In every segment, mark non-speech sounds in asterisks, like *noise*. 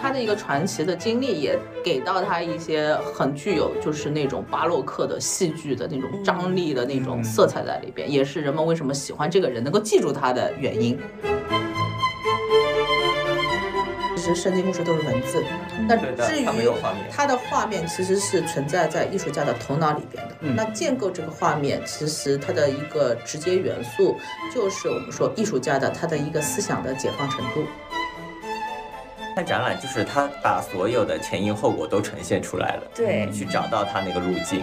他的一个传奇的经历，也给到他一些很具有就是那种巴洛克的戏剧的那种张力的那种嗯色彩在里边，也是人们为什么喜欢这个人，能够记住他的原因。其实圣经故事都是文字，那对的至于它没有画面它的画面其实是存在在艺术家的头脑里边的。嗯那建构这个画面，其实它的一个直接元素就是我们说艺术家的他的一个思想的解放程度。看展览就是他把所有的前因后果都呈现出来了，嗯对去找到他那个路径。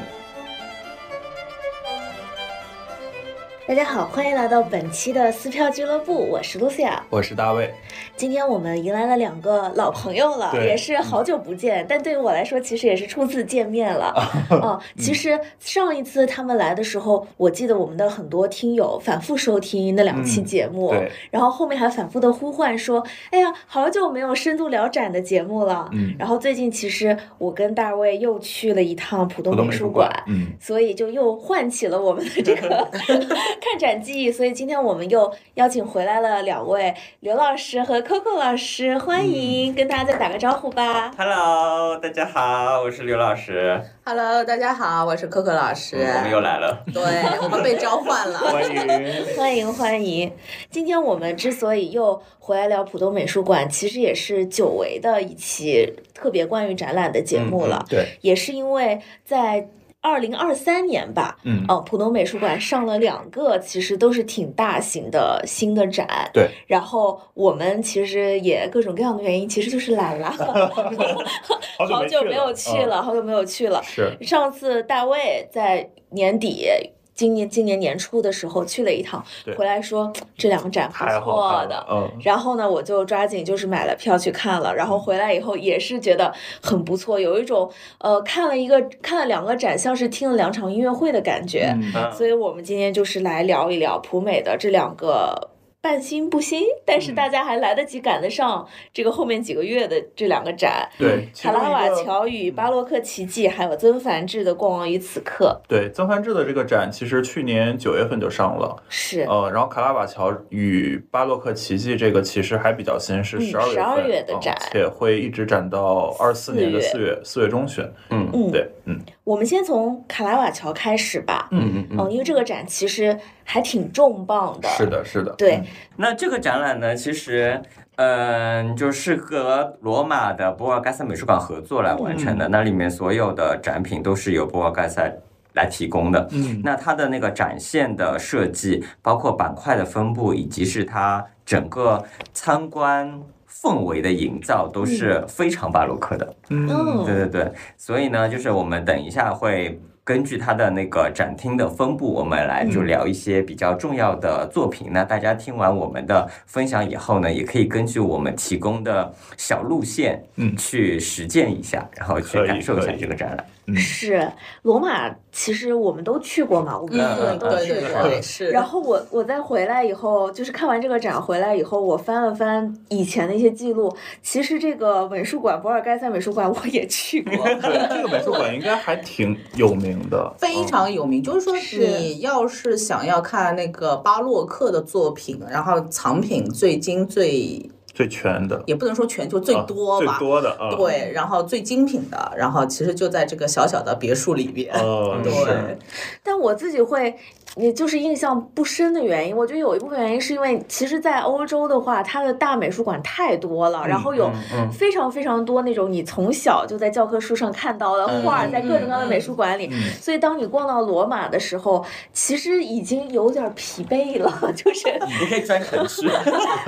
大家好，欢迎来到本期的撕票俱乐部，我是 Lucia。我是大卫，今天我们迎来了两个老朋友了，对也是好久不见，但对于我来说，其实也是初次见面 *laughs* 了。嗯，其实上一次他们来的时候，我记得我们的很多听友反复收听那两期嗯节目，对，然后后面还反复的呼唤说：“哎呀，好久没有深度聊展的节目了。”嗯，然后最近其实我跟大卫又去了一趟浦浦东东美美术术馆馆，，嗯，所以就又唤起了我们的这个看展记忆。所以今天我们又邀请回来了两位刘老师和 Coco 老师，欢迎、跟大家再打个招呼吧。 Hello，大家好，我是刘老师，嗯 Hello，大家好，我是可可老师。嗯我们又来了。对，我们被召唤 *laughs* 了。关于欢迎欢迎！今天我们之所以又回来聊浦东美术馆，其实也是久违的一期特别关于展览的节目了，对，也是因为在二零二三年吧，嗯，呃，浦东美术馆上了两个，其实都是挺大型的新的展。对。然后我们其实也各种各样的原因，其实就是懒 *laughs* 了，好好久没有去，了，好久没有去了嗯。是，上次大卫在年底。今年今年年初的时候去了一趟，对回来说这两个展不太好错看的了，，嗯，然后呢，我就抓紧就是买了票去看了，然后回来以后也是觉得很不错，有一种呃看了一个看了两个展，像是听了两场音乐会的感觉。嗯嗯所以我们今天就是来聊一聊普美的这两个。半新不新，但嗯是大家还来得及赶得上这个后面几个月的这两个展，对，其卡中拉瓦一个嗯乔与巴洛克奇迹，还有曾梵志的《过往与此刻对曾梵志的这个展，其实去年九月份就上了》，，是，呃，然后卡拉瓦乔与巴洛克奇迹这个其实还比较新，是嗯十二月12份月的嗯展且会一直展到二四年的四四月四月中旬，嗯嗯，对，嗯我们先从卡拉瓦乔开始吧，嗯嗯嗯，因为这个展其实还挺重磅的，是的，是的，对嗯那这个展览呢，其实，嗯、就是和罗马的博尔盖塞美术馆合作来完成的。嗯那里面所有的展品都是由博尔盖塞来提供的。嗯，那它的那个展现的设计，包括板块的分布，以及是它整个参观氛围的营造，都是非常巴洛克的。嗯，对对对，所以呢，就是我们等一下会根据它的那个展厅的分布，我们来就聊一些比较重要的作品。那大家听完我们的分享以后呢，也可以根据我们提供的小路线，嗯去实践一下，然后去可以感受一下可以这个展览。是罗马，其实我们都去过嘛，我们嗯，四个对人都对去对过。对，是。然后我我再回来以后，就是看完这个展回来以后，我翻了翻以前的一些记录，其实这个美术馆博尔盖塞美术馆我也去过，对，这个美术馆应该还挺有名的，非嗯。常有名，就是说是你要是想要看那个巴洛克的作品，然后藏品最精最，最全的，也不能说全球最啊多吧，最多的啊，嗯，对，然后最精品的，然后其实就在这个小小的别墅里边。呃，对是对，但我自己会，也就是印象不深的原因，我觉得有一部分原因是因为，其实，在欧洲的话，它的大美术馆太多了，然后有嗯嗯非常非常多那种你从小就在教科书上看到的画儿，嗯在各种各样的美术馆里。所以，当你逛到罗马的时候，其实已经有点疲惫了， *laughs* 就是你可以专程去。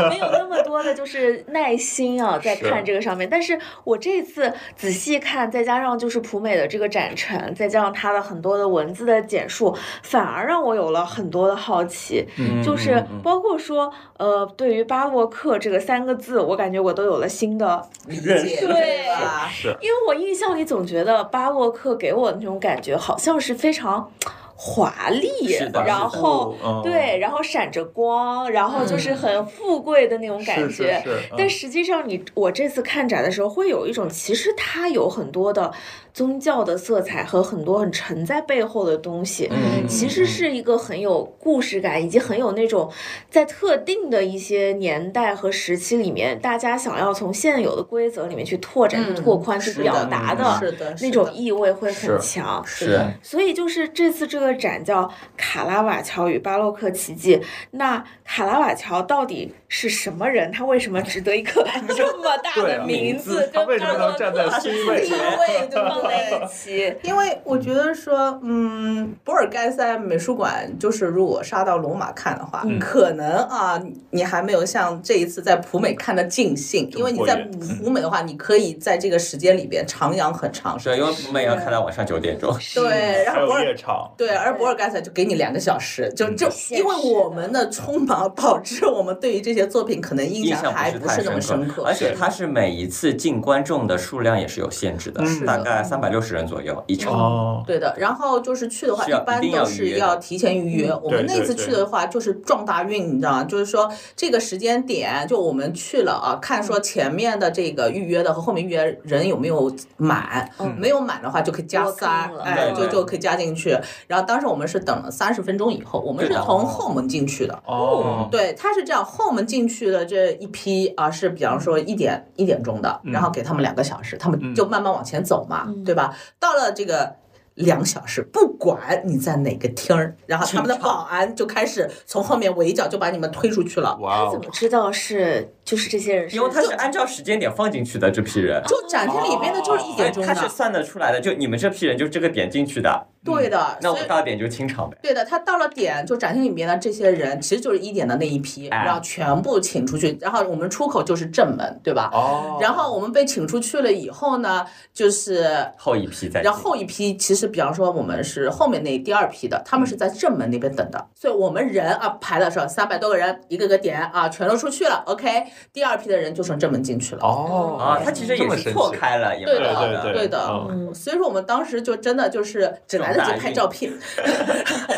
没有那么多的就是耐心啊，在是看这个上面。但是我这次仔细看，再加上就是普美的这个展陈，再加上它的很多的文字的简述，反而让我有了很多的好奇，嗯就是包括说，呃，对于巴洛克这个三个字，我感觉我都有了新的，理解对吧？是，因为我印象里总觉得巴洛克给我的那种感觉，好像是非常。华丽是的，哦然后嗯对，然后闪着光，然后嗯就是很富贵的那种感觉。是是是嗯但实际上你，我这次看展的时候，会有一种其实它有很多的宗教的色彩和很多很沉在背后的东西。嗯其实是一个很有故事感，以及很有那种在特定的一些年代和时期里面，大家想要从现有的规则里面去拓展、嗯拓宽、去是的嗯表达是的，是那种的？意味会很是强。 *laughs* 是所以就是这次这个展叫《卡拉瓦乔与巴洛克奇迹》，那卡拉瓦乔到底是什么人？他为什么值得一个 *laughs* 这么大对的啊名字？他跟为什巴么洛能克站在新位地位就放在一起 *laughs* 因为我觉得说，嗯，博尔盖塞美术馆就是如果杀到罗马看的话，可能啊，你还没有像这一次在普美看的尽兴，因为你在普美的话，你可以在这个时间里边徜徉很长时间。是因为我们要看到晚上九点嗯钟，对，然嗯还后博有尔夜场，对，而博尔盖塞就给你两个小时，就就现因为实我们的匆忙导致我们对于这些作品可能印印象象还不不太是那么深刻，而且它是每一次进观众的数量也是有限制的，嗯大概三百六十人左右一场。哦，对的，然后就是去的话，是要一般一定都要是预约的嗯要提前预约。我们对那对次对去的话，就是撞大运，你知道吗？就是说这个时间点，就我们去了啊，看说前面的这个预约的和后面预约人有没有满，没有满的话就可以加多塞坑，了哎，对就对就可以加进去。然后当时我们是等了三十分钟以后，我们对是的从后门进去的。哦，对，他是这样，后门进去的这一批啊，是比方嗯说一点一点钟的，然后给他们两个小时，他们就慢慢往前走嘛，对吧？到了这个。两小时，不管你在哪个厅儿，然后他们的保安就开始从后面围剿，就把你们推出去了。哇他怎哦么，知道是就是这些人是？因为它是按照时间点放进去的这批人，就展厅里边的就是一点钟哦它是的，算得出来的，就你们这批人就这个点进去的，对的，嗯那我所以们到点就清场呗。对的，他到了点，就展厅里面的这些人其实就是一点的那一批，哎然后全部请出去，然后我们出口就是正门，对吧？哦，然后我们被请出去了以后呢，就是后一批再进，然后后一批其实，比方说我们是后面那第二批的，他们是在正门那边等的，所以我们人啊排的时候，三百多个人，一个个点啊，全都出去了。OK，第二批的人就从正门进去了。哦啊，它其实这也么是神错奇开了，也对蛮好的，的。对对的嗯。嗯所以说我们当时就真的就是只来得及拍照片， *laughs*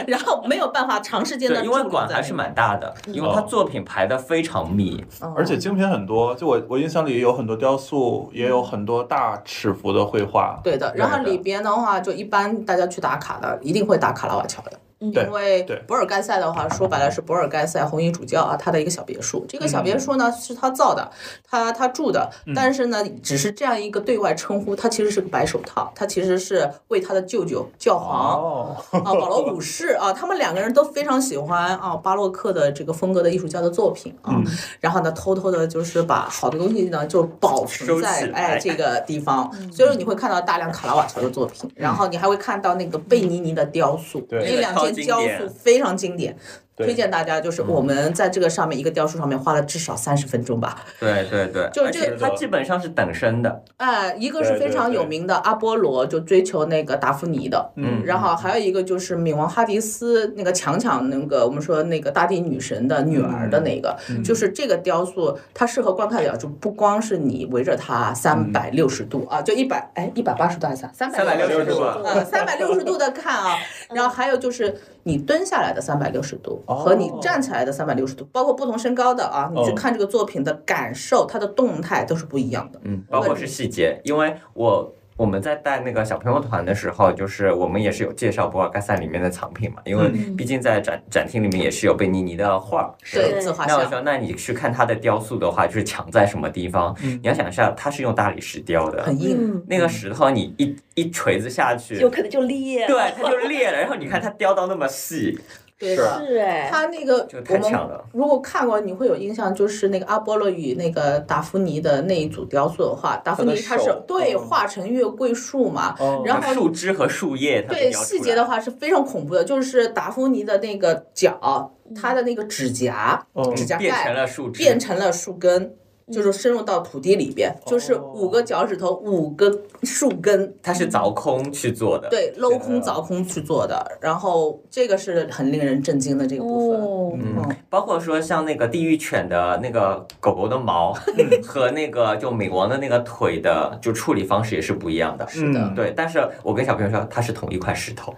然后没有办法长时间的对，因为馆还是蛮大的，嗯因为它哦作品排的非常密，而且精品很多，就我我印象里有很多雕塑，也有很多大尺幅的绘画。对的。然后对的里边的话，就一般大家去打卡的，一定会打卡拉瓦乔的。对因为对博尔盖塞的话，说白了是博尔盖塞红衣主教啊，他的一个小别墅。这个小别墅呢是他造的，他他住的，嗯但是呢，只是这样一个对外称呼，他其实是个白手套，他其实是为他的舅舅教皇哦，啊保罗五世啊，他们两个人都非常喜欢啊巴洛克的这个风格的艺术家的作品啊，然后呢，偷偷的就是把好的东西呢就保存收在起来哎这个地方，所以说你会看到大量卡拉瓦乔的作品，然后你还会看到那个贝尼尼的雕塑，对这两件雕塑非常经典，对推荐大家就是我们在这个上面一个雕塑上面花了至少三十分钟吧。对对对，就而这且个它基本上是等身的，哎，一个是非常有名的阿波罗，就追求那个达芙妮的，嗯然后还有一个就是冥王哈迪斯那个强强那个我们说那个大地女神的女儿的那个，就是这个雕塑，它适合观看的，就不光是你围着它三百六十度啊，就一百哎一百八十度还是三360度度啊啊，三百六十度的看啊， *laughs* 然后还有就是你蹲下来的三百六十度哦和你站起来的三百六十度，包括不同身高的啊，你去哦看这个作品的感受，它的动态都是不一样的。嗯，包括是细节，因为我。我们在带那个小朋友团的时候，就是我们也是有介绍博尔盖塞里面的藏品嘛，因为嗯毕竟在展展厅里面也是有贝尼尼的画儿，对，对自画那我像。说，那你去看它的雕塑的话，就是墙在什么地方？你要想一下，它是用大理石雕的，嗯很硬，嗯，那个石头你一一锤子下去，有可能就裂了。对，它就裂了。然后你看它雕到那么细，对是啊的。是哎，啊他那个这个我太们强了。如果看过，你会有印象，就是那个阿波罗与那个达芙妮的那一组雕塑的话，达芙妮她是手对嗯化成月桂树嘛，哦然哦它后树枝和树叶，它对雕出细节来的话是非常恐怖的，就是达芙妮的那个脚，她的那个指甲，嗯指甲哦变成盖了树枝，变成了树根。就是深入到土地里边，就是哦五个脚趾头，五个树根，它是凿空去做的。对，镂空凿空去做的。然后这个是很令人震惊的这个部分。哦，嗯，包括说像那个地狱犬的那个狗狗的毛嗯 *laughs* 和那个就冥王的那个腿的就处理方式也是不一样的。是的嗯对，但是我跟小朋友说，它是同一块石头，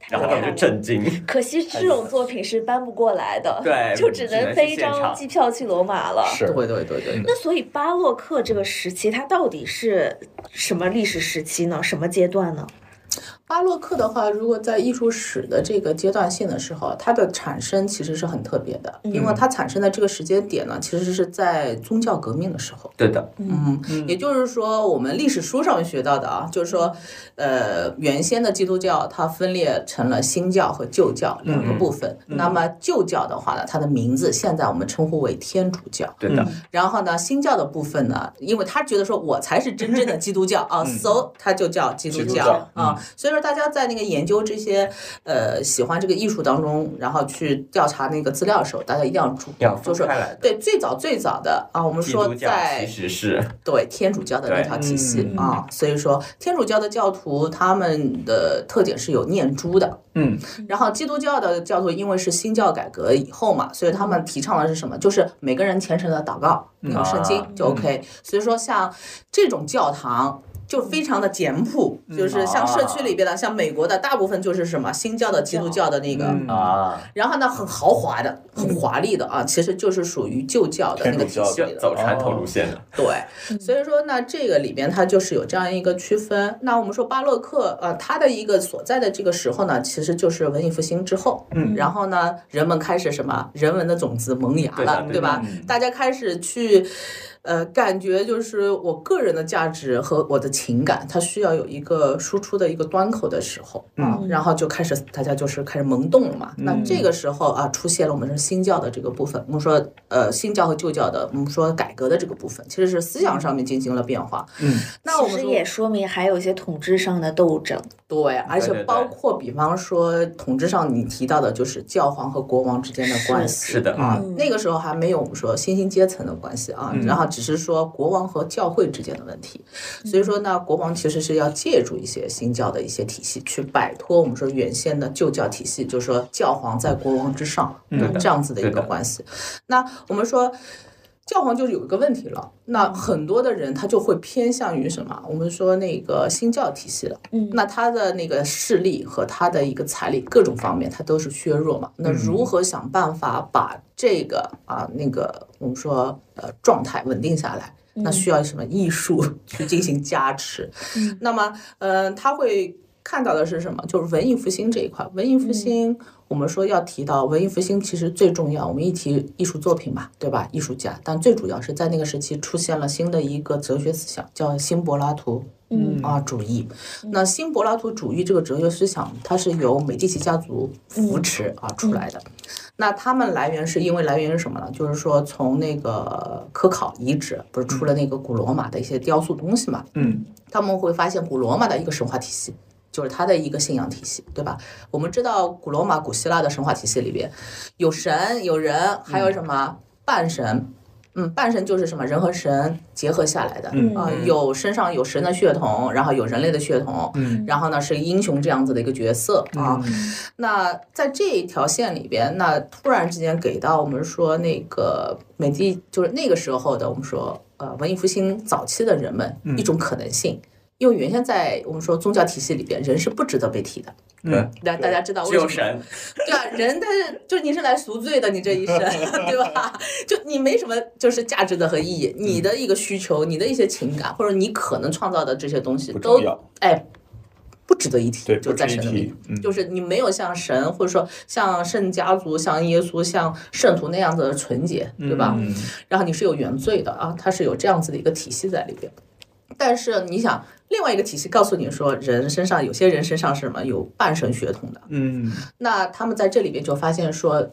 太然后他们就震惊。嗯可惜这种作品是搬不过来的，对就只只能能去飞一现张场机票去罗马了。是对对对对对，那所以巴洛克这个时期，它到底是什么历史时期呢？什么阶段呢？巴洛克的话，如果在艺术史的这个阶段性的时候，它的产生其实是很特别的，因为它产生的这个时间点呢，其实是在宗教革命的时候。对的，嗯，也就是说，我们历史书上学到的啊，就是说，呃，原先的基督教它分裂成了新教和旧教嗯两个部分。那么旧教的话呢，它的名字现在我们称呼为天主教。嗯对的，然后呢，新教的部分呢，因为他觉得说我才是真正的基督教嗯啊、s o 他就叫基督基督教啊。所以说，大家在那个研究这些呃喜欢这个艺术当中，然后去调查那个资料的时候，大家一定要注意要，就分是开来的。对最早最早的啊，我们基说督教在其实是对天主教的那对条体系嗯啊，所以说天主教的教徒他们的特点是有念珠的，嗯，然后基督教的教徒因为是新教改革以后嘛，所以他们提倡的是什么？就是每个人虔诚的祷告，有圣经啊就 OK。所以说像这种教堂。就非常的简朴，就是像社区里边的，像美国的大部分就是什么新教的、基督教的那个，嗯啊，然后呢很豪华的、很华丽的啊，其实就是属于旧教的那个体天主系教里哦的。就哦走传统路线的，对，所以说呢，这个里边它就是有这样一个区分。那我们说巴洛克，呃，它的一个所在的这个时候呢，其实就是文艺复兴之后，嗯然后呢，人们开始什么人文的种子萌芽对的了，对的对吧？嗯大家开始去。呃，感觉就是我个人的价值和我的情感，它需要有一个输出的一个端口的时候啊，嗯然后就开始大家就是开始萌动了嘛。那这个时候啊，出现了我们说新教的这个部分，我们说呃新教和旧教的，我们说改革的这个部分，其实是思想上面进行了变化。嗯，那我其们实说也说明还有一些统治上的斗争。对，而对且对包对括比方说统治上你提到的，就是教皇和国王之间的关是系。是的啊，嗯那个时候还没有我们说新兴阶层的关系嗯啊，然后只是说国王和教会之间的问题。嗯所以说呢，国王其实是要借助一些新教的一些体系，去摆脱我们说原先的旧教体系，就是说教皇在国王之上，嗯，这样子的一对个的关系。那我们说。教皇就是有一个问题了，那很多的人他就会偏向于什么？我们说那个新教体系了，嗯那他的那个势力和他的一个财力各种方面，他都是削弱嘛。那如何想办法把这个啊那个我们说呃状态稳定下来？那需要什么艺术去进行加持？那么，嗯、他会看到的是什么？就是文艺复兴这一块。文艺复嗯兴，我们说要提到文艺复兴，其实最重要，我们一提艺术作品嘛，对吧？艺术家，但最主要是在那个时期出现了新的一个哲学思想，叫新柏拉图。嗯啊，主义。那新柏拉图主义这个哲学思想，它是由美第奇家族扶嗯持啊出来的。那他们来源是因为来源是什么呢？就是说从那个科考遗址不是嗯出了那个古罗马的一些雕塑东西嘛？嗯，他们会发现古罗马的一个神话体系。就是它的一个信仰体系，对吧？我们知道古罗马、古希腊的神话体系里边，有神、有人，还有什么半神？嗯，半神就是什么人和神结合下来的，嗯啊、有身上有神的血统，然后有人类的血统，嗯，然后呢是英雄这样子的一个角色啊。那在这一条线里边，那突然之间给到我们说那个美帝，就是那个时候的我们说呃文艺复兴早期的人们一种可能性。因为原先在我们说宗教体系里边，人是不值得被提的。嗯，那大家知道为只什有么？神，对啊，人他是就是你是来赎罪的，你这一生，对吧？就你没什么就是价值的和意义，你的一个需求，你的一些情感，或者你可能创造的这些东西不都重要哎不值得一提，对，就不在值一神的面提前。，嗯，就是你没有像神，或者说像圣家族、像耶稣、像圣徒那样子的纯洁，对吧？嗯然后你是有原罪的啊，它是有这样子的一个体系在里边。但是你想，另外一个体系告诉你说，人身上有些人身上是什么有半神血统的，嗯那他们在这里边就发现说，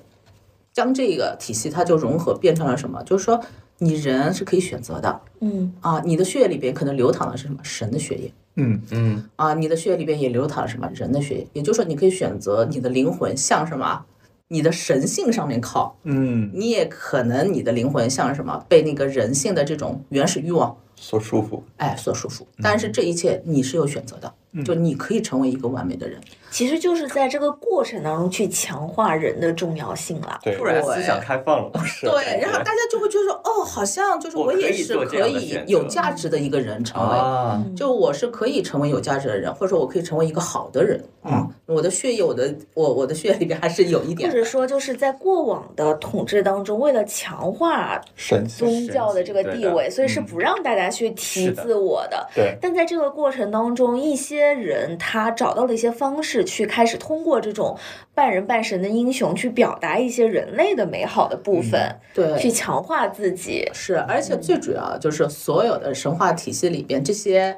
将这个体系它就融合变成了什么？就是说，你人是可以选择的嗯啊，你的血液里边可能流淌的是什么神的血液嗯嗯，啊，你的血液里边也流淌什么人的血液，也就是说，你可以选择你的灵魂向什么。你的神性上面靠，嗯，你也可能你的灵魂像什么被那个人性的这种原始欲望所舒服，哎所束缚，嗯但是这一切你是有选择的，就你可以成为一个完美的人，其实就是在这个过程当中去强化人的重要性了。对突，然思想开放了，对，然后大家就会觉得说，哦，好像就是我我可也以是做这可样的以选择有价值的一个人成为，啊，就我是可以成为有价值的人，或者说我可以成为一个好的人，嗯，我的血液，我的我我的血液里边还是有一或点者说就是在过往的统治当中，为了强化神奇，宗教的这个地位，所以是嗯不让大家去提是的自我的。对，但在这个过程当中，一些人他找到了一些方式，去开始通过这种半人半神的英雄，去表达一些人类的美好的嗯部分，对去强化自己。是，而且最主要就是所有的神话体系里边，这些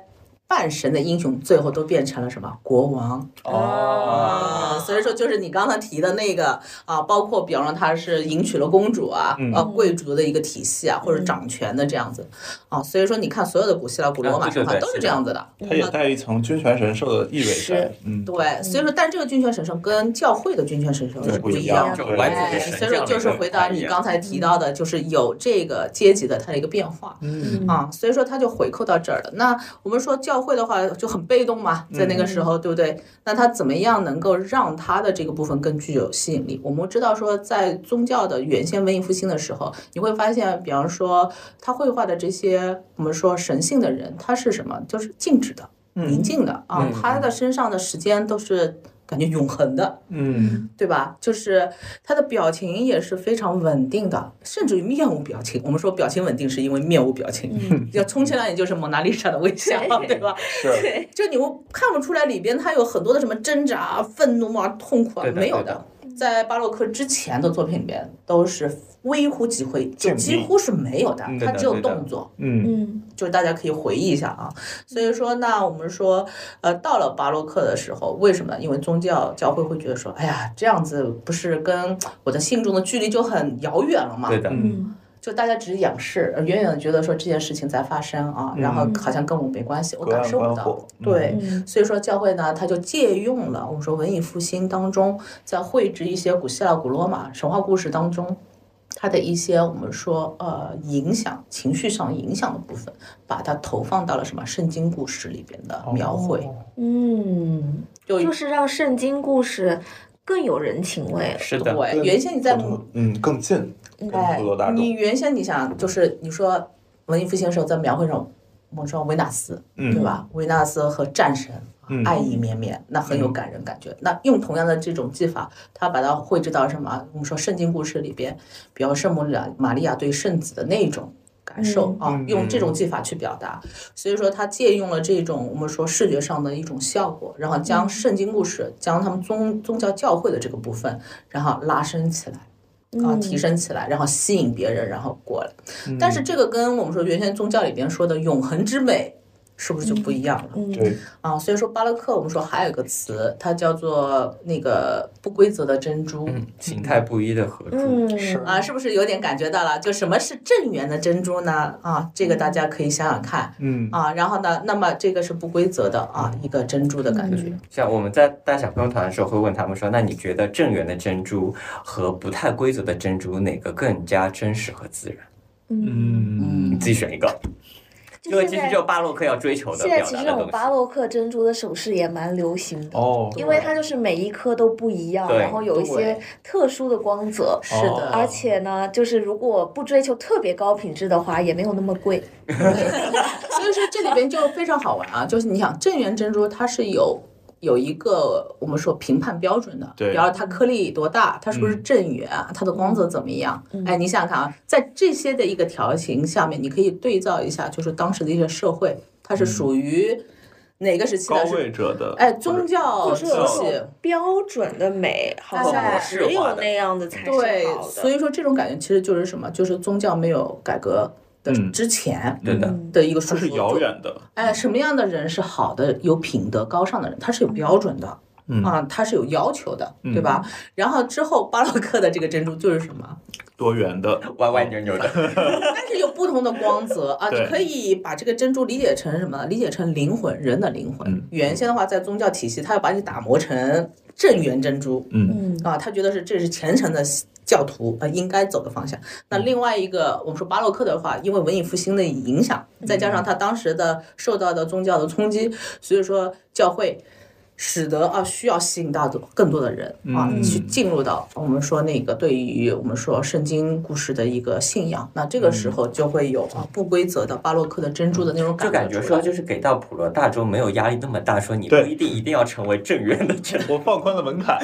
半神的英雄最后都变成了什么国王哦啊？所以说，就是你刚才提的那个啊，包括比方说他是迎娶了公主啊，嗯呃，贵族的一个体系啊，或者嗯掌权的这样子啊，所以说你看所有的古希腊、古罗马啊对对神话对都是是这的样子的。它也带一层君权神授的意味在是，嗯，对，所以说，但这个军权神授跟教会的军权神授对是不不一一样样就的，完哎全是所神以说教就是那个啊回答不太你一样刚才提到的，就是有这个阶级的它的一个变化。嗯，啊，所以说他就回扣到这儿了。那我们说教会的话就很被动嘛，在那个嗯时候，对不对？那他怎么样能够让他的这个部分更具有吸引力？我们知道说，在宗教的原先文艺复兴的时候，你会发现，比方说他绘画的这些我们说神性的人，他是什么？就是静止的、宁静的啊，嗯他的身上的时间都是感觉永恒的。嗯，对吧？就是他的表情也是非常稳定的，甚至于面无表情。我们说表情稳定是因为面无表情，要充其量也就是蒙娜丽莎的微笑，对吧？是，就你我看不出来里边它有很多的什么挣扎啊、愤怒啊、痛苦啊对，的没有对的的。在巴洛克之前的作品里边都是微乎其微，就静谧几乎是没有的嗯，它对的只有对的动作。嗯，嗯，就是大家可以回忆一下啊。所以说，那我们说，呃，到了巴洛克的时候，为什么呢？因为宗教教会会觉得说，哎呀，这样子不是跟我的信众的距离就很遥远了嘛？对的，嗯，就大家只是仰视，呃远远的觉得说这件事情在发生啊，然后嗯好像跟我没关系，我隔岸感受观不到火。对，嗯所以说教会呢，它就借用了我们说文艺复兴当中，在绘制一些古希腊、古罗马神话故事当中。它的一些我们说呃影响情绪上影响的部分，把它投放到了什么圣经故事里边的哦描绘，嗯，就就是让圣经故事更有人情味。是的，对。原先你在嗯更近，更哎普罗大，你众，原先你想就是你说文艺复兴的时候在描绘上，我们说维纳斯，嗯，对？吧？维纳斯和战神。啊嗯爱意绵绵，那很有感人感觉。那用同样的这种技法，他把它绘制到什么？我们说圣经故事里边，比如圣母玛玛利亚对圣子的那种感受、啊嗯，用这种技法去表达。所以说，他借用了这种我们说视觉上的一种效果，然后将圣经故事，将他们宗宗教教会的这个部分，然后拉伸起来。啊，嗯提升起来，然后吸引别人，然后过来。但是这个跟我们说原先宗教里边说的永恒之美，是不是就不一样了？嗯，对，啊，所以说巴洛克，我们说还有一个词，它叫做那个不规则的珍珠。嗯，形态不一的合住，嗯，是啊，是不是有点感觉到了？就什么是正圆的珍珠呢？啊，这个大家可以想想看嗯，啊。然后呢，那么这个是不规则的啊，一个珍珠的感觉。像我们在带小朋友团的时候，会问他们说：“那你觉得正圆的珍珠和不太规则的珍珠哪个更加真实和自然？”嗯，嗯，你自己选一个，这就个现其实在就是巴洛克要追求的现在表其达实的这东种西。巴洛克珍珠的首饰也蛮流行的。哦，因为它就是每一颗都不一样，对然后有一些对特殊的光泽，是哦的，而且呢，就是如果不追求特别高品质的话，也没有那么贵。所以说这里边就非常好玩啊，就是你想正圆珍珠它是有。有一个我们说评判标准的，对比方说它颗粒多大，它是不是嗯正圆，啊它的嗯光泽怎么样？哎，你想想看啊，在这些的一个条形下面，你可以对照一下，就是当时的一些社会，它是属于哪个时期嗯高的？位是者的，哎，宗或教体者有系一，种标准的美，好哎像只有那样的才对是好，的。所以说这种感觉其实就是什么？就是宗教没有改革的嗯之前对的，嗯的一个束它缚，是遥远的，哎，什么样的人是好的、有品德、高尚的人？他是有标准的，嗯啊，他是有要求的，对吧？然后之后巴洛克的这个珍珠就是什么？多元的，歪歪扭扭 *laughs* 的，但是有不同的光泽啊，你对可以把这个珍珠理解成什么？理解成灵魂，人的灵魂。嗯原先的话，在宗教体系，他要把你打磨成正圆珍珠，嗯嗯，啊，他觉得是这是虔诚的教徒呃应该走的方向。那另外一个，我们说巴洛克的话，因为文艺复兴的影响，再加上他当时的受到的宗教的冲击，所以说教会。使得啊需要吸引到更多的人啊、嗯去进入到我们说那个对于我们说圣经故事的一个信仰。那这个时候就会有啊不规则的巴洛克的珍珠的那种就感觉出来说，就是给到普罗大众没有压力那么大，说你不对一定一定要成为正缘 *laughs* 的人。我放宽了门槛。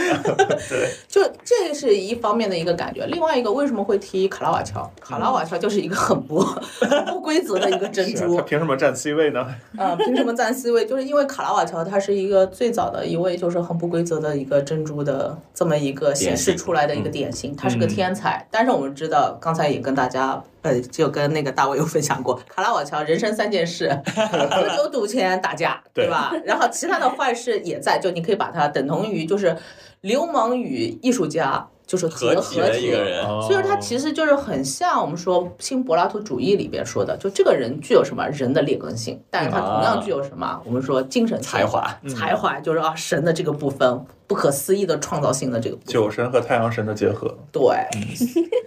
就这是一方面的一个感觉，另外一个为什么会提卡拉瓦乔？卡拉瓦乔就是一个很不 *laughs* 很不规则的一个珍是啊珠他，凭什么占 C 位呢？呃，凭什么占 C 位？就是因为卡拉瓦乔他是一个最早的一位就是很不规则的一个珍珠的这么一个显示出来的一嗯个典型，他是个天才。但是我们知道，刚才也跟大家呃，就跟那个大卫有分享过，卡拉瓦乔人生三件 *laughs* 事：喝酒、赌钱、打架，对对吧？然后其他的坏事也在，就你可以把它等同于就是流氓与艺术家就是结合体的一个人，所以说，他其实实就是很像我们说新柏拉图主义里边说的，就这个人具有什么人的劣根性，但是他同样具有什么我们说精神性才、华，嗯才华，就是啊神的这个部分，不可思议的创造性的这个部分。酒神和太阳神的结合，对，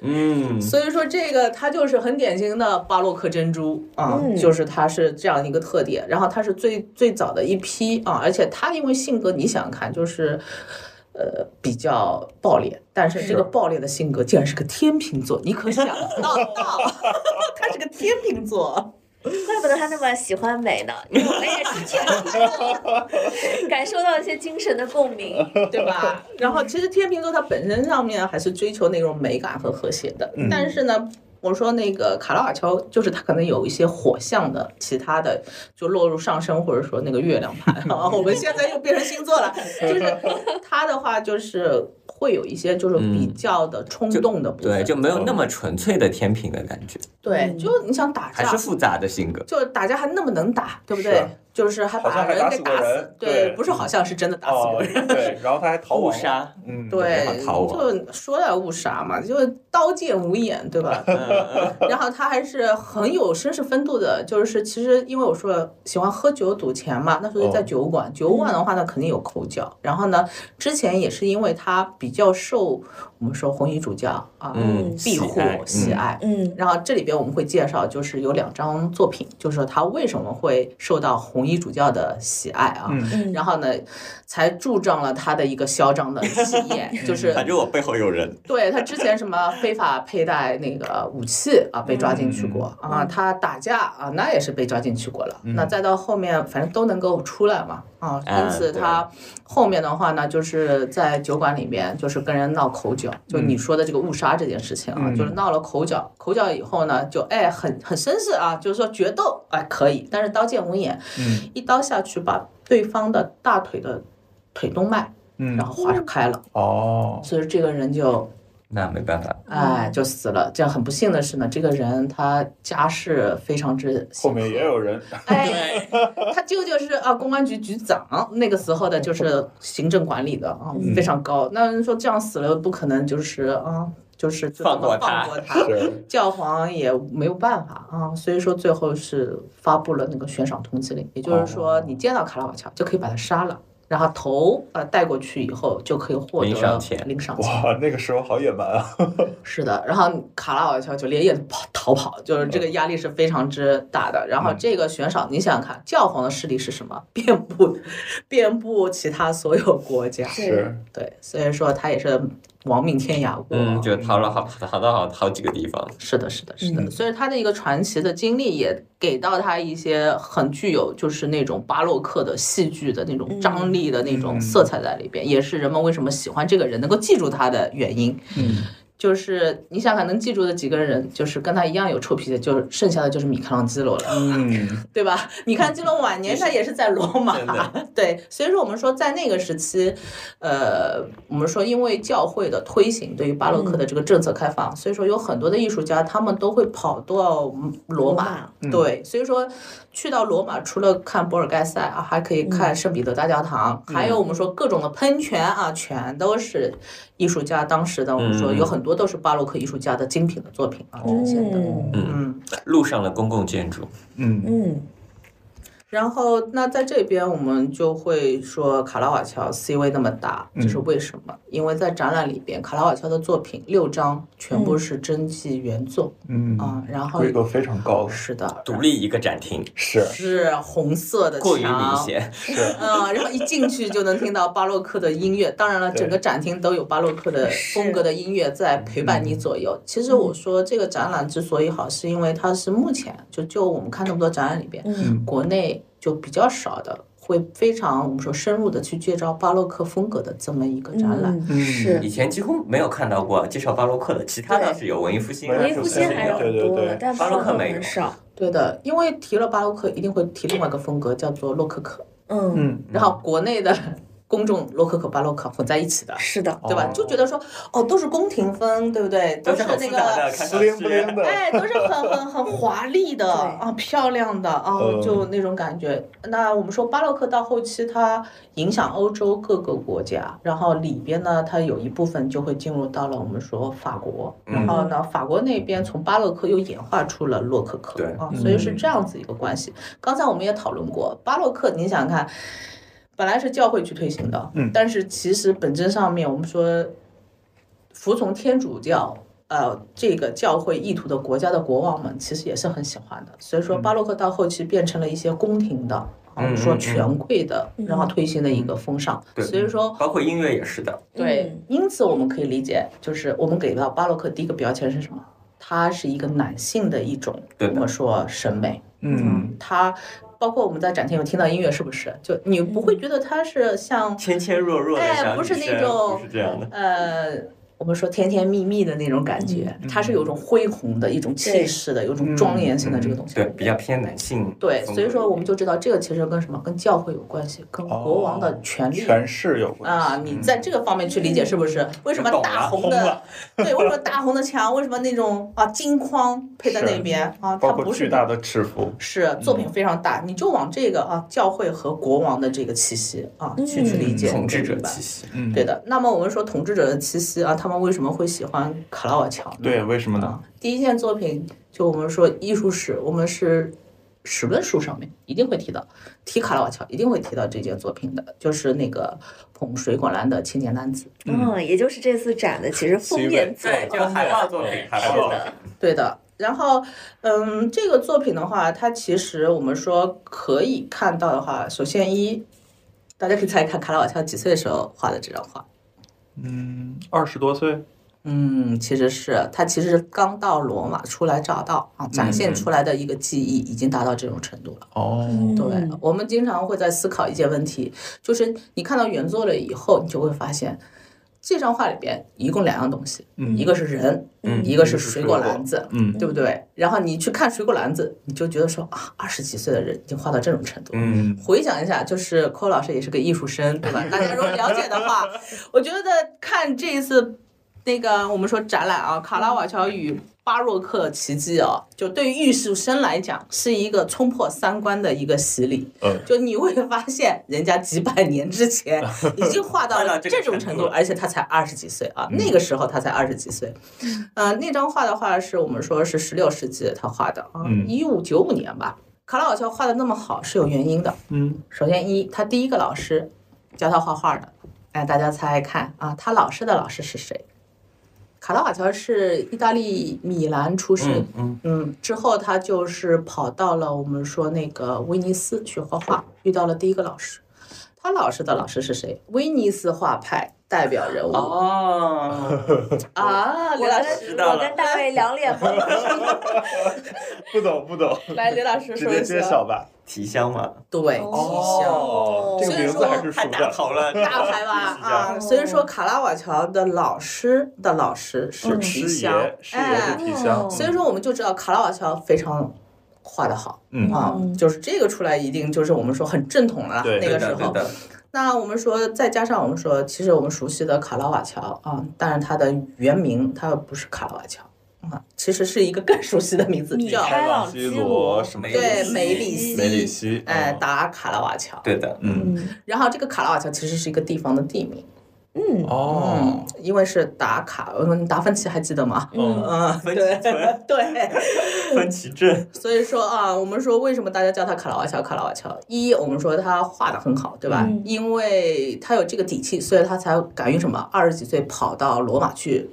嗯，所以说这个他就是很典型的巴洛克珍珠啊嗯，就是他是这样一个特点。然后他是最最早的一批啊，而且他因为性格，你想想看，就是。呃，比较暴烈，但是这个暴烈的性格竟然是个天秤座，你可想 *laughs* 到到，他是个天秤座，怪不得他那么喜欢美呢，因为我们也是天秤座 *laughs* 感受到一些精神的共鸣。对 *laughs* 吧？然后其实天秤座它本身上面还是追求那种美感和和谐的，嗯但是呢。我说那个卡拉瓦乔，就是他可能有一些火象的，其他的就落入上升，或者说那个月亮盘啊。 *laughs* 我们现在又变成星座了，就是他的话就是会有一些就是比嗯较的冲动的部分，对，就没有那么纯粹的天平的感觉，对，就你想打还架，是复杂的性格。就是打架还那么能打，对不对是？啊就是还好像把还人打给死过打人死，对不是好像是真的打死过哦人，，对，然后他还逃误亡，杀，嗯，对对，逃亡就说到误杀嘛，就是刀剑无眼，对吧？然后他还是很有绅士风度的，就是其实因为我说喜欢喝酒赌钱嘛，那时候就在哦酒馆，酒馆的话呢肯定有口角。然后呢，之前也是因为他比较受我们说红衣主教啊嗯庇护喜喜爱嗯爱，嗯然后这里边我们会介绍，就是有两张作品，就是说他为什么会受到红衣主教的喜爱啊。嗯嗯然后呢，才助长了他的一个嚣张的气焰，就是反正我背后有人， *laughs* 对他之前什么非法佩戴那个武器啊，被抓进去过、嗯啊，他打架啊，那也是被抓进去过了。那再到后面，反正都能够出来嘛啊，嗯哎因此他后面的话呢，就是在酒馆里面就是跟人闹口角，就你说的这个误杀这件事情啊，嗯就是闹了口角，口角以后呢，就哎很很绅士啊，就是说决斗哎可以，但是刀剑无眼，嗯一刀下去把对方的大腿的腿动脉然嗯，后划开了，哦，所以这个人就。那没办法，哎，就死了。这样很不幸的是呢，这个人他家世非常之后面也 *laughs* 有人，哎，他舅舅是啊公安局局长，那个时候的就是行政管理的啊，嗯非常高。那人说这样死了不可能就是啊，就是就这么放过他放过他。是教皇也没有办法啊，所以说最后是发布了那个悬赏通缉令，也就是哦说你见到卡拉瓦乔就可以把他杀了。然后头呃带过去以后就可以获得领赏钱领赏钱，哇，那个时候好野蛮啊，是的，然后卡拉瓦乔就连夜跑逃跑，就是这个压力是非常之大的。然后这个悬赏，你想想看，教皇的势力是什么？遍布，遍布其他所有国家。是对，所以说他也是亡命天涯国。嗯，就逃了好逃到好好几个地方，是的，是的，是的。所以他的一个传奇的经历，也给到他一些很具有就是那种巴洛克的戏剧的那种张力的那种色彩在里边，也是人们为什么喜欢这个人，能够记住他的原因。嗯，就是你想想能记住的几个人，就是跟他一样有臭脾气，就是剩下的就是米开朗基罗了， *laughs* 嗯，对吧？米开朗基罗晚年他也是在罗马， *laughs* 对，所以说我们说在那个时期，呃，我们说因为教会的推行对于巴洛克的这个政策开放，所以说有很多的艺术家他们都会跑到罗马，嗯对，所以说去到罗马，除了看博尔盖塞啊，还可以嗯看圣彼得大教堂，还有我们说各种的喷泉啊，全都是艺术家当时的，我们嗯说有很多都是巴洛克艺术家的精品的作哦品啊，这些的。嗯嗯，路上的公共建筑，嗯，嗯，然后那在这边我们就会说卡拉瓦乔 C 位那么大，这嗯是为什么？因为在展览里边，卡拉瓦乔的作品六张全嗯部是真迹原作嗯啊，然后规格非常高了，是的，独立一个展厅，是是红色的过于明墙。显。是，嗯，然后一进去就能听到巴洛克的音乐，当然了，对整个展厅都有巴洛克的风格的音乐在陪伴你左右。其实我说这个展览之所以好，是因为它是目前就就我们看那么多展览里边，嗯国内就比较少的会非常我们说深入的去介绍巴洛克风格的这么一个展览。嗯是以前几乎没有看到过介绍巴洛克的，其他对倒是有文艺复兴啊，文文艺艺复复是兴兴不是还有是有对很对多对的，但巴洛克没有很少。对的，因为提了巴洛克，一定会提另外一个风格叫做洛可可，嗯，嗯，然后国内的公众洛可可、巴洛克混在一起的。是的，对吧？哦就觉得说，哦，都是宫廷风，对不对？都是是很那复杂个的，看不上去灵不灵的，哎，都是很很很华丽的对啊，漂亮的啊嗯，就那种感觉。那我们说巴洛克到后期，它影响欧洲各个国家，然后里边呢，它有一部分就会进入到了我们说法国，嗯然后呢，法国那边从巴洛克又演化出了洛可可对啊嗯，所以是这样子一个关系。刚才我们也讨论过巴洛克，你想想看。本来是教会去推行的，嗯但是其实本质上面，我们说服从天主教，呃，这个教会意图的国家的国王们其实也是很喜欢的。所以说，巴洛克到后期变成了一些宫廷的，啊，嗯说嗯嗯嗯权贵的，然后推行的一个风尚。对所以说，包括音乐也是的，对嗯，因此我们可以理解，就是我们给到巴洛克第一个标签是什么？它是一个男性的一种，对我的们说审美。嗯，它包括我们在展厅有听到音乐，是不是？就你不会觉得它是像纤纤弱弱的哎小不女是那生种不是这样的。呃，我们说甜甜蜜蜜的那种感觉，它是有一种恢宏的一种气势的，有一种庄严性的这个东西。嗯对，比较偏男性。对，所以说我们就知道这个其实跟什么，跟教会有关系，跟国王的权力。全是有哦关嗯系啊，你在这个方面去理解是不是？为什么懂大了红通的了， *laughs* 对，为什么大红的墙？为什么那种啊金框配在那是边啊？它包括不巨是大的尺幅，是作品非常大，你就往这个啊教会和国王的这个气息啊去去理解统治者对吧气息，嗯对，的。那么我们说统治者的气息啊，他们为什么会喜欢卡拉瓦乔呢？对，为什么呢啊？，第一件作品就我们说艺术史，我们是史论书上面一定会提到，提卡拉瓦乔一定会提到这件作品的，就是那个捧水果篮的青年男子。嗯，也就是这次展的其实封面作对，就海报作品，海报作品，对啊的。然后，嗯，这个作品的话，它其实我们说可以看到的话，首先一，大家可以猜一看卡拉瓦乔几岁的时候画的这张画。嗯，二十多岁，嗯，其实是他其实刚到罗马初来乍到啊，展现出来的一个技艺已经达到这种程度了。哦，对嗯，我们经常会在思考一些问题，就是你看到原作了以后，你就会发现，这张画里边一共两样东西，嗯一个是人，嗯一个是一个是水水果果篮子，嗯对不对？然后你去看水果篮子，你就觉得说啊，二十几岁的人已经画到这种程度。嗯，回想一下，就是寇老师也是个艺术生， *laughs* 对吧？大家如果了解的话，我觉得看这一次那个我们说展览啊，《卡拉瓦乔与巴洛克奇迹》啊，就对于艺术生来讲是一个冲破三观的一个洗礼。嗯就你会发现，人家几百年之 *laughs* 前已经画到了这种程度，而且他才二十几岁啊，那个嗯时候他才二十几岁。呃，那张画的话是我们说是十六世纪他画的啊嗯，一五九五年吧。卡拉瓦乔画的那么好是有原因的。嗯，首先一，他第一个老师教他画画的，哎，大家猜看啊，他老师的老师是谁？卡拉瓦乔是意大利米兰出生，嗯嗯嗯，之后他就是跑到了我们说那个威尼斯学画画，遇到了第一个老师。他老师的老师是谁？威尼斯画派代表人物、哦，啊，我刘老师知跟道我了跟大卫两脸红，不懂不懂，来，刘老师直说接一揭下。晓吧。提香嘛，对，吉祥。哦，这个名字还是熟太大的，头了，大牌吧啊，所以说卡拉瓦乔的老师的老师是嗯皮师箱爷，师爷哎是皮箱，所以说我们就知道卡拉瓦乔非常画得好嗯啊，就是这个出来一定就是我们说很正统了啦对那对个的时对候。的，那我们说再加上我们说，其实我们熟悉的卡拉瓦乔啊，当然它的原名它不是卡拉瓦乔啊，其实是一个更熟悉的名字米叫开朗西基罗罗什么梅对西梅里西，梅里西哎嗯达卡拉瓦乔。对的，嗯然后这个卡拉瓦乔其实是一个地方的地名。嗯，哦，因为是打卡，我说你达芬奇还记得吗？嗯，嗯，芬对奇村对，分歧症，所以说啊，我们说为什么大家叫他卡拉瓦乔？卡拉瓦乔，一我们说他画的很好，对吧？嗯因为他有这个底气，所以他才敢于什么二十几岁跑到罗马去。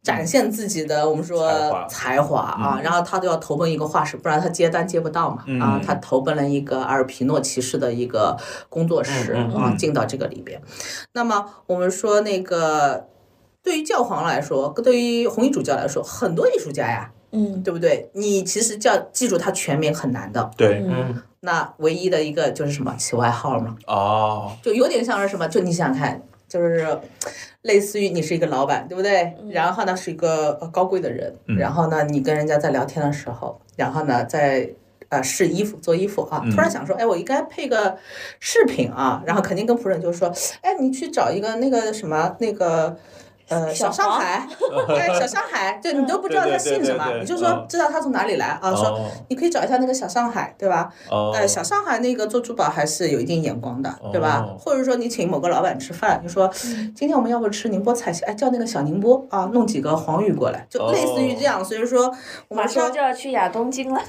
展现自己的我们说才华才华啊，然后他都要投奔一个画室，不然他接单接不到嘛、嗯啊，他投奔了一个阿尔皮诺骑士的一个工作室、嗯嗯啊，进到这个里边。那么我们说那个，对于教皇来说，对于红衣主教来说，很多艺术家呀，嗯，对不对？你其实叫记住他全名很难的，对，嗯，那唯一的一个就是什么起外号嘛，哦，就有点像是什么，就你想想看，就是类似于你是一个老板，对不对？然后呢是一个呃高贵的人，嗯然后呢你跟人家在聊天的时候，然后呢在。啊，试衣服做衣服啊！嗯突然想说，哎，我应该配个饰品啊，然后肯定跟仆人就说，哎，你去找一个那个什么那个，呃，小小上黄 *laughs* 海，哎，小上海，就你都不知道对对他对姓什对么，对你就嗯说知道他从哪里来啊，说哦你可以找一下那个小上海，对吧？哦，呃，小上海那个做珠宝还是有一定眼光的，对吧哦？嗯或者说你请某个老板吃饭，你说今天我们要不吃宁波菜系？哎，叫那个小宁波啊，弄几个黄鱼过来，就哦类似于这样。所以说，我马们说上就，要去亚东京了。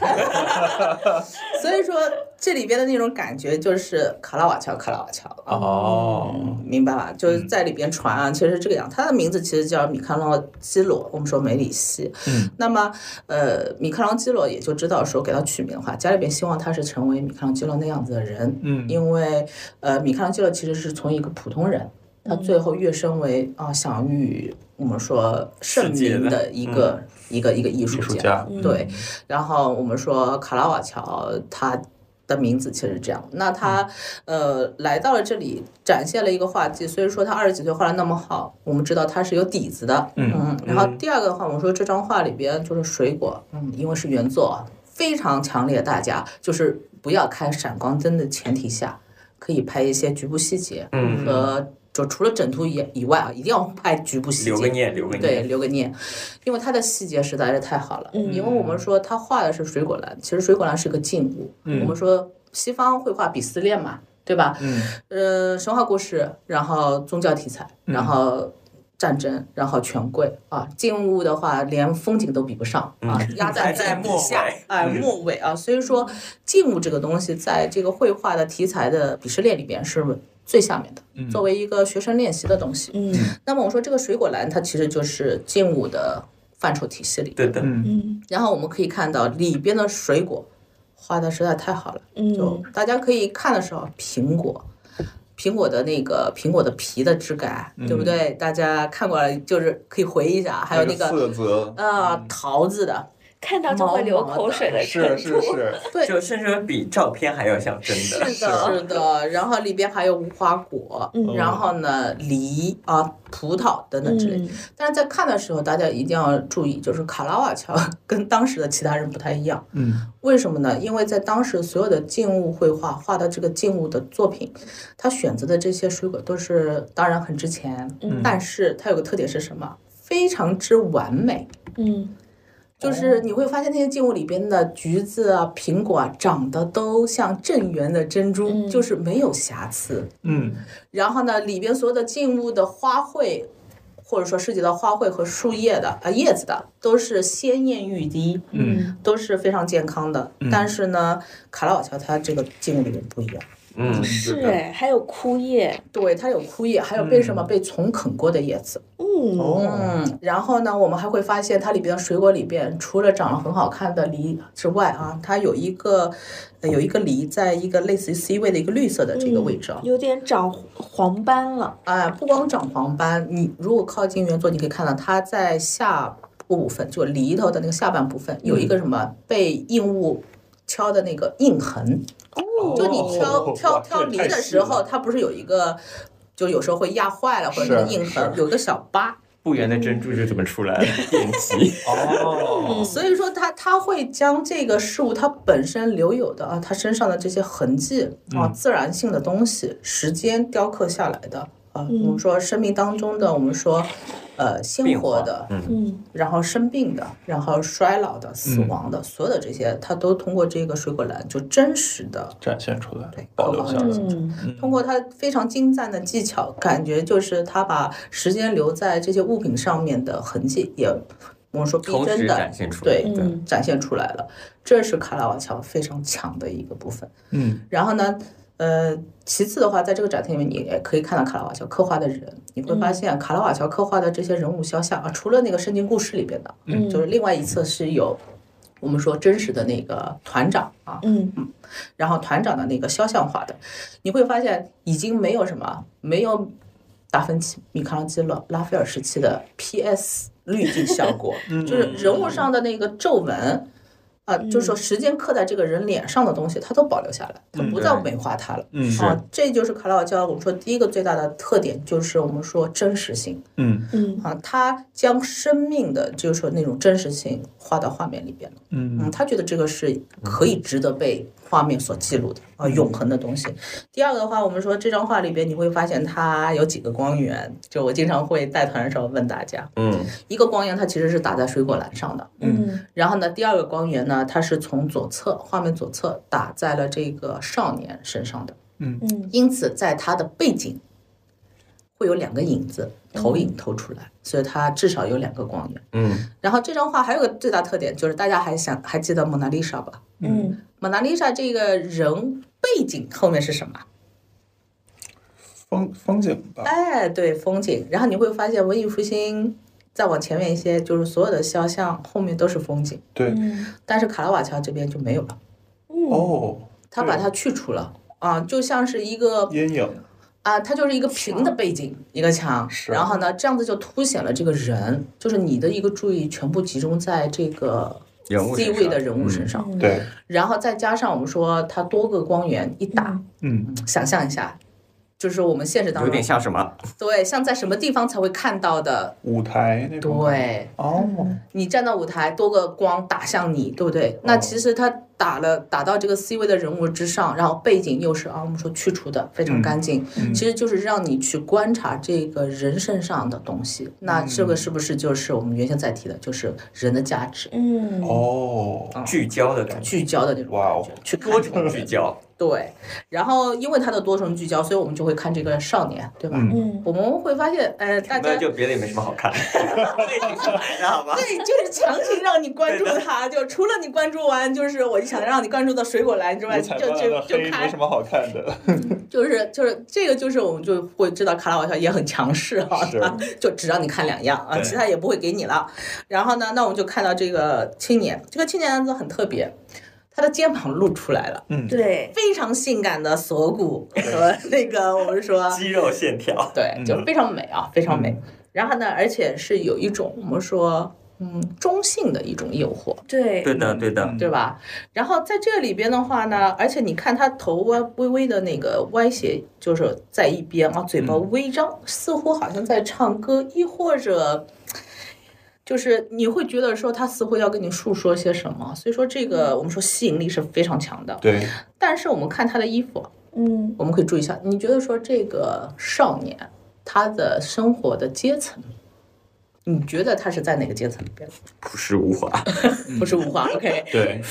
所以说这里边的那种感觉就是卡拉瓦乔，卡拉瓦乔啊。哦，嗯明白吧？就是在里边传啊，其实是这个样。他的名字其实叫米开朗基罗，我们说梅里希。嗯，那么呃，米开朗基罗也就知道说给他取名的话，家里边希望他是成为米开朗基罗那样子的人。嗯因为呃，米开朗基罗其实是从一个普通人，他最后跃升为啊、享誉我们说盛世界名的的一个、一个一个艺术嗯艺术家家，嗯对，然后我们说卡拉瓦乔，他的名字其实是这样。那他嗯呃来到了这里，展现了一个画技，所以说他二十几岁画的那么好，我们知道他是有底子的。嗯然后第二个的话，我们说这张画里边就是水果，嗯，因为是原作啊，非常强烈，大家就是不要开闪光灯的前提下，可以拍一些局部细节，嗯和。就除了整图以以外啊，一定要拍局部细节，留个念，留个对，念，留个念，因为它的细节实在是太好了。嗯因为我们说它画的是水果篮，其实水果篮是个静物。嗯我们说西方绘画鄙视链嘛，对吧？嗯呃，神话故事，然后宗教题材，嗯然后战争，然后权贵啊。静物的话，连风景都比不上啊，压嗯还在在底末下尾，哎，末尾啊。所以说，静物这个东西，在这个绘画的题材的鄙视链里边是最下面的，嗯作为一个学生练习的东西。嗯那么我说这个水果篮，它其实就是劲舞的范畴体系里。对的，嗯嗯然后我们可以看到里边的水果画的实在太好了，就嗯大家可以看的时候，苹果。苹果的那个苹果的皮的质感，对不对？大家看过来就是可以回忆一下，嗯还有那四个个字，呃桃子的，看到就会流口水的程是度。是是，嗯对就甚至比照片还要像真的，是啊哦的，是的。然后里边还有无花果，嗯然后呢梨啊、葡萄等等之类的。嗯但是在看的时候，大家一定要注意，就是卡拉瓦乔 *laughs* 跟当时的其他人不太一样。嗯为什么呢？因为在当时所有的静物绘画画的这个静物的作品，他选择的这些水果都是当然很值钱，嗯但是它有个特点是什么？非常之完美。嗯就是你会发现那些静物里边的橘子啊、苹果啊，长得都像正圆的珍珠，嗯就是没有瑕疵。嗯然后呢，里边所有的静物的花卉，或者说涉及到花卉和树叶的啊、呃叶子的，都是鲜艳欲滴，嗯都是非常健康的。但是呢，卡拉瓦乔它这个静物里面不一样，嗯，是哎，还有枯叶，对，它有枯叶，还有被什么、被虫啃过的叶子。嗯哦，嗯，然后呢，我们还会发现它里边的水果里边，除了长得很好看的梨之外啊，它有一个、呃有一个梨在一个类似于 C 位的一个绿色的这个位置啊。有点长黄斑了。哎，不光长黄斑，你如果靠近原作，你可以看到它在下部分，就犁头的那个下半部分，有一个嗯什么被硬物敲的那个印痕。哦就你挑哦挑哇这挑也梨太的细时候，了它不是有一个，就有时候会压坏了或者那个是印痕，是有一个小疤。不圆的珍珠就嗯这么出来了，典籍，哦，所以说它它会将这个事物它本身留有的啊，它身上的这些痕迹啊，自然性的东西，时间雕刻下来的啊，啊，嗯我们说生命当中的，我们说，呃，鲜变活化的，嗯然后生病的，然后衰老的、死亡的，所有的这些，它都通过这个水果篮就真实的展现出来对，保留下高来仿。的嗯通过他非常精湛的技巧，感觉就是他把时间留在这些物品上面的痕迹，也我们说逼同真时的展现出来，对对，嗯展现出来了。这是卡拉瓦乔非常强的一个部分。嗯然后呢，呃，其次的话，在这个展厅里面，你也可以看到卡拉瓦乔刻画的人，你会发现卡拉瓦乔刻画的这些人物肖像啊，除了那个圣经故事里边的，嗯就是另外一侧是有我们说真实的那个团长啊，嗯然后团长的那个肖像画的，你会发现已经没有什么没有达芬奇、米开朗基罗、拉斐尔时期的 PS 滤镜效 *laughs* 果，*laughs* 嗯就是人物上的那个皱纹。啊，就是说时间刻在这个人脸上的东西，它都保留下来，它不再对美化它了。嗯是啊，这就是卡拉瓦乔我们说第一个最大的特点，就是我们说真实性嗯嗯啊，他将生命的就是说那种真实性画到画面里边了。嗯，嗯他觉得这个是可以值得被画面所记录的啊，永恒的东西。第二个的话，我们说这张画里边，你会发现它有几个光源，就我经常会带团的时候问大家，嗯一个光源它其实是打在水果篮上的，嗯然后呢，第二个光源呢，它是从左侧画面左侧打在了这个少年身上的，嗯因此在它的背景会有两个影子投影投出来，所以它至少有两个光源。嗯，然后这张画还有个最大特点就是大家还想还记得蒙娜丽莎吧？嗯，蒙娜丽莎这个人背景后面是什么？风风景吧，哎，对，风景。然后你会发现文艺复兴再往前面一些，就是所有的肖像后面都是风景，对嗯但是卡拉瓦乔这边就没有了，嗯哦，他把它去除嗯了。啊，就像是一个阴影，啊，它就是一个平的背景，一个墙，是然后呢，这样子就凸显了这个人，就是你的一个注意全部集中在这个人物 C 身位上嗯的人物身上，对，然后再加上我们说它多个光源一打，嗯想象一下，就是我们现实当有中点像什么？对，像在什么地方才会看到的？舞台那种，，对，哦，你站到舞台，多个光打向你，对不对？那其实他打了打到这个 C 位的人物之上，然后背景又是啊，我们说去除的非常干净，嗯其实就是让你去观察这个人身上的东西。那这个是不是就是我们原先在提的，就是人的价值？嗯哦，聚焦的感觉，聚焦的那种哇感哦觉，去看多这个重聚人焦，对，然后因为他的多重聚焦，所以我们就会看这个少年，对吧？嗯嗯我们会发现，哎， *laughs* 大家那就别的也没 *laughs* 什么好看，类型是来的好吧？对，就是强行让你关注他，就除了你关注完，就是我就想让你关注到水果篮之外，五就彩斑斓就的就黑没开什，么好看 *laughs* 的，就是就是这个，就是我们就会知道卡拉瓦乔也很强势啊，是 *laughs* 他就只让你看两样啊，对其他也不会给你了。然后呢，那我们就看到这个青年，这个青年子很特别，他的肩膀露出来了，嗯，对非常性感的锁骨和那个我们 *laughs* 说肌肉线条，对，就嗯非常美啊，非常美。然后呢，而且是有一种我们说，嗯，中性的一种诱惑，对对的对的，嗯对吧？然后在这里边的话呢，而且你看他头歪微微的那个歪斜，就是在一边啊，嘴巴嗯微张，似乎好像在唱歌，亦或者。就是你会觉得说他似乎要跟你诉说些什么，所以说这个我们说吸引力是非常强的。嗯对，但是我们看他的衣服，嗯我们可以注意一下，你觉得说这个少年他的生活的阶层，你觉得他是在哪个阶层里边？朴实无华，嗯不是无话，OK，对，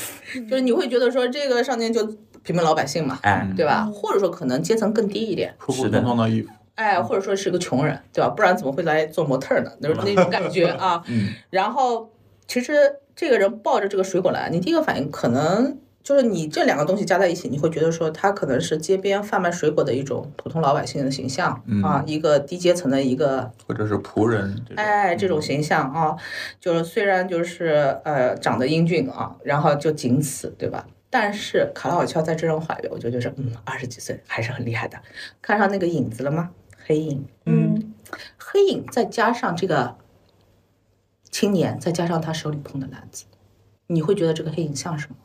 就是你会觉得说这个少年就平民老百姓嘛，哎，对吧？或者说可能阶层更低一点，普普是的通通的衣服，哎，或者说是个穷人，对吧？不然怎么会来做模特儿呢？就是那种 *laughs* 感觉啊。嗯然后其实这个人抱着这个水果篮，你第一个反应可能。就是你这两个东西加在一起，你会觉得说他可能是街边贩卖水果的一种普通老百姓的形象、嗯啊，一个低阶层的一个或者是仆人这种，嗯哎这种形象啊，就是虽然就是呃长得英俊啊，然后就仅此对吧？但是卡拉瓦乔在这张画里，我就觉得嗯，二十几岁还是很厉害的。看上那个影子了吗？黑影，嗯黑影再加上这个青年，再加上他手里捧的篮子，你会觉得这个黑影像什么？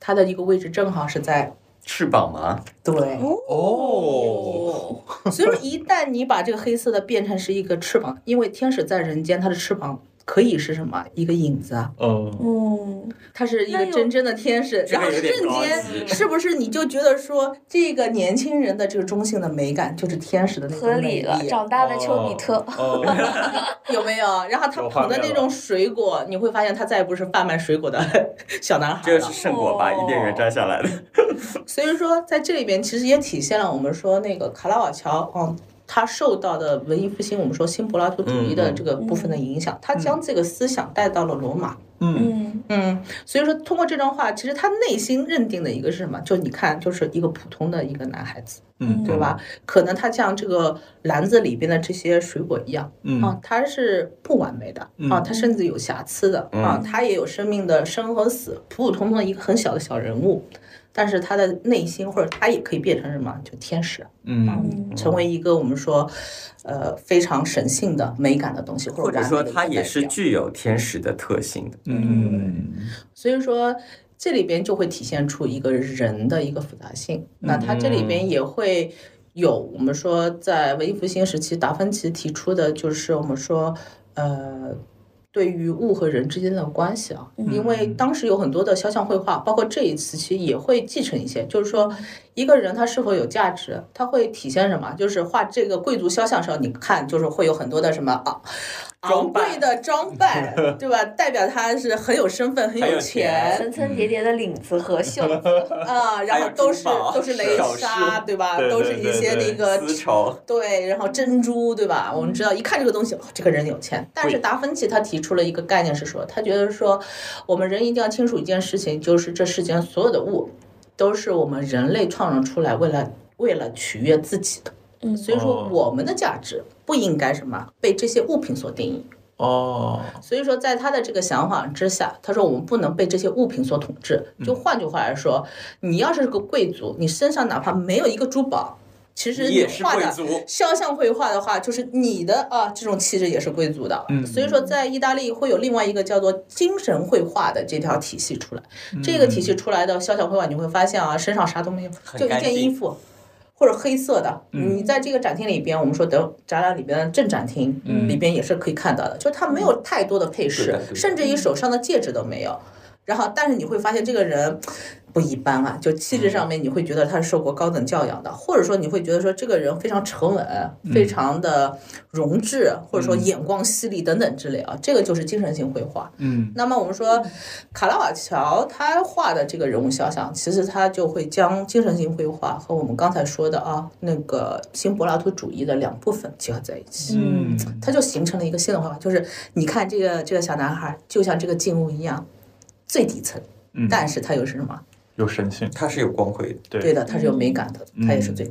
他的一个位置正好是在翅膀吗？对，哦， *laughs* 所以说一旦你把这个黑色的变成是一个翅膀，因为天使在人间，它的翅膀可以是什么？一个影子啊，嗯，嗯，它是一个 *laughs* 那有真正的天使，这然个后有瞬点高间级是不是你就觉得说这个年轻人的这个中性的美感就是天使的那种合美理了。丽长大的丘比特，哦，哦有没有？然后他有画捧的面那了种水果，你会发现他再也不是贩卖水果的 *laughs* 小男孩这了。个是圣果吧，哦伊甸园摘下来的。所以说，在这里边其实也体现了我们说那个卡拉瓦乔，嗯，他受到的文艺复兴，我们说新柏拉图主义的嗯嗯嗯这个部分的影响，他将这个思想带到了罗马。 *laughs* 嗯嗯嗯，所以说通过这段话，其实他内心认定的一个是什么？就你看，就是一个普通的一个男孩子，嗯对吧？可能他像这个篮子里边的这些水果一样，啊嗯，它是不完美的嗯啊，它甚至有瑕疵的啊嗯，它也有生命的生和死，普普通通的一个很小的小人物，但是他的内心或者他也可以变成什么，就天使，啊嗯嗯成为一个我们说，呃，非常神性的美感的东西，或或者说它也是具。具有天使的特性的。嗯所以说这里边就会体现出一个人的一个复杂性。那它这里嗯边也会有我们说在文艺复兴时期，达芬奇提出的就是我们说呃。对于物和人之间的关系啊，因为嗯当时有很多的肖像绘画，包括这一时期也会继承一些，就是说一个人他是否有价值，他会体现什么？就是画这个贵族肖像的时候，你看就是会有很多的什么啊，昂装扮贵的装 *laughs* 扮，对吧？代表他是很有身份、很很有有钱钱，层层叠叠的领子和袖子，啊，然后都是还有珠宝都是雷首莎，饰对吧？对对都是一些那个丝绸，对，然后珍珠，对吧？我们知道一看这个东西，哦，这个人有钱。但是贵达芬奇他提出了一个概念是说，他觉得说，我们人一定要清楚一件事情，就是这世间所有的物，都是我们人类创造出来为了为了取悦自己的。嗯所以说哦我们的价值不应该什么被这些物品所定义。哦，所以说，在他的这个想法之下，他说我们不能被这些物品所统治。嗯就换句话来说，你要是个贵族，你身上哪怕没有一个珠宝，其实你也是画贵的族。肖像绘画的话，就是你的啊这种气质也是贵族的。嗯所以说，在意大利会有另外一个叫做精神绘画的这条体系出来。嗯这个体系出来的肖像绘画，你会发现啊，身上啥都没有，很就一干件衣净服。或者黑色的，嗯你在这个展厅里边，我们说等展览里边的正展厅嗯里边也是可以看到的，就是他没有太多的配对饰的对，的甚至于手上的戒指都没有。然后，但是你会发现这个人不一般啊，就气嗯质上面你会觉得他是受过高等教养的，或者说你会觉得说这个人非常沉稳，嗯非常的容智，或者说眼光犀利等等之类啊，这个就是精神性绘画。嗯那么我们说，卡拉瓦乔他画的这个人物肖像，其实他就会将精神性绘画和我们刚才说的啊那个新柏拉图主义的两部分结合在一起，嗯它就形成了一个新的画法，就是你看这个这个小男孩就像这个静物一样，最底层，嗯，但是他又是什么？有神性，它是有光辉的，对 *laughs* 嗯对的，它是有美感的，它也是最。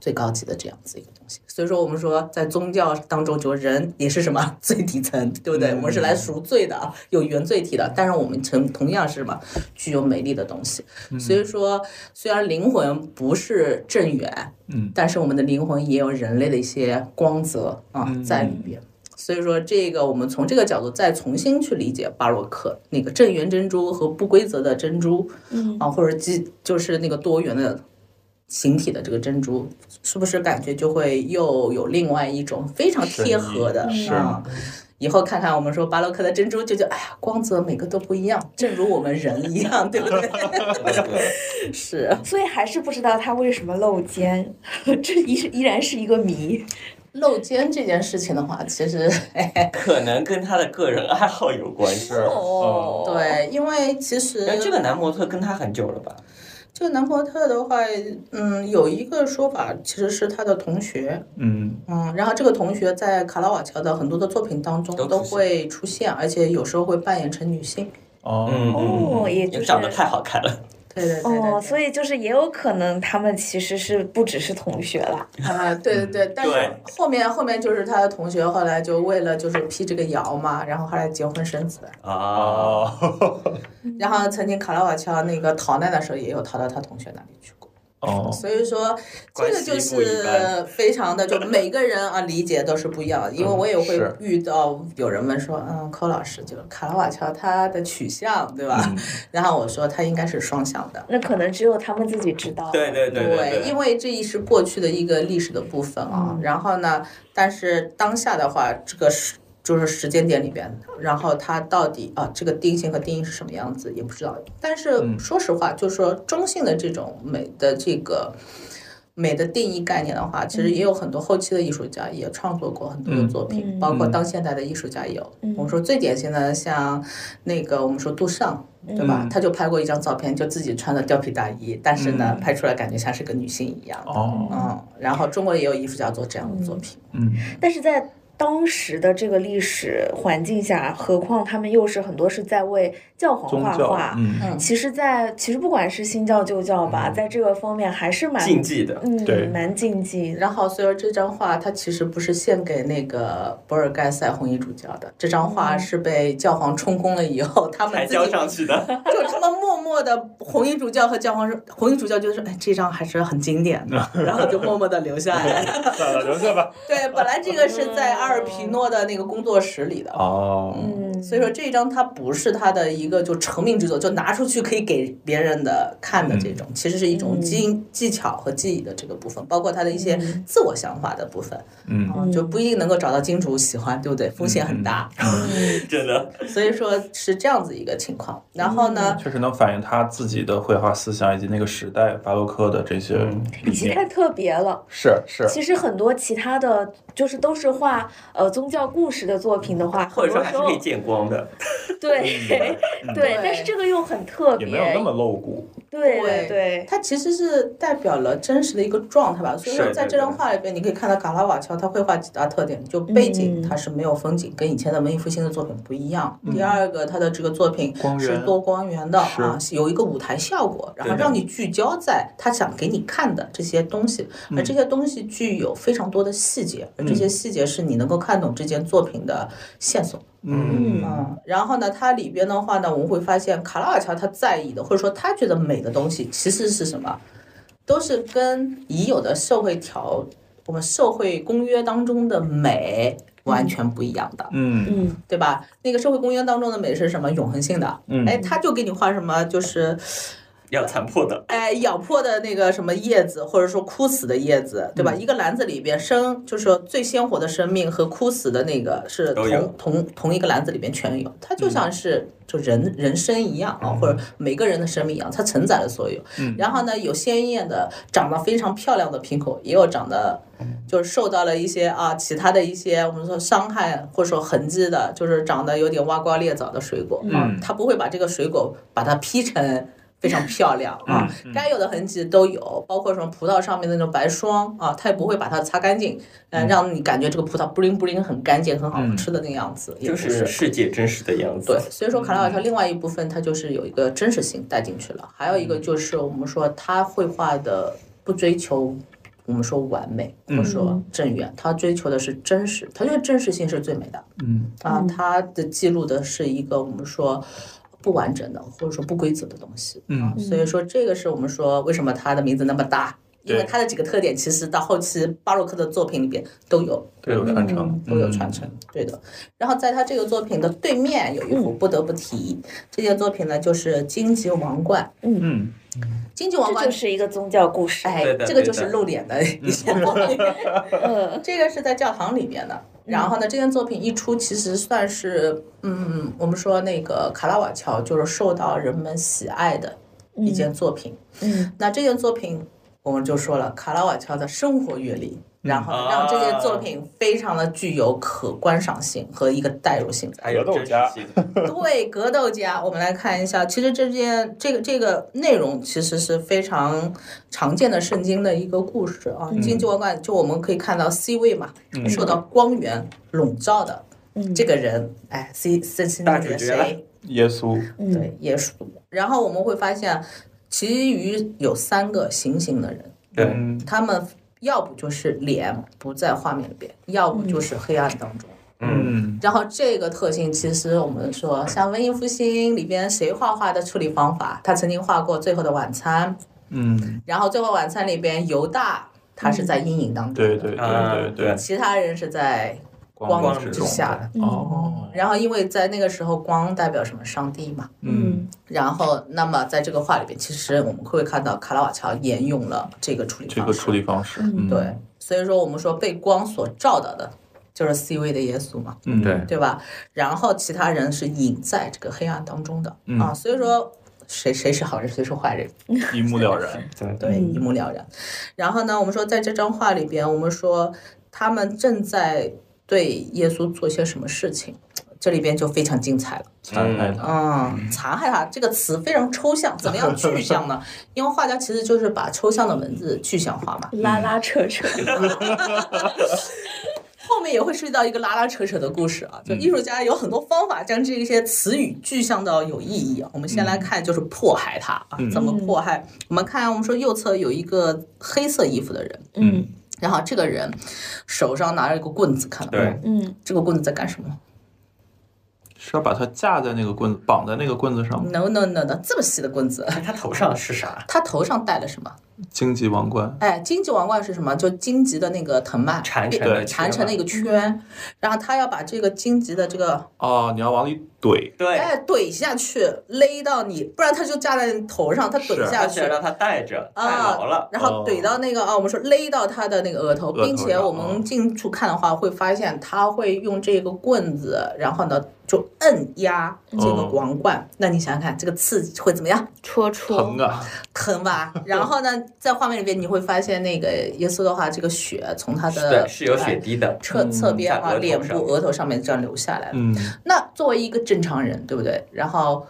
最高级的这样子一个东西，所以说我们说在宗教当中，就是人也是什么 *laughs* 最底层，对不对？嗯我们是来赎罪的啊，有原罪体的，但是我们同同样是什么具有美丽的东西。嗯所以说，虽然灵魂不是正缘，嗯，但是我们的灵魂也有人类的一些光泽啊嗯在里边。所以说，这个我们从这个角度再重新去理解巴洛克那个正圆珍珠和不规则的珍珠，嗯啊，或者基就是那个多元的形体的这个珍珠，是不是感觉就会又有另外一种非常贴合的是啊？以后看看我们说巴洛克的珍珠，就觉得哎呀，光泽每个都不一样，正如我们人一样，对不 *laughs* 对？是 *laughs* 嗯所以还是不知道他为什么露肩，这依依然是一个谜。露肩这件事情的话，其实可能跟他的个人爱好有关系。哦，对，因为其实哎那这个男模特跟他很久了吧？这个南伯特的话，嗯，有一个说法其实是他的同学，嗯嗯，然后这个同学在卡拉瓦乔的很多的作品当中都出都会出现，而且有时候会扮演成女性。哦嗯嗯哦，也就是长得太好看了，对对对对哦，对所以就是也有可能他们其实是不只是同学啦。啊，对对对，但是对后面后面就是他的同学，后来就为了就是辟这个谣嘛，然后后来结婚生子， *laughs* 啊， *laughs* 哦嗯然后曾经卡拉瓦乔那个逃难的时候，也有逃到他同学那里去过，哦，所以说这个就关系不一是般非常的，就每个人啊理解都是不一样的，因为我也会是遇到有人问说，嗯，寇老师就是卡拉瓦乔他的取向对吧？然后我说他应该是双向的，那可能只有他们自己知道。对对对对，因为这是过去的一个历史的部分啊。然后呢，但是当下的话，这个是就是时间点里边，然后它到底啊这个定性和定义是什么样子也不知道。但是说实话，就是说中性的这种美的这个美的定义概念的话，其实也有很多后期的艺术家也创作过很多的作品，嗯包括当现代的艺术家也有。我们说最典型的像那个我们说杜尚。对吧？他就拍过一张照片，就自己穿的貂皮大衣，但是呢，拍出来感觉像是个女性一样。哦，嗯，然后中国也有艺术家做这样的作品。嗯，但是在当时的这个历史环境下，何况他们又是很多是在为教皇宗画教画。，嗯，嗯其实在，其实不管是新教旧教吧，在这个方面还是蛮禁忌的，对嗯，蛮禁忌的。然后，所以这张画它其实不是献给那个博尔盖塞红衣主教的，这张画是被教皇充公了以后，他们才自己交上去的。就他们默默的红衣主教和教皇说，红衣主教就是哎这张还是很经典 *laughs* 的，然后就默默的留下来。算了，留下吧。 *laughs* 对，本来这个是在阿尔皮诺的那个工作室里的，哦，嗯，所以说这一张它不是它的一个就成名之作，就拿出去可以给别人的看的这种，嗯其实是一种技、技巧和技艺的这个部分，包括它的一些自我想法的部分，嗯啊就不一定能够找到金主喜欢，对不对？风险很大，嗯真的， *laughs* 所以说是这样子一个情况。然后呢，确实能反映他自己的绘画思想以及那个时代巴洛克的这些嗯理其实念。太特别了。是是，其实很多其他的，就是都是画呃宗教故事的作品的话， *laughs* 或很者多说还时是可以候见光的。对对，但是这个又很特别，也没有那么露骨。对对对对，它其实是代表了真实的一个状态吧。所以说，是在对这张画里边，你可以看到卡拉瓦乔他绘画几大特点，就背嗯景它是没有风景，跟以前的文艺复兴的作品不一样。第二个，他的这个作品光源是多光源的是啊，是有一个舞台效果，然后对的让你聚焦在他想给你看的这些东西，而嗯这些东西具有非常多的细节，而这些细节是你能够看懂这件作品的线索。嗯嗯，然后呢，它里边的话呢，我们会发现卡拉瓦乔他在意的，或者说他觉得美的东西，其实是什么？都是跟已有的社会条，我们社会公约当中的美完全不一样的，嗯嗯对吧？那个社会公约当中的美是什么？永恒性的，嗯哎，他就给你画什么，就是要残破的，哎，咬破的那个什么叶子，或者说枯死的叶子，对吧？嗯一个篮子里边生，就是说最鲜活的生命和枯死的那个是都有嗯同同同一个篮子里边全有，它就像是就人、人生一样啊，或者每个人的生命一样，它承载了所有。嗯然后呢，有鲜艳的长得非常漂亮的瓶口，也有长得就是受到了一些啊其他的一些我们说伤害或者说痕迹的，就是长得有点挖瓜裂枣的水果啊，它不会把这个水果把它劈成。非常漂亮啊，该有的痕迹都有，包括什么葡萄上面的那种白霜啊，它也不会把它擦干净，呃，让你感觉这个葡萄布灵布灵很干净、很好吃的那个样子，也就不是世界真实的样嗯子。对，所以说卡拉瓦乔另外一部分，它就是有一个真实性带进去了，还有一个就是我们说他绘画的不追求我们说完美嗯或者说正圆，他追求的是真实，他觉得真实性是最美的嗯啊，他的记录的是一个我们说。不完整的，或者说不规则的东西，啊嗯所以说这个是我们说为什么他的名字那么大，因为对他的几个特点其实到后期巴洛克的作品里边都有，都有传承，都有传嗯承，对的。然后在他这个作品的对面有一幅不得不提，这件作品呢就是《荆棘王冠》。嗯。荆棘王这冠就，是一个宗教故事。哎对，的这个对就是的露脸的一些作品。*laughs* 嗯这个是在教堂里面的。然后呢，这件作品一出，其实算是，嗯，我们说那个卡拉瓦乔就是受到人们喜爱的一件作品。 *laughs* 嗯，那这件作品我们就说了卡拉瓦乔的生活阅历，嗯然后呢让这件作品非常的具有可观赏性和一个代入性在。还有格斗真实家性， *laughs* 对，格斗家，我们来看一下，其实这件这个这个内容其实是非常常见的圣经的一个故事啊。嗯荆棘王冠就我们可以看到 C 位嘛，受到光源笼罩的。这个人，哎，C C C 那嗯大个主角了嗯谁，耶稣，对，耶稣。然后我们会发现，其余有三个行刑的人，对，嗯他们要不就是脸不在画面里边，要不就是黑暗当中。嗯然后这个特性，其实我们说，像文艺复兴里边谁画画的处理方法，他曾经画过《最后的晚餐》，嗯，然后《最后晚餐》里边犹大他是在阴影当中，对对对对啊对，其他人是在光之下的。哦，然后因为在那个时候，光代表什么？上帝嘛。嗯然后，那么在这个画里边，其实我们会看到卡拉瓦乔沿用了这个处理这方个式。处理方式，对，所以说我们说被光所照到的，就是 C 位的耶稣嘛，嗯，对，对吧？然后其他人是隐在这个黑暗当中的、嗯啊，所以说谁谁是好人，谁是坏人，一目了然。对对，一目了然。然后呢，我们说在这张画里边，我们说他们正在对耶稣做些什么事情，这里边就非常精彩了。残害他，嗯，残害他这个词非常抽象，怎么样具象呢？ *laughs* 因为画家其实就是把抽象的文字具象化嘛。拉拉扯扯，后面也会涉及到一个拉拉扯扯的故事啊，嗯就艺术家有很多方法将这些词语具象到有意义啊。我们先来看，就是迫害他啊，嗯怎么迫害？我们看，我们说右侧有一个黑色衣服的人，嗯然后这个人手上拿着一个棍子，看到没有对？嗯，这个棍子在干什么是要把它架在那个棍子，绑在那个棍子上吗？ ？No No No No，这么细的棍子， *laughs* 哎他头上是啥？他头上戴了什么？荆棘王冠，哎，荆棘王冠是什么？就荆棘的那个藤蔓缠被成的缠圈成的一个圈，然后他要把这个荆棘的这个哦，你要往里怼，对，哎怼下去，勒到你，不然他就架在你头上，他怼是哦下而去且。让他戴着，戴啊牢了，。然后怼到那个啊，我们说勒到他的那个额头，额头并且上我哦们近处看的话，会发现他会用这个棍子，然后呢就摁压这个哦王冠。那你想想看，这个刺激会怎么样？戳戳疼，啊！疼 *laughs* 吧？然后呢，在画面里边你会发现，那个耶稣的话，这个血从他的哎对，是有血滴的。侧侧边在啊、额头脸部、上额头上面这样流下来了。嗯，那作为一个正常人，对不对？然后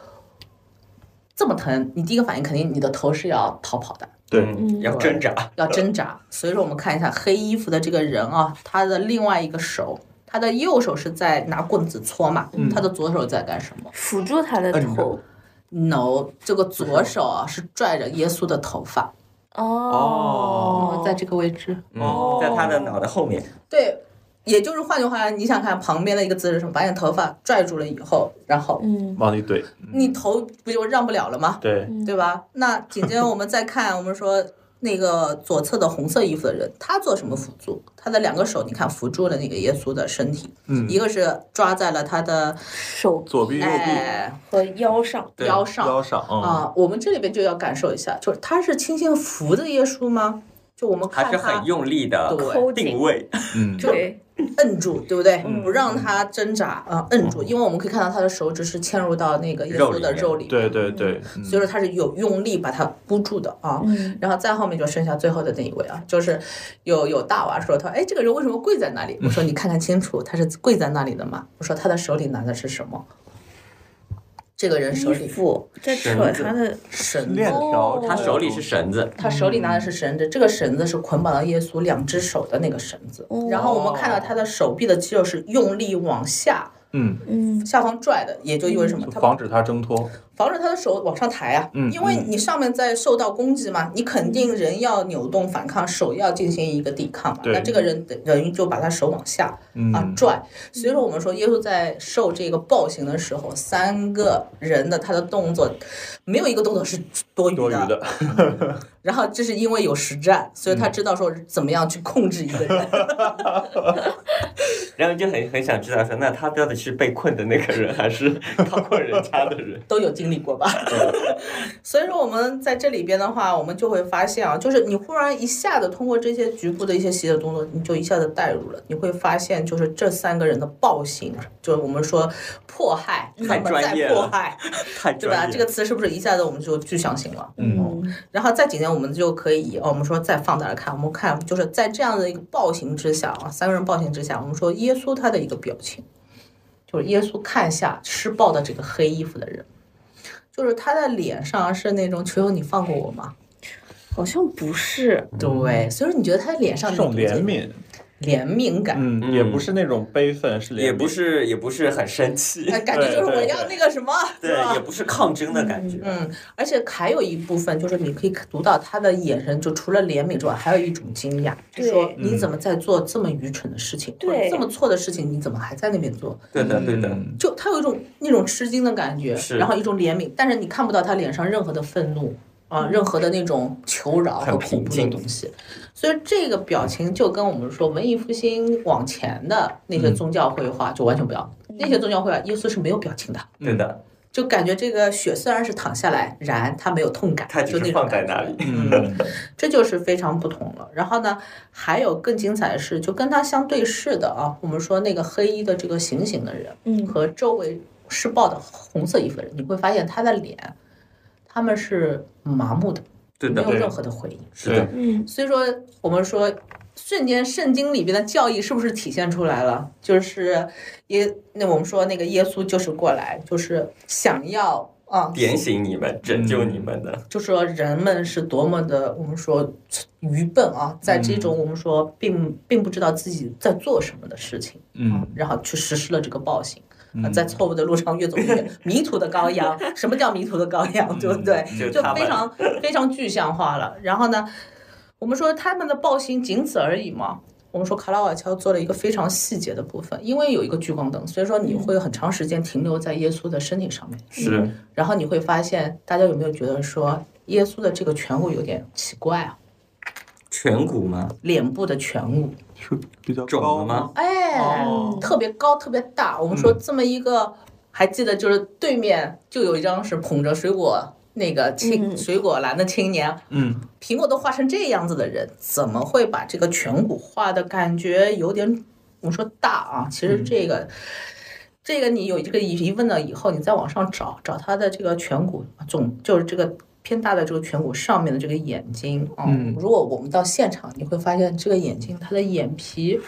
这么疼，你第一个反应肯定你的头是要逃跑的，对，嗯，要挣扎，要挣扎。所以说，我们看一下黑衣服的这个人啊，他的另外一个手，他的右手是在拿棍子搓嘛，他的左手在干什么扶住他的摁头着， ？no，这个左手啊是拽着耶稣的头发，哦，在这个位置。嗯，在他的脑袋后面，对，也就是换句话来，你想看旁边的一个姿势是什么？把你的头发拽住了以后，然后嗯往里怼，你头不就让不了了吗？对，对吧？那紧接着我们再看，我们说那个左侧的红色衣服的人，他做什么辅助？他的两个手，你看扶住了那个耶稣的身体，嗯一个是抓在了他的手左臂右臂哎和腰上，对腰上腰上，嗯，啊、我们这里边就要感受一下，就是他是轻轻扶着耶稣吗？就我们看还是很他用力的对抠紧定，位，嗯，对，摁住，对不对？嗯不让他挣扎啊、摁住，因为我们可以看到他的手指是嵌入到那个耶肉稣里的面肉里面，对对对，嗯所以说他是有用力把它箍住的啊。嗯然后再后面就剩下最后的那一位啊，就是有有大娃说他哎这个人为什么跪在那里？我说你看看清楚，他是跪在那里的嘛？我说他的手里拿的是什么？这个人手衣里服在扯他的，绳链子，条，他手里是绳子，他手里拿的是绳嗯子，这个绳子是捆绑了耶稣两只手的那个绳子。哦然后我们看到他的手臂的肌肉是用力往下嗯，嗯下方拽的，也就意味着什么？他防止他挣脱，防止他的手往上抬啊，嗯因为你上面在受到攻击嘛，你肯定人要扭动反抗，手要进行一个抵抗嘛，对那这个人等等于就把他手往下啊嗯，拽，所以说我们说耶稣在受这个暴行的时候，三个人的他的动作没有一个动作是多余多余的，的，嗯然后这是因为有实战，所以他知道说怎么样去控制一个人，？然后就很很想知道说，那他到底是被困的那个人，还是靠过人家的 *laughs* 人都有经历过吧。 *laughs* 所以说我们在这里边的话，我们就会发现啊，就是你忽然一下子通过这些局部的一些习的动作，你就一下子带入了，你会发现就是这三个人的暴行，就是我们说迫害，他太们专业在了迫害，太对专业吧？了，这个词是不是一下子我们就具象性了？嗯，然后再紧接着我们就可以，哦我们说再放大来看，我们看就是在这样的一个暴行之下啊，三个人暴行之下，我们说耶稣他的一个表情，就是耶稣看下施暴的这个黑衣服的人，就是他的脸上是那种求求你放过我嘛，好像不是，对，所以说你觉得他的脸上这有种多怜种悯，怜悯感，嗯，也不是那种悲愤，是怜悯也不是也不是很生气， *laughs* 哎，感觉就是我要那个什么， *laughs* 对是，吧也不是抗争的感觉，嗯，而且还有一部分就是你可以读到他的眼神，就除了怜悯之外，还有一种惊讶，就对说嗯你怎么在做这么愚蠢的事情，或者对这么错的事情，你怎么还在那边做？对的对的，嗯就他有一种那种吃惊的感觉，是然后一种怜悯，但是你看不到他脸上任何的愤怒啊，任何的那种求饶和很恐平怖的静东西。所以这个表情就跟我们说文艺复兴往嗯前的那些宗教绘画就完全不一样，那些宗教绘画耶稣是没有表情的。对的，就感觉这个血虽然是淌下来，然它没有痛感，它只就是那种放在感觉那里。嗯，这就是非常不同了。然后呢，还有更精彩的是，就跟他相对视的啊，我们说那个黑衣的这个行刑的人嗯和周围施暴的红色衣服的人，你会发现他的脸，他们是麻木的，对没的，有任何的回应。是的，嗯所以说，我们说瞬间圣经里边的教义是不是体现出来了？就是耶，那我们说那个耶稣就是过来，就是想要啊，点醒你们，拯救你们的。就说人们是多么的，我们说愚笨啊，在这嗯种我们说并并不知道自己在做什么的事情，嗯，然后去实施了这个暴行，啊嗯在错误的路上越走越远迷途的羔羊。什么叫迷途的羔羊？对不对？嗯就就他们非常非常具象化了。然后呢，我们说他们的暴行仅此而已嘛。我们说卡拉瓦乔做了一个非常细节的部分，因为有一个聚光灯，所以说你会很长时间停留在耶稣的身体上面。是，然后你会发现，大家有没有觉得说耶稣的这个颧骨有点奇怪啊？颧骨吗？脸部的颧骨，是比较肿高了吗？？哎，哦特别高，特别大。我们说这么一个，还记得就是对面就有一张是捧着水果那个青、嗯水果篮的青年，嗯，苹果都画成这样子的人，怎么会把这个颧骨画的感觉有点，我说大啊？其嗯实这个。这个你有这个疑问了以后，你再往上找找他的这个颧骨总就是这个偏大的这个颧骨上面的这个眼睛啊、嗯如果我们到现场，你会发现这个眼睛它的眼皮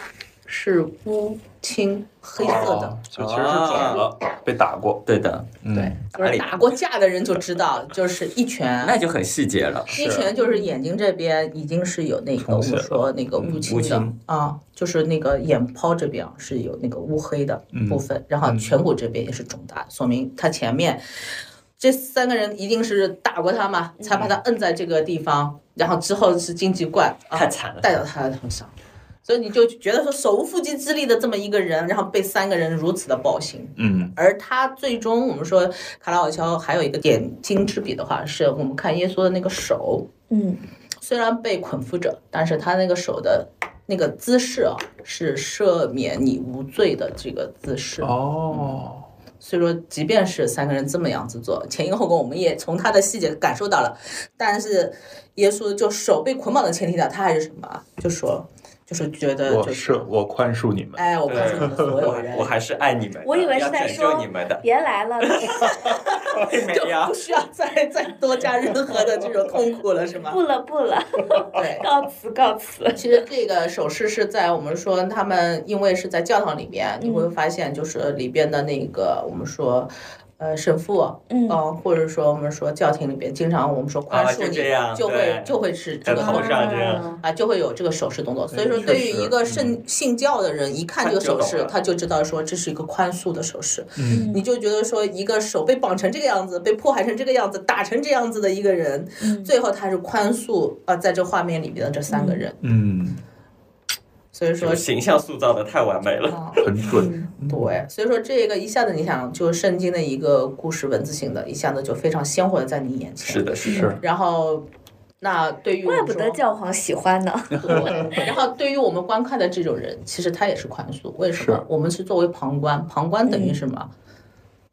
是乌青黑色的。哦就其实是肿了，被打过。对的，嗯对，打脸打过架的人就知道，就是一 *laughs* 拳，那就很细节了。一拳就是眼睛这边已经是有那个我充血们了说那个乌青乌的青啊，就是那个眼泡这边啊是有那个乌黑的部分，然后颧骨这边也是肿大，说明他前面这三个人一定是打过他嘛，才把他摁在这个地方，然后之后是荆棘怪啊太惨了带到他的头上。所以你就觉得说手无缚鸡之力的这么一个人，然后被三个人如此的暴行，嗯而他最终，我们说卡拉瓦乔还有一个点睛之笔的话，是我们看耶稣的那个手，嗯虽然被捆缚着，但是他那个手的那个姿势啊，是赦免你无罪的这个姿势。哦，所以说，即便是三个人这么样子做，前因后果我们也从他的细节感受到了。但是耶稣就手被捆绑的前提下，他还是什么啊？就说，就是觉得我就是是，我宽恕你们。哎，我宽恕你们所有我人 *laughs* 我。还是爱你们的，我以为呃要是在拯说救你们的，别来了， *laughs* 没就有不。需要再再多加任何的这种痛苦了，是吗？不了不了，对， *laughs* 告辞告辞。其实这个手势是在我们说他们，因为是在教堂里边，你会发现就是里边的那个我们说。呃，神父，嗯呃或者说我们说教廷里边，经常我们说宽啊恕就你，这样就会对就会是这个在头手势上这样，啊，就会有这个手势动作。所以说，确对于实嗯一个信信教的人，一看这个他就手懂势了，他就知道说这是一个宽恕的手势。嗯你就觉得说，一个手被绑成这个样子，被迫害成这个样子，打成这样子的一个人，嗯最后他是宽恕啊、在这画面里边的这三个人。嗯，所以这说个，形象塑造的太完美了，啊，很嗯准。对，所以说这个一下子你想，就圣经的一个故事文字性的，一下子就非常鲜活的在你眼前。是。的，是的，是然后，那对于我怪们不说得教皇喜欢呢。 *laughs* 对，然后对于我们观看的这种人，其实他也是宽恕。为什么是？我们是作为旁观，旁观等于什嗯么？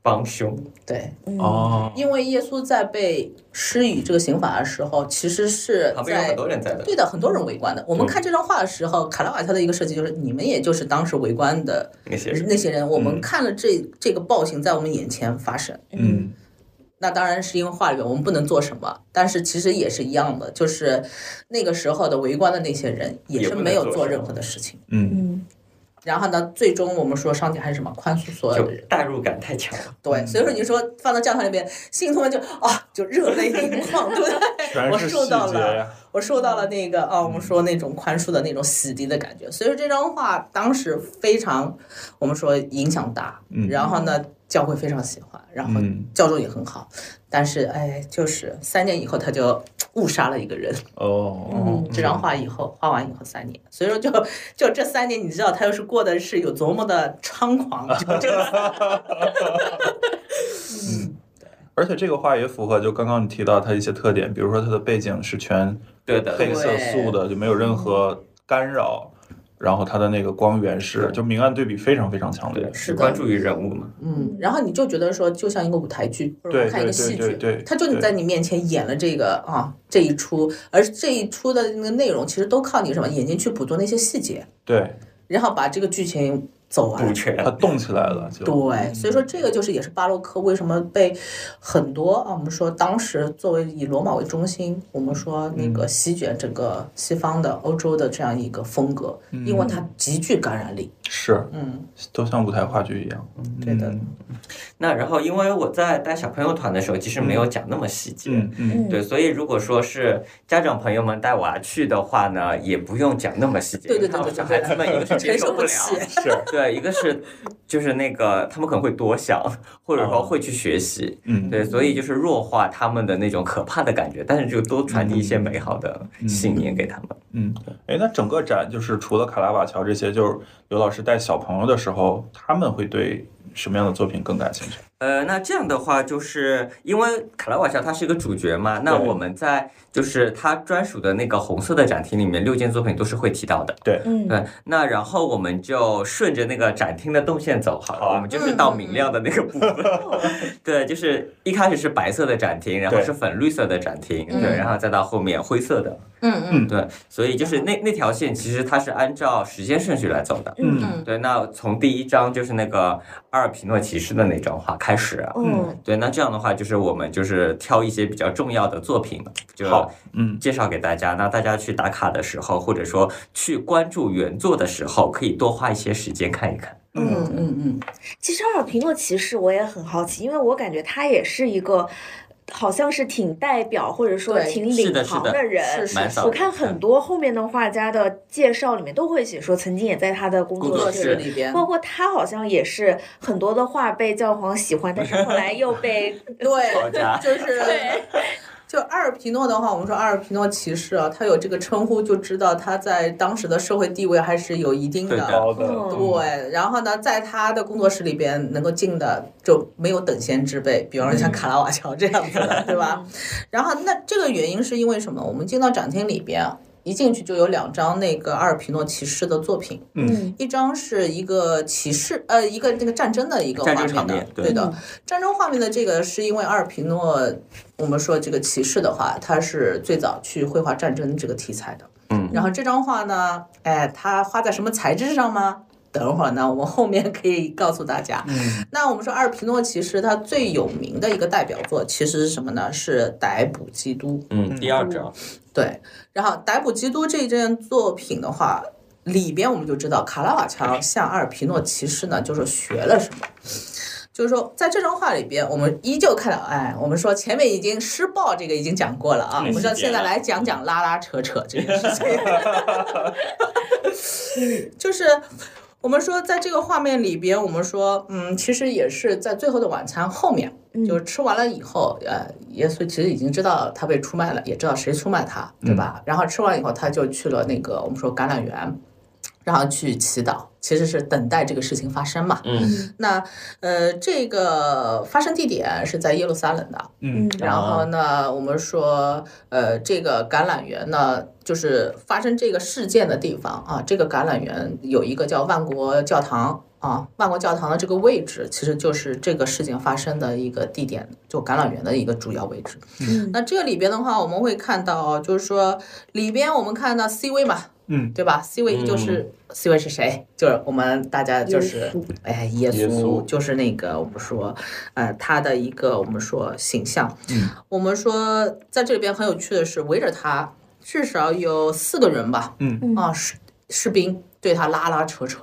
帮凶，对，嗯哦，因为耶稣在被施以这个刑罚的时候，其实是旁边有在很多人嗯在的，对的很多人围观的。我们对看这张画的时候，卡拉瓦乔的一个设计就是，你们也就是当时围观的那些人那些人，我嗯们看了这、这个暴行在我们眼前发生。嗯那当然是因为画里面我们不能做什么，但是其实也是一样的，就是那个时候的围观的那些人也也是不能没有做做什任么何的事情。嗯，嗯然后呢，最终我们说上帝还是什么宽恕所有就嗯的人，代入感太强了。对，所以说你说放到教堂里面，信徒们就啊就热泪盈眶，对不 *laughs* 对？全我是受细到节了呀。我受到了那个啊，我们说那种宽恕的那种洗涤的感觉。所以说这张画当时非常，我们说影响大，嗯然后呢，教会非常喜欢，然后嗯教众也很好，但是哎，就是三年以后他就误杀了一个人。哦，这张画以后画完以后三年，所以说就就这三年，你知道他又是过的是有多么的猖狂，就这 *laughs* 而且这个画也符合就刚刚你提到它一些特点，比如说它的背景是全对的，黑色素的，就没有任何干扰。然后它的那个光源是就明暗对比非常非常强烈。是的关注于人物嘛。嗯，然后你就觉得说，就像一个舞台剧，或者对看一个戏对剧对对对，他就在你面前演了这个啊这一出，而这一出的那个内容其实都靠你什么眼睛去捕捉那些细节，对，然后把这个剧情走补完。全它动起来了就。对，所以说这个就是也是巴洛克为什么被很多啊，我们说当时作为以罗马为中心，我们说那嗯个席卷整个西方的欧洲的这样一个风格，因为嗯它极具感染力。是，嗯，都像舞台话剧一样。嗯对的，那然后，因为我在带小朋友团的时候，其实没有讲那么细节。嗯嗯，对，所以如果说是家长朋友们带娃去的话呢，也不用讲那么细节，对对对因为他们对对小孩子们一个是接承受受不不了，起。是，对，一个是就是那个他们可能会多想，或者说哦会去学习，嗯对，所以就是弱化他们的那种可怕的感觉，但是就多传递一些美好的信念给他们。嗯，哎，那整个展就是除了卡拉瓦乔这些，就是刘老师带小朋友的时候，他们会对什么样的作品更感兴趣？呃，那这样的话，就是因为卡拉瓦乔他是一个主角嘛，那对我们在就是他专属的那个红色的展厅里面，六件作品都是会提到的。对嗯对，那然后我们就顺着那个展厅的动线走好好啊了，我们就是到明亮的那个部分。 *laughs* 对，就是一开始是白色的展厅，然后对是粉绿色的展厅，嗯对，然后再到后面灰色的，嗯嗯对，所以就是那那条线其实它是按照时间顺序来走的。嗯嗯对，那从第一章就是那个阿尔皮诺骑士的那张画开始，啊嗯对，那这样的话就是我们就是挑一些比较重要的作品，就好嗯介绍给大家。那大家去打卡的时候，或者说去关注原作的时候，可以多花一些时间看一看。嗯嗯嗯，其实阿尔皮诺骑士我也很好奇，因为我感觉他也是一个。好像是挺代表或者说对挺是领的航是的人，是蛮少的嗯我看很多后面的画家的介绍里面都会写说，曾经也在他的工工作作作室室室里边，包括他好像也是很多的画被教皇喜欢，但是后来又被对，*laughs* 家就是就阿尔皮诺的话，我们说阿尔皮诺骑士啊，他有这个称呼，就知道他在当时的社会地位还是有一定对的高的，嗯对，然后呢，在他的工作室里边能够进的就没有等闲之辈，比方说像卡拉瓦乔这样子的，对吧？然后那这个原因是因为什么？我们进到展厅里边，一进去就有两张那个阿尔皮诺骑士的作品，嗯一张是一个骑士，呃，一个那个战争的一个战画争面场的面，对嗯对的。战争画面的这个是因为阿尔皮诺，我们说这个骑士的话，他是最早去绘画战争这个题材的。嗯然后这张画呢，哎，它画在什么材质上吗？等会儿呢，我们后面可以告诉大家。嗯那我们说阿尔皮诺骑士，他最有名的一个代表作其实是什么呢？是《逮捕基督》。嗯，第二章，对，然后《逮捕基督》这件作品的话，里边我们就知道卡拉瓦乔向阿尔皮诺骑士呢，就是学了什么。就是说，在这张画里边，我们依旧看到，哎，我们说前面已经施暴这个已经讲过了啊，我们说现在来讲讲拉拉扯扯这件事情，就是我们说在这个画面里边，我们说，嗯，其实也是在最后的晚餐后面，就是吃完了以后，呃，耶稣其实已经知道他被出卖了，也知道谁出卖他，对吧？然后吃完以后，他就去了那个我们说橄榄园，然后去祈祷，其实是等待这个事情发生嘛。嗯，那呃，这个发生地点是在耶路撒冷的，嗯然后呢，我们说，呃，这个橄榄园呢，就是发生这个事件的地方啊，这个橄榄园有一个叫万国教堂啊，万国教堂的这个位置，其实就是这个事情发生的一个地点，就橄榄园的一个主要位置。嗯那这里边的话，我们会看到，就是说里边我们看到 C 位嘛，嗯，对吧？C 位就是 C 位是谁？就是我们大家就是耶稣哎，耶耶稣稣就是那个我们说，呃，他的一个我们说形象。嗯，我们说在这里边很有趣的是，围着他至少有四个人吧，嗯嗯啊士士兵对他拉拉扯扯。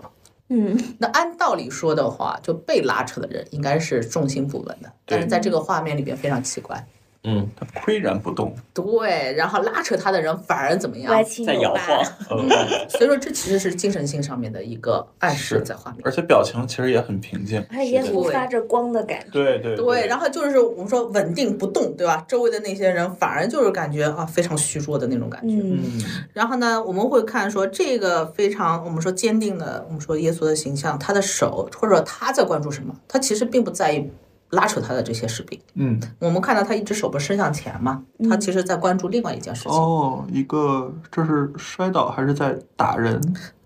嗯那按道理说的话，就被拉扯的人应该是重心不稳的，但是在这个画面里边非常奇怪。嗯他岿然不动，对，然后拉扯他的人反而怎么样歪？七在扭摇八，晃，嗯呃，所以说这其实是精神性上面的一个暗示是在画面。而且表情其哎实也很平静。还有耶稣对发着光的感觉，对对对，然后就是我们说稳定不动，对吧？周围的那些人反而就是感觉啊非常虚弱的那种感觉。嗯嗯然后呢，我们会看说这个非常我们说坚定的，我们说耶稣的形象，他的手或者说他在关注什么？他其实并不在意拉扯他的这些士兵。嗯，我们看到他一直手不伸向前嘛，他其实在关注另外一件事情。哦，一个这是摔倒还是在打人？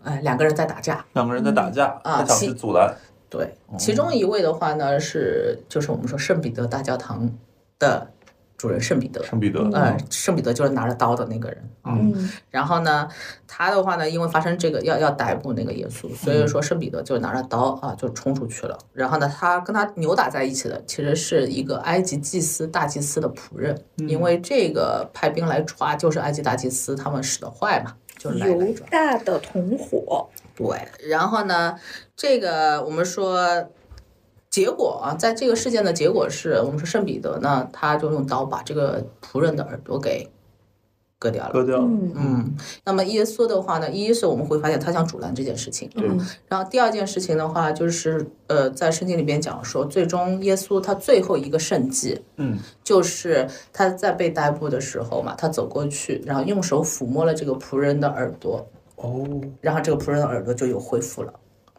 哎，两个人在打架。两个人在打架，啊他想其去阻拦，对，其中一位的话呢是就是我们说圣彼得大教堂的主人圣彼得，圣彼得，啊呃，圣彼得就是拿着刀的那个人。嗯然后呢，他的话呢，因为发生这个要要逮捕那个耶稣，所以说圣彼得就拿着刀啊就冲出去了。然后呢，他跟他扭打在一起的其实是一个埃及祭司大祭司的仆人，因为这个派兵来抓就是埃及大祭司他们使的坏嘛，就是来来犹抓。大的同伙，对，然后呢，这个我们说。结果啊，在这个事件的结果是，我们说圣彼得呢，他就用刀把这个仆人的耳朵给割掉了。割掉了。嗯嗯，那么耶稣的话呢，一是我们会发现他想阻拦这件事情，对嗯然后第二件事情的话，就是呃，在圣经里边讲说，最终耶稣他最后一个圣迹嗯，就是他在被逮捕的时候嘛，他走过去，然后用手抚摸了这个仆人的耳朵，哦，然后这个仆人的耳朵就有恢复了，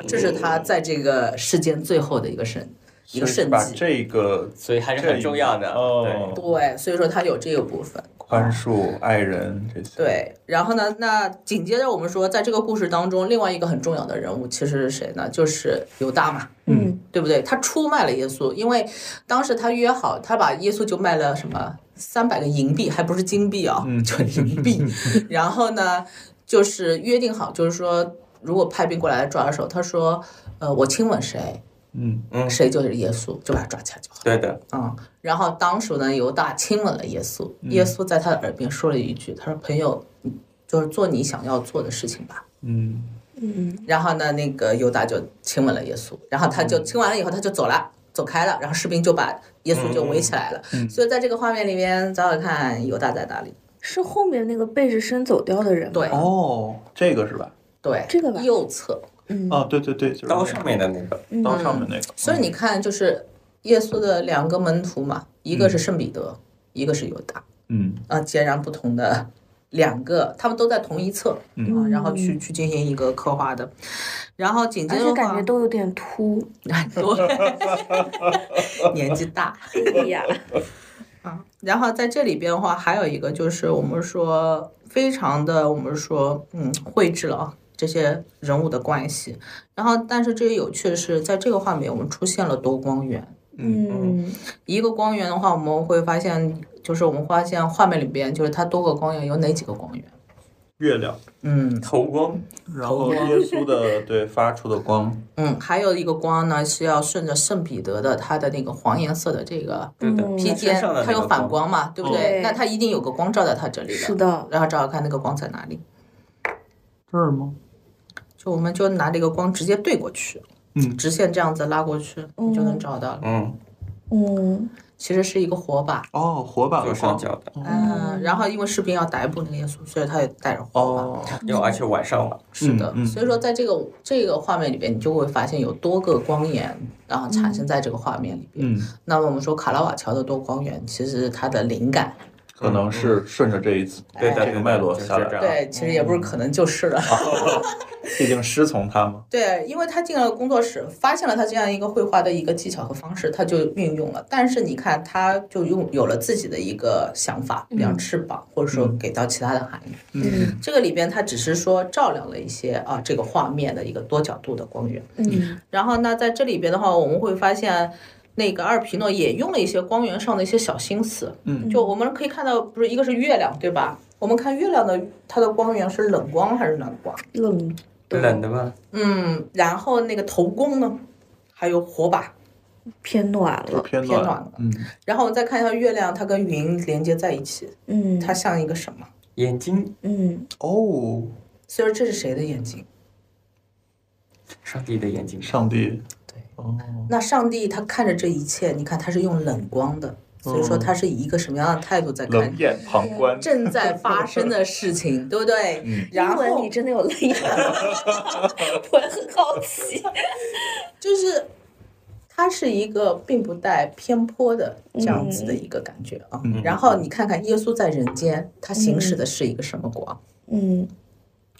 这是他在这个世间最后的一个圣一个就是圣把迹。这个所以还是很重要的。哦对，对，所以说他有这个部分。宽恕、爱人这些，对，然后呢，那紧接着我们说，在这个故事当中，另外一个很重要的人物其实是谁呢？就是犹大嘛，嗯对不对？他出卖了耶稣，因为当时他约好，他把耶稣就卖了什么三百个银币，还不是金币啊、就银币。 *laughs* 然后呢，就是约定好，就是说，如果派兵过来抓的时候，他说，呃，我亲吻谁，嗯嗯谁就是耶稣，就把他抓起来就好。 *laughs* 对的，嗯，然后当时呢，犹大亲吻了耶稣，耶稣在他的耳边说了一句：“他说朋友，嗯就是做你想要做的事情吧。嗯，”然后呢，那个犹大就亲吻了耶稣，然后他就亲完了以后，他就走了，走开了，然后士兵就把耶稣就围起来了。所以在这个画面里面，找找看犹大在哪里？是后面那个背着身走掉的人吗，对哦，嗯这个是吧？哦对，这个吧右侧。嗯啊，对对对，就是刀上面的那个，嗯刀上面那个，所以你看，就是耶稣的两个门徒嘛，一个是圣彼得，一个是犹大。嗯啊截然不同的两个，他们都在同一侧，嗯啊，然后去去进行一个刻画的，然后紧接而着且的感话觉，都有点秃，对 *laughs* 年纪大，啊哎呀，然后在这里边的话，还有一个就是我们说非常的，我们说嗯绘制了啊这些人物的关系，然后但是这个有趣的是，在这个画面我们出现了多光源，嗯一个光源的话，我们会发现就是我们发现画面里边就是它多个光源有哪几个光源？月亮，嗯，头光，然然后后耶稣的对发出的光，嗯，还有一个光呢，是要顺着圣彼得的他的那个黄颜色的这个对的，嗯披肩，上的它那有个反光光嘛，对不嗯对？那它一定有个光照在它这里是的。的，然后找找看那个光在哪里，这儿吗？就我们就拿这个光直接对过去，嗯直线这样子拉过去，你就能找到了。嗯，嗯其实是一个火把，哦，火把左的上光角的，嗯，然后因为士兵要逮捕那个耶稣，所以他也带着火把。哦，又而且晚上了，是的，嗯嗯所以说在这个这个画面里边，你就会发现有多个光源，然后产生在这个画面里边。嗯那么我们说卡拉瓦乔的多光源，其实它的灵感可能是顺着这一次对的，这对个的脉络就是下来这的，样对，其实也不是可能就是了。毕竟师从他嘛， *laughs* 对，因为他进了工作室，发现了他这样一个绘画的一个技巧和方式，他就运用了。但是你看，他就用有了自己的一个想法，比方翅膀，或者说给到其他的含义。嗯这个里边，他只是说照亮了一些啊这个画面的一个多角度的光源。嗯然后那在这里边的话，我们会发现。那个阿尔皮诺也用了一些光源上的一些小心思，嗯就我们可以看到，不是一个是月亮，对吧？我们看月亮的它的光源是冷光还是暖光？冷冷的吧？嗯，然后那个头弓呢，还有火把哦偏暖了，偏偏暖，暖了。嗯然后我们再看一下月亮，它跟云连接在一起，嗯它像一个什么？眼睛嗯哦，所以说这是谁的眼睛？上帝的眼睛，上帝，对，哦，那上帝他看着这一切，你看他是用冷光的，所以说他是以一个什么样的态度在看冷眼旁观，正在发生的事情，对不对？然英文后你真的有泪眼， *laughs* 我很好奇。就是它是一个并不带偏颇的这样子的一个感觉啊啊。然后你看看耶稣在人间，他行使的是一个什么光？嗯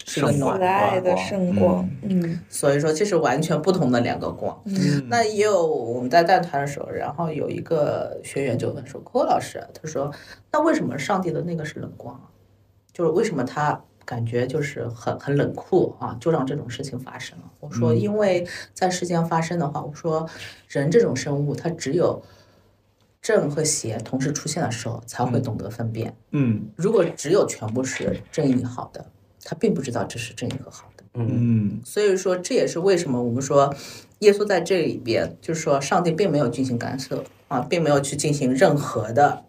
是个圣暖光可爱的圣光，嗯所以说这是完全不同的两个光。嗯那也有我们在带团的时候，然后有一个学员就问说：“郭老师，啊他说那为什么上帝的那个是冷光啊？就是为什么他感觉就是很很冷酷啊，就让这种事情发生了？”我说：“嗯因为在世间发生的话，我说人这种生物，它只有正和邪同时出现的时候，才会懂得分辨。嗯如果只有全部是正义好的，他并不知道这是正义和好的。”嗯所以说，这也是为什么我们说耶稣在这里边，就是说上帝并没有进行干涉啊，并没有去进行任何的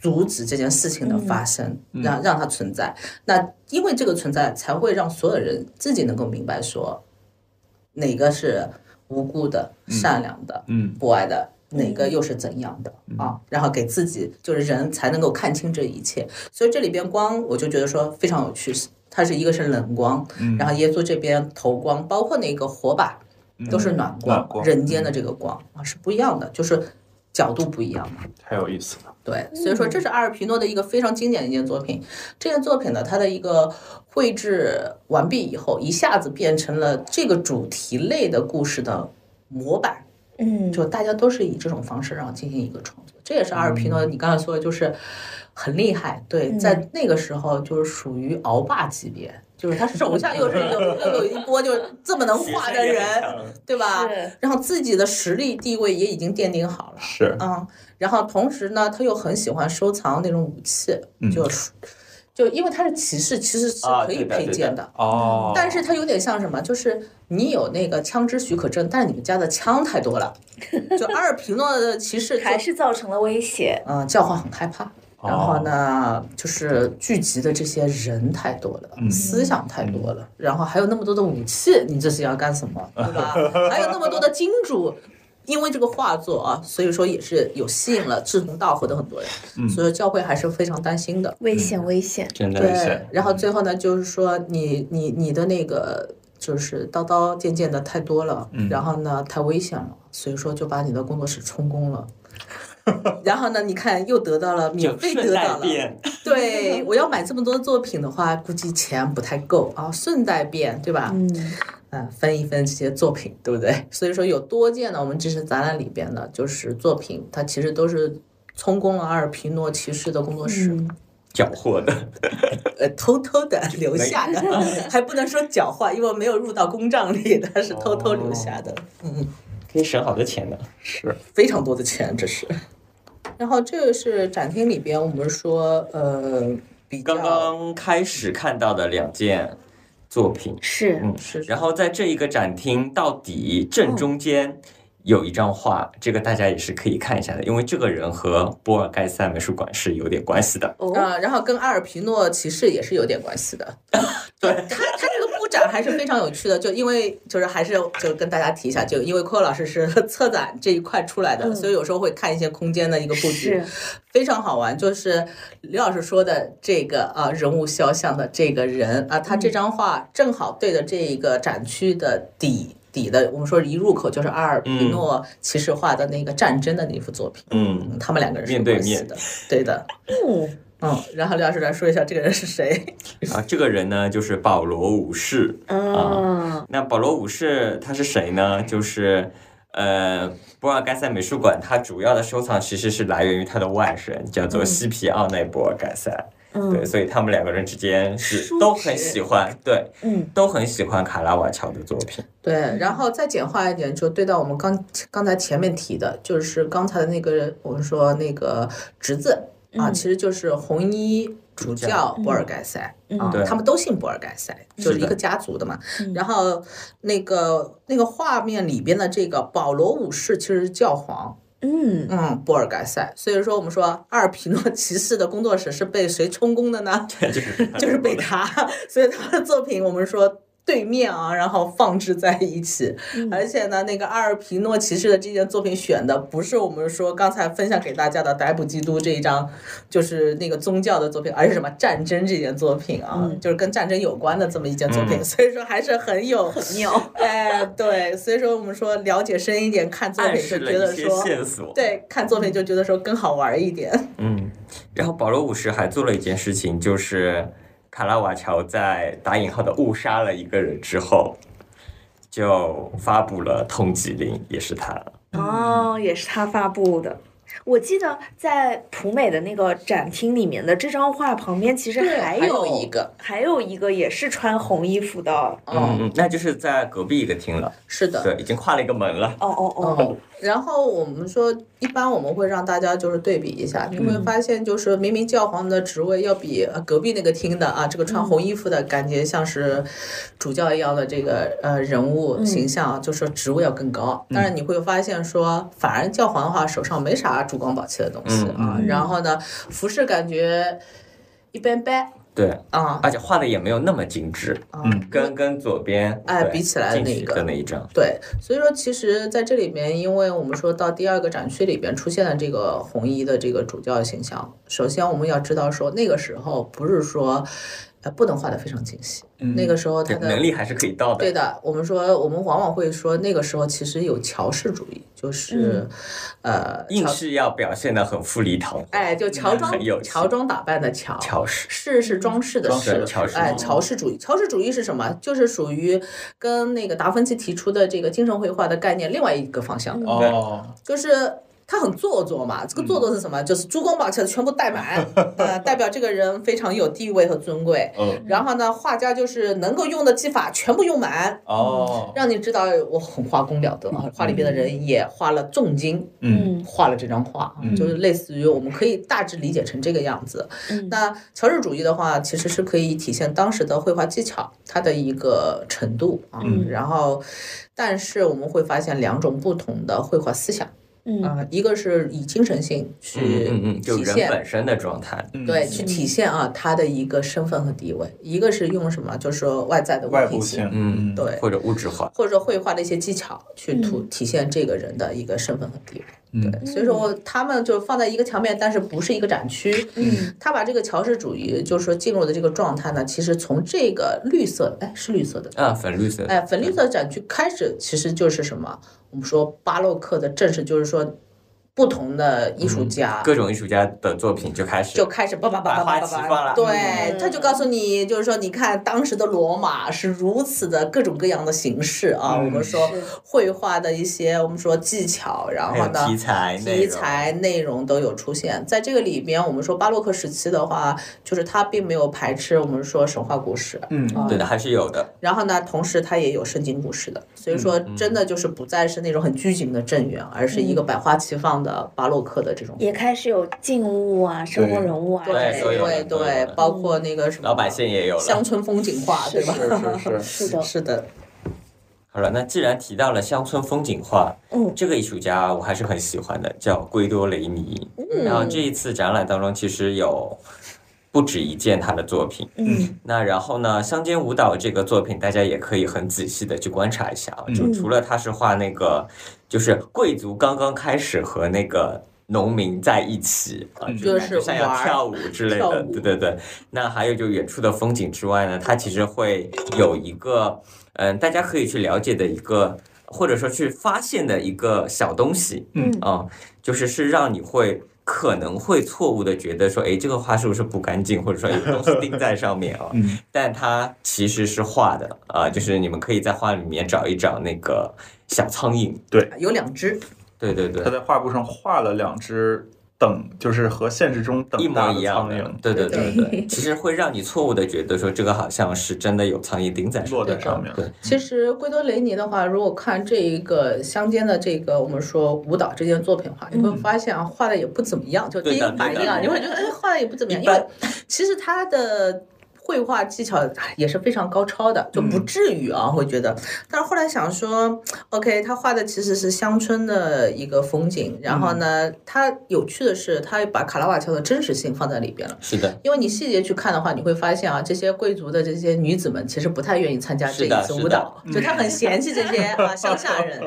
阻止这件事情的发生，让让它存在。那因为这个存在，才会让所有人自己能够明白说哪个是无辜的、善良的、嗯博爱的。哪个又是怎样的啊？然后给自己就是人才能够看清这一切，所以这里边光我就觉得说非常有趣，它是一个是冷光，嗯然后耶稣这边头光，包括那个火把，都是暖光嗯暖，光嗯人间的这个光啊是不一样的，就是角度不一样嘛。太有意思了。对，所以说这是阿尔皮诺的一个非常经典的一件作品。这件作品呢，它的一个绘制完毕以后，一下子变成了这个主题类的故事的模板。嗯，就大家都是以这种方式然后进行一个创作，这也是阿嗯尔皮诺你刚才说的，就是很厉害，对，嗯在那个时候就是属于鳌霸级别，就是他手下 *laughs* 又是有又有一波就是这么能画的人，对吧？是然后自己的实力地位也已经奠定好了。是，嗯，然后同时呢，他又很喜欢收藏那种武器，嗯就是就因为他是骑士，其实是啊可以对的配对件的的，哦，但是它有点像什么，就是你有那个枪支许可证，但是你们家的枪太多了，就阿尔皮诺的骑士就还是造成了威胁，嗯、教皇很害怕。哦然后呢，就是聚集的这些人太多了，嗯思想太多了，然后还有那么多的武器，你这是要干什么，对吧？还有那么多的金主，因为这个画作啊，所以说也是有吸引了志同道合的很多人，嗯所以教会还是非常担心的。危险危险，真的危对险，然后嗯最后呢，就是说你你你的那个就是刀刀剑剑的太多了，嗯然后呢太危险了，所以说就把你的工作室充公了。 *laughs* 然后呢？你看，又得到了免就费顺得带到了。变，对，我要买这么多作品的话，估计钱不太够啊。顺带变，对吧？嗯，嗯，分一分这些作品，对不对？所以说有多件呢，我们这次展览里边呢，就是作品，它其实都是充公了阿尔皮诺骑士的工作室。嗯缴获的，呃偷偷 *laughs* 的留下的，还不能说狡猾，因为没有入到公账里，它是偷偷留下的，嗯，可以省好多钱的。是， *laughs* 非常多的钱这是。然后这个是展厅里边我们说呃比较刚刚开始看到的两件作品，是嗯是然后在这一个展厅到底嗯正中间有一张画，这个大家也是可以看一下的，因为这个人和波尔盖塞美术馆是有点关系的。哦，啊、然后跟阿尔皮诺骑士也是有点关系的。对他，他这个布展还是非常有趣的，就因为就是还是就跟大家提一下，就因为柯老师是 *laughs* 策展这一块出来的，嗯所以有时候会看一些空间的一个布局是，非常好玩。就是刘老师说的这个啊，人物肖像的这个人啊，他这张画正好对着这一个展区的底。底的，我们说一入口就是阿尔皮诺骑士画的那个战争的那幅作品，嗯，嗯他们两个人是有面对关系面的，对的。嗯嗯，然后刘老师来说一下这个人是谁。啊，这个人呢就是保罗武士。啊，那保罗武士他是谁呢？就是呃，波尔盖塞美术馆，它主要的收藏其实是来源于他的外甥，叫嗯做西皮奥内波尔盖塞。对，嗯所以他们两个人之间是叔都很侄喜欢，对，嗯，都很喜欢卡拉瓦乔的作 *laughs* 品。对，然后再简化一点，就对到我们刚刚才前面提的，就是刚才的那个我们说那个侄子啊，嗯其实就是红衣主教嗯博尔盖塞、嗯啊对，他们都姓博尔盖塞，就是一个家族的嘛。嗯然后那个那个画面里边的这个保罗武士其实是教皇，嗯，嗯，博尔盖塞。所以说我们说阿尔皮诺骑士的工作室是被谁充公的呢？就是就是 *laughs* 被他， *laughs* 所以他的作品我们说对面啊，然后放置在一起，嗯而且呢，那个阿尔皮诺骑士的这件作品选的不是我们说刚才分享给大家的逮捕基督这一张，就是那个宗教的作品，而是什么战争这件作品啊，嗯就是跟战争有关的这么一件作品，嗯所以说还是很有。妙，哎，对，所以说我们说了解深一点，看作暗品示就了觉得一些说，线索。，对，看作品就觉得说更好玩一点。嗯。然后保罗武士还做了一件事情，就是卡拉瓦乔在打引号的误杀了一个人之后，就发布了通缉令，也是他。哦，也是他发布的。我记得在普美的那个展厅里面的这张画旁边，其实对还还有有一个，还有一个也是穿红衣服的。哦嗯嗯，那就是在隔壁一个厅了，是的，对，已经跨了一个门了。哦哦，哦，然后我们说，一般我们会让大家就是对比一下，你嗯会发现就是明明教皇的职位要比呃隔壁那个厅的啊，这个嗯穿红衣服的感觉像是主教一样的这个呃人嗯物形象，就是职位要更高。但是你会发现说，反而教皇的话手上没啥珠光宝气的东西嗯啊，然后呢，服饰感觉一般般对，啊，而且画的也没有那么精致，嗯跟跟左边哎对比起来的进那去个的那一张，对，所以说其实在这里面，因为我们说到第二个展区里边出现了这个红衣的这个主教形象，首先我们要知道说那个时候不是说，呃，不能画得非常精细，那个时候他嗯对，的能力还是可以到对的。的，我们说我们往往会说那个时候其实有乔氏主义，就是，呃，嗯硬乔是要表现的很富丽堂皇，哎，就乔装很有气乔装打扮的乔，乔氏，饰是装饰的装饰饰的，乔氏哎，乔氏主义，乔氏主义是什么？就是属于跟那个达芬奇提出的这个精神绘画的概念另外一个方向的，哦，就是。 *laughs* 他很做作嘛，这个做作是什嗯么？就是珠光宝气的全部戴满，呃，代表这个人非常有地位和尊贵。嗯， *laughs* 然后呢，画家就是能够用的技法全部用满，哦，让你知道我很画工了得啊，画里边的人也花了重金嗯，画了这张画，嗯就是类似于我们可以大致理解成这个样子。嗯那乔治主义的话，其实是可以体现当时的绘画技巧它的一个程度啊。嗯然后，但是我们会发现两种不同的绘画思想啊、嗯一个是以精神性嗯嗯去嗯，就体人现。本身的状态，嗯对，去体现啊他的一个身份和地位，一个是用什么，就是说外在的外物部品性性，，嗯，对或者物质化，或者说绘画的一些技巧，去突体现这个人的一个身份和地位。嗯对，所以说我他们就放在一个墙面，但是不是一个展区。嗯，他把这个乔氏主义，就是说进入的这个状态呢，其实从这个绿色，哎，是绿色的，啊，粉绿色，哎，粉绿色展区开始，其实就是什么？我们说巴洛克的正式，就是说不同的艺术家。各种艺术家的作品就开始就开始叭叭叭叭叭叭百花齐叭放了对，他就告诉你，就是说，你看当时的罗马是如此的各种各样的形式啊，嗯我们说是绘画的一些，我们说技巧，然还后有呢，题材、内题容材内容都有出现。在这个里边，我们说巴洛克时期的话，就是它并没有排斥我们说神话故事，嗯啊对的，还是有的。然后呢，同时它也有圣经故事的，所以说真的就是不再是那种很拘谨的正缘，而是一个百花齐放的巴洛克的这种。也开始有静物啊，生活人物啊，对对都有对的都有的对，嗯包括那个什么老百姓也有了乡。村风景画，对吧？是是是，是的，是的，好了，那既然提到了乡村风景画，嗯这个艺术家我还是很喜欢的，叫圭多雷尼。嗯然后这一次展览当中，其实有不止一件他的作品。嗯那然后呢，《乡间舞蹈》这个作品，大家也可以很仔细的去观察一下啊。就除了他是画那个，就是贵族刚刚开始和那个农民在一起啊，嗯？就就感是觉像要玩儿跳舞之类跳的，舞对对对。那还有就远处的风景之外呢，它其实会有一个，嗯，大家可以去了解的一个，或者说去发现的一个小东西，嗯啊，就是是让你会可能会错误的觉得说，哎，这个画是不是不干净，或者说有东西钉在上面啊嗯但它其实是画的啊、就是你们可以在画里面找一找那个小苍蝇。有两只，对对他对，在画布上画了两只等，就是和现实中一等模大一的样苍的蝇。对对对对，其实会让你错误的觉得说这个好像是真的有苍蝇钉在上落在面上面对，其实圭多雷尼的话，如果看这一个乡间的这个我们说舞蹈这件作品的话，你会发现啊，画的也不怎么样，就第一对的反应啊，对的你会觉得哎，画的也不怎么样，一因般为其实他的。绘画技巧哎也是非常高超的，就不至于啊，会觉得。但是后来想说，OK，他画的其实是乡村的一个风景，然后呢，他有趣的是，他把卡拉瓦乔的真实性放在里边了。是的。因为你细节去看的话，你会发现啊，这些贵族的这些女子们其实不太愿意参加这是的一次是舞的蹈，就她很嫌弃这些 *laughs* 啊乡下人。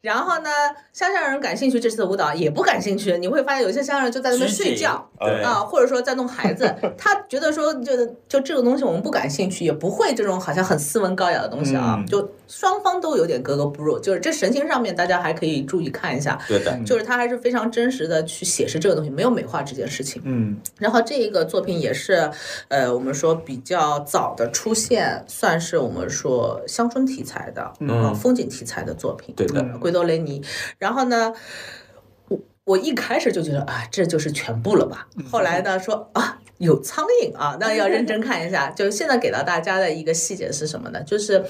然后呢，乡下人感兴趣这次舞蹈也不感兴趣，你会发现有些乡下人就在那边拘睡谨觉。对 *laughs* 啊，或者说在弄孩子，他觉得说就就这这个东西我们不感兴趣，也不会这种好像很斯文高雅的东西啊，嗯就双方都有点格格不入。就是这神情上面，大家还可以注意看一下，对的，就是他还是非常真实的去写实这个东西，没有美化这件事情。嗯然后这一个作品也是，呃，我们说比较早的出现，算是我们说乡村题材的，嗯风景题材的作品，对的，嗯圭多雷尼。然后呢，我我一开始就觉得啊，这就是全部了吧。 *laughs* 后来呢，说啊。有苍蝇啊，那要认真看一下。就是现在给到大家的一个细节是什么呢？就是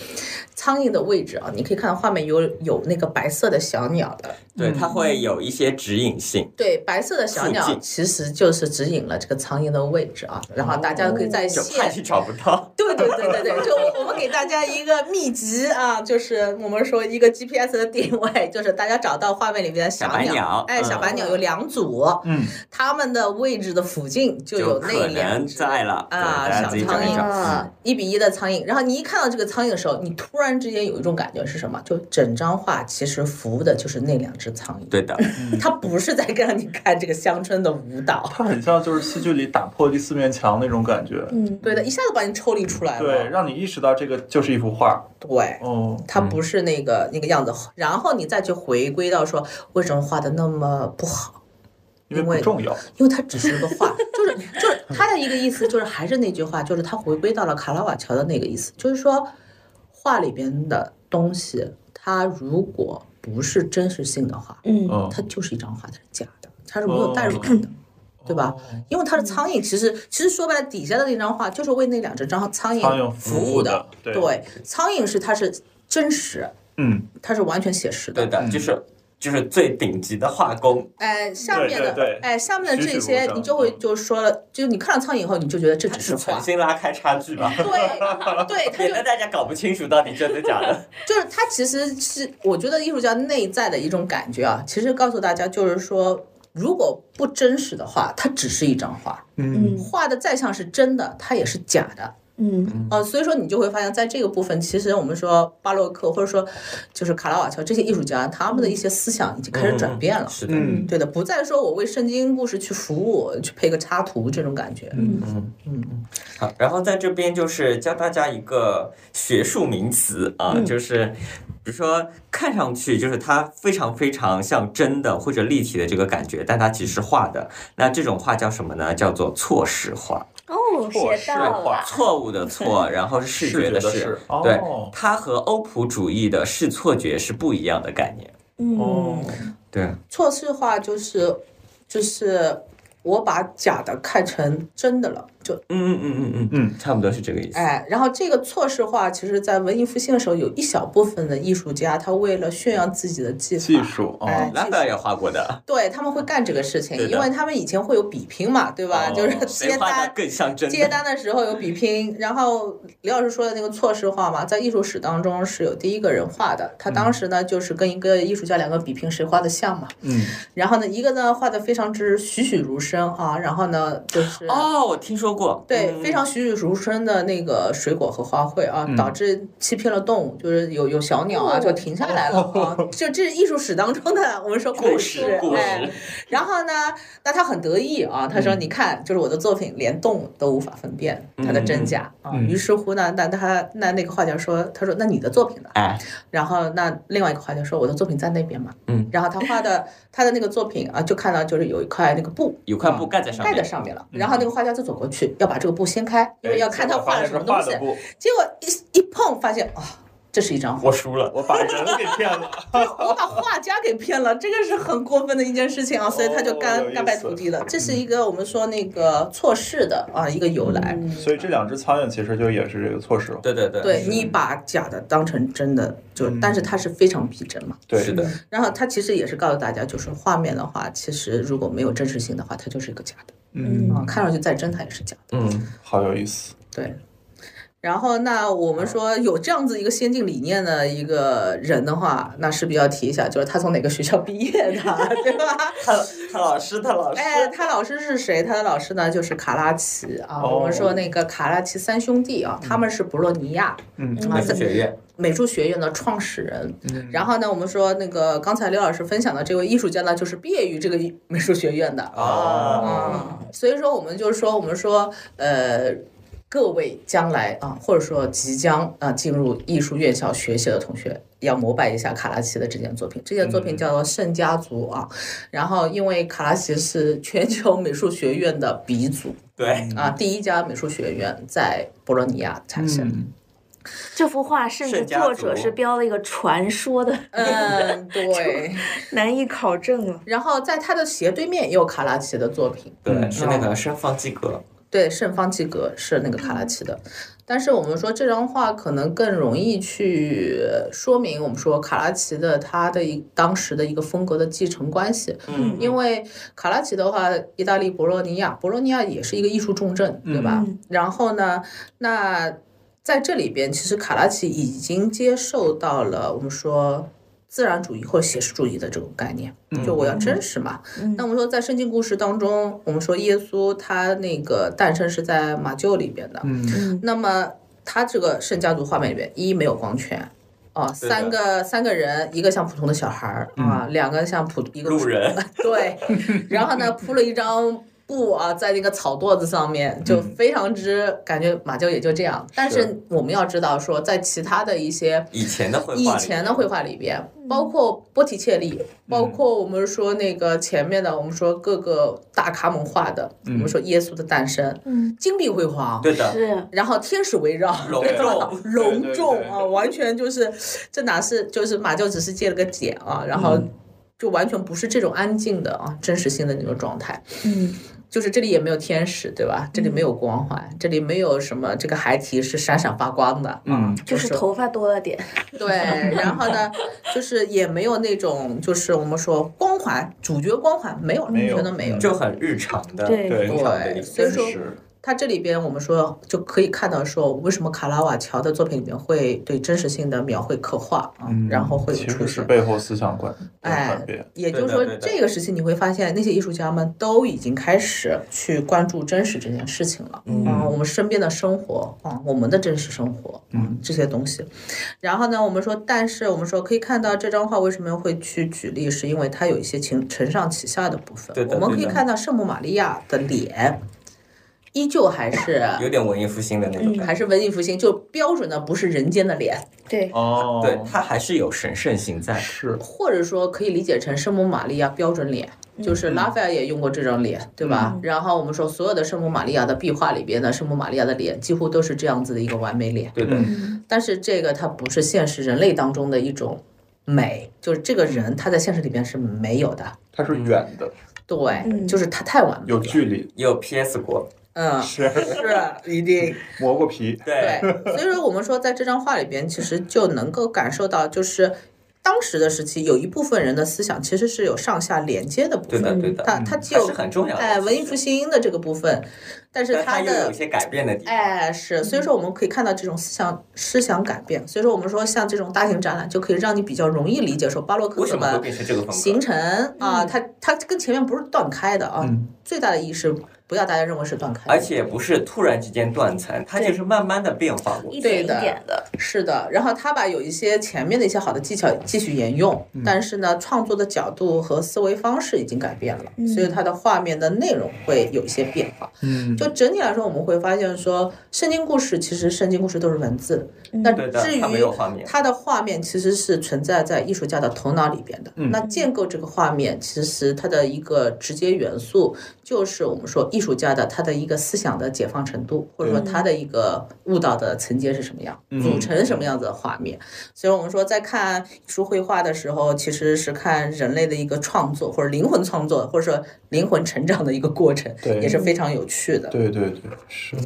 苍蝇的位置啊，你可以看到画面有有那个白色的小鸟的，对，它会有一些指引性，对，白色的小附鸟近哦其实就是指引了这个苍蝇的位置啊，然后大家可以在就线怕你找不到。对对对对对，就我我们给大家一个秘籍啊，就是我们说一个 GPS 的定位，就是大家找到画面里面的 *laughs* 小小白鸟哎，嗯小白鸟有两组，嗯，它们的位置的附近就有可那两能只在了啊对大家自己找一小苍嗯找。啊，一比一的苍蝇，然后你一看到这个苍蝇的时候，你突然之间有一种感觉是什么？就整张画其实服务的就是那两只苍蝇，对的，它不是在让你看这个乡村的舞蹈。它很像就是戏剧里打破第四面墙那种感觉，嗯，对的，一下子把你抽离出来了。对，让你意识到这个就是一幅画。对哦，它不是那个、那个样子。嗯然后你再去回归到说，为什么画的那么不好？因为因为不重要。因为它只是个画，就是就是它的一个意思，就是还是那句话，就是它回归到了卡拉瓦乔的那个意思，就是说画里边的东西，它如果不是真实性的话，嗯，嗯，哦它就是一张画，它是假的，它是没有代入感的。对吧？因为它的苍蝇其实，其实说白了，底下的那张画就是为那两只张苍苍蝇蝇服服务务的的。对对，苍蝇是它是真实，嗯，它是完全写实的对。的，就是就是最顶级的画工，哎，下面的对对对哎，下面的栩栩这如些，生你就会嗯就说了，就你看了苍蝇以后，你就觉得这只是是画重。新拉开差距吧，对对，它免就 *laughs* 得大家搞不清楚到底真的假 *laughs* 的。就是它其实是我觉得艺术家内在的一种感觉啊，其实告诉大家就是说，如果不真实的话，它只是一张画，嗯画的再像是真的，它也是假的。嗯呃，所以说你就会发现，在这个部分，其实我们说巴洛克或者说就是卡拉瓦乔这些艺术家，他们的一些思想已经开始转变了。是的，嗯对的，不再说我为圣经故事去服务，去配个插图这种感觉。好，然后在这边就是教大家一个学术名词啊，就是比如说看上去就是它非常非常像真的或者立体的这个感觉，但它其实是画的。那这种画叫什么呢？叫做错视画，哦，错学视到了化，错误的 *laughs* 错，然后是视觉的视觉的视视哦。对，它和欧普主义的视错觉是不一样的概念。哦嗯，，对，错视化就是就是我把假的看成真的了，就嗯嗯嗯嗯嗯，差不多是这个意思。哎，然后这个错视化，其实在文艺复兴的时候，有一小部分的艺术家，他为了炫耀自己的技法。技术哦，哎，拉技斐尔术也画过的，对他们会干这个事情，对的因为他们以前会有比拼嘛，对吧？哦就是谁接画单的更像真接的？单的时候有比拼，然后李老师说的那个错视化嘛，在艺术史当中是有第一个人画的，他嗯当时呢就是跟一个艺术家两个比拼谁画的像嘛，嗯，然后呢一个呢画的非常之栩栩如生啊，然后呢就是。哦，我听说过，对，嗯非常栩栩如生的那个水果和花卉啊，嗯导致欺骗了动物，就是有有小鸟啊哦就停下来了啊，就这是艺术史当中的我们说故事事，故哎事，然后呢，那他很得意啊，他说：“你看，就是我的作品连动物都无法分辨它的真假啊。”嗯于是乎呢，那那他那那个画家说：“他说那你的作品呢哎，？”然后那另外一个画家说：“我的作品在那边嘛。”嗯，然后他画的他的那个作品啊，就看到就是有一块那个布有块布盖在上盖面，在上面了，然后那个画家就走过去要把这个布掀开，因为哎要看他画了什么东西结。果结果一一碰，发现啊，这是一张画。我输了，我发现是布我把人给骗了， *laughs* 我把哦画家给骗了，这个是很过分的一件事情啊，所以他就哦有意甘思嗯甘拜涂地了。这是一个我们说那个错视的啊一个由来。所以这两只苍蝇其实就也是这个错视化。对对对，对你把假的当成真的，就嗯但是它是非常逼真嘛。对，是的，然后它其实也是告诉大家，就是画面的话，其实如果没有真实性的话，它就是一个假的嗯，啊，看上去再真它也是假的。嗯，好有意思。对。然后，那我们说嗯有这样子一个先进理念的一个人的话，那势必要提一下，就是他从哪个学校毕业的， *laughs* 对吧？他他老师他老师，哎，他老师是谁？他的老师呢，就是卡拉奇啊。哦我们说那个卡拉奇三兄弟啊，他们是博洛尼亚嗯啊美术学院，嗯美术学院的创始人。然后呢，我们说那个刚才刘老师分享的这位艺术家呢，就是毕业于这个艺美术学院的哦嗯啊。所以说，我们就是说，我们说，呃。各位将来啊，或者说即将啊进入艺术院校学习的同学，要膜拜一下卡拉奇的这件作品。这件作品叫做《圣家族》啊，然后因为卡拉奇是全球美术学院的鼻祖对，啊，第一家美术学院在博洛尼亚产生。嗯，这幅画甚至圣家作者族是标了一个传说的，嗯，对。 *laughs* 难以考证 *laughs* 了。然后在他的斜对面也有卡拉奇的作品，对，嗯是那个盛放基格，对，圣方济各是那个卡拉奇的，但是我们说这张画可能更容易去说明我们说卡拉奇的他的一当时的一个风格的继承关系，嗯，因为卡拉奇的话，意大利博洛尼亚，博洛尼亚也是一个艺术重镇，对吧？嗯然后呢，那在这里边，其实卡拉奇已经接受到了我们说自然主义或者写实主义的这种概念，就我要真实嘛，嗯那我们说，在圣经故事当中，我们说耶稣他那个诞生是在马厩里边的。嗯，嗯那么他这个圣家族画面里边，一没有光圈，啊，对的嗯三个三个人，一个像普通的小孩儿啊，两个像普一个路人， *laughs* *laughs* 对，然后呢铺了一张。布啊，在那个草垛子上面，就嗯非常之感觉马厩也就这样。但是我们要知道说，在其他的一些以前的绘画里以面，嗯前的绘画里边，包括波提切利，包括我们说那个前面的，我们说各个大咖们画的，我嗯们说耶稣的诞生，嗯，金碧辉煌，对的，是然后天使围绕，隆对吧重隆重对对啊，完全就是这哪是就是马厩只是借了个点啊，然后就完全不是这种安静的啊真实性的那种状态。嗯就是这里也没有天使，对吧？这里没有光环，这里没有什么，这个孩提是闪闪发光的，嗯，就是就是头发多了点，对，然后呢， *laughs* 就是也没有那种，就是我们说光环，主角光环没有，没有全都没有。就很日常的，对对日常的一对，所以个，说是它这里边我们说就可以看到说，为什么卡拉瓦乔的作品里面会对真实性的描绘刻画啊，然后会嗯其出实是现。背后思想观哎转变，也对就是的说对，的这个时期你会发现，那些艺术家们都已经开始去关注真实这件事情了。嗯啊，我们身边的生活啊，我们的真实生活，嗯，这些东西。然后呢，我们说，但是我们说可以看到这张画为什么会去举例，是因为它有一些情承上启下的部分对。的我们可以对的看到圣母玛利亚的脸，依旧还是有点文艺复兴的那种感嗯还是文艺复兴，就标准的不是人间的脸。对，哦觉，对，它还是有神圣性在，是，或者说可以理解成圣母玛利亚标准脸，就是拉斐尔也用过这张脸，对吧？然后我们说所有的圣母玛利亚的壁画里边呢，圣母玛利亚的脸几乎都是这样子的一个完美脸，对的，但是这个它不是现实人类当中的一种美，就是这个人他在现实里边是没有的，它是远的，对，嗯就是他太完美有了，距离，也有 PS 过，嗯，是是一定。磨过皮，对， *laughs* 对，所以说我们说在这张画里边，其实就能够感受到，就是当时的时期，有一部分人的思想其实是有上下连接的部对的，分。对的，嗯它它既还有是很重要的，哎文艺复兴的这个部分，但是但它它又有的一些嗯改变的地方，哎是，所以说我们可以看到这种思想思想改变。所以说我们说像这种大型展览，就可以让你比较容易理解说巴洛克为什怎么会么变成这个风形格？成嗯啊，它它跟前面不是断开的啊，最大的意义是不要大家认为是断开的，而且不是突然之间断层，它就是慢慢的变化过。一对点一的点的，是的，然后他把有一些前面的一些好的技巧继续沿用，但是呢，创作的角度和思维方式已经改变了，所以它的画面的内容会有一些变化。嗯，就整体来说，我们会发现说，圣经故事其实圣经故事都是文字，那对的至，于它没有画面，它的画面其实是存在在艺术家的头脑里边的。嗯那建构这个画面，其实它的一个直接元素就是我们说艺术家的他的一个思想的解放程度，或者说他的一个悟道的层阶是什么样，嗯组成什么样子的画面。所以我们说，在看艺术绘画的时候，其实是看人类的一个创作或者灵魂创作，或者说灵魂成长的一个过程，对也是非常有趣的。对对对，是，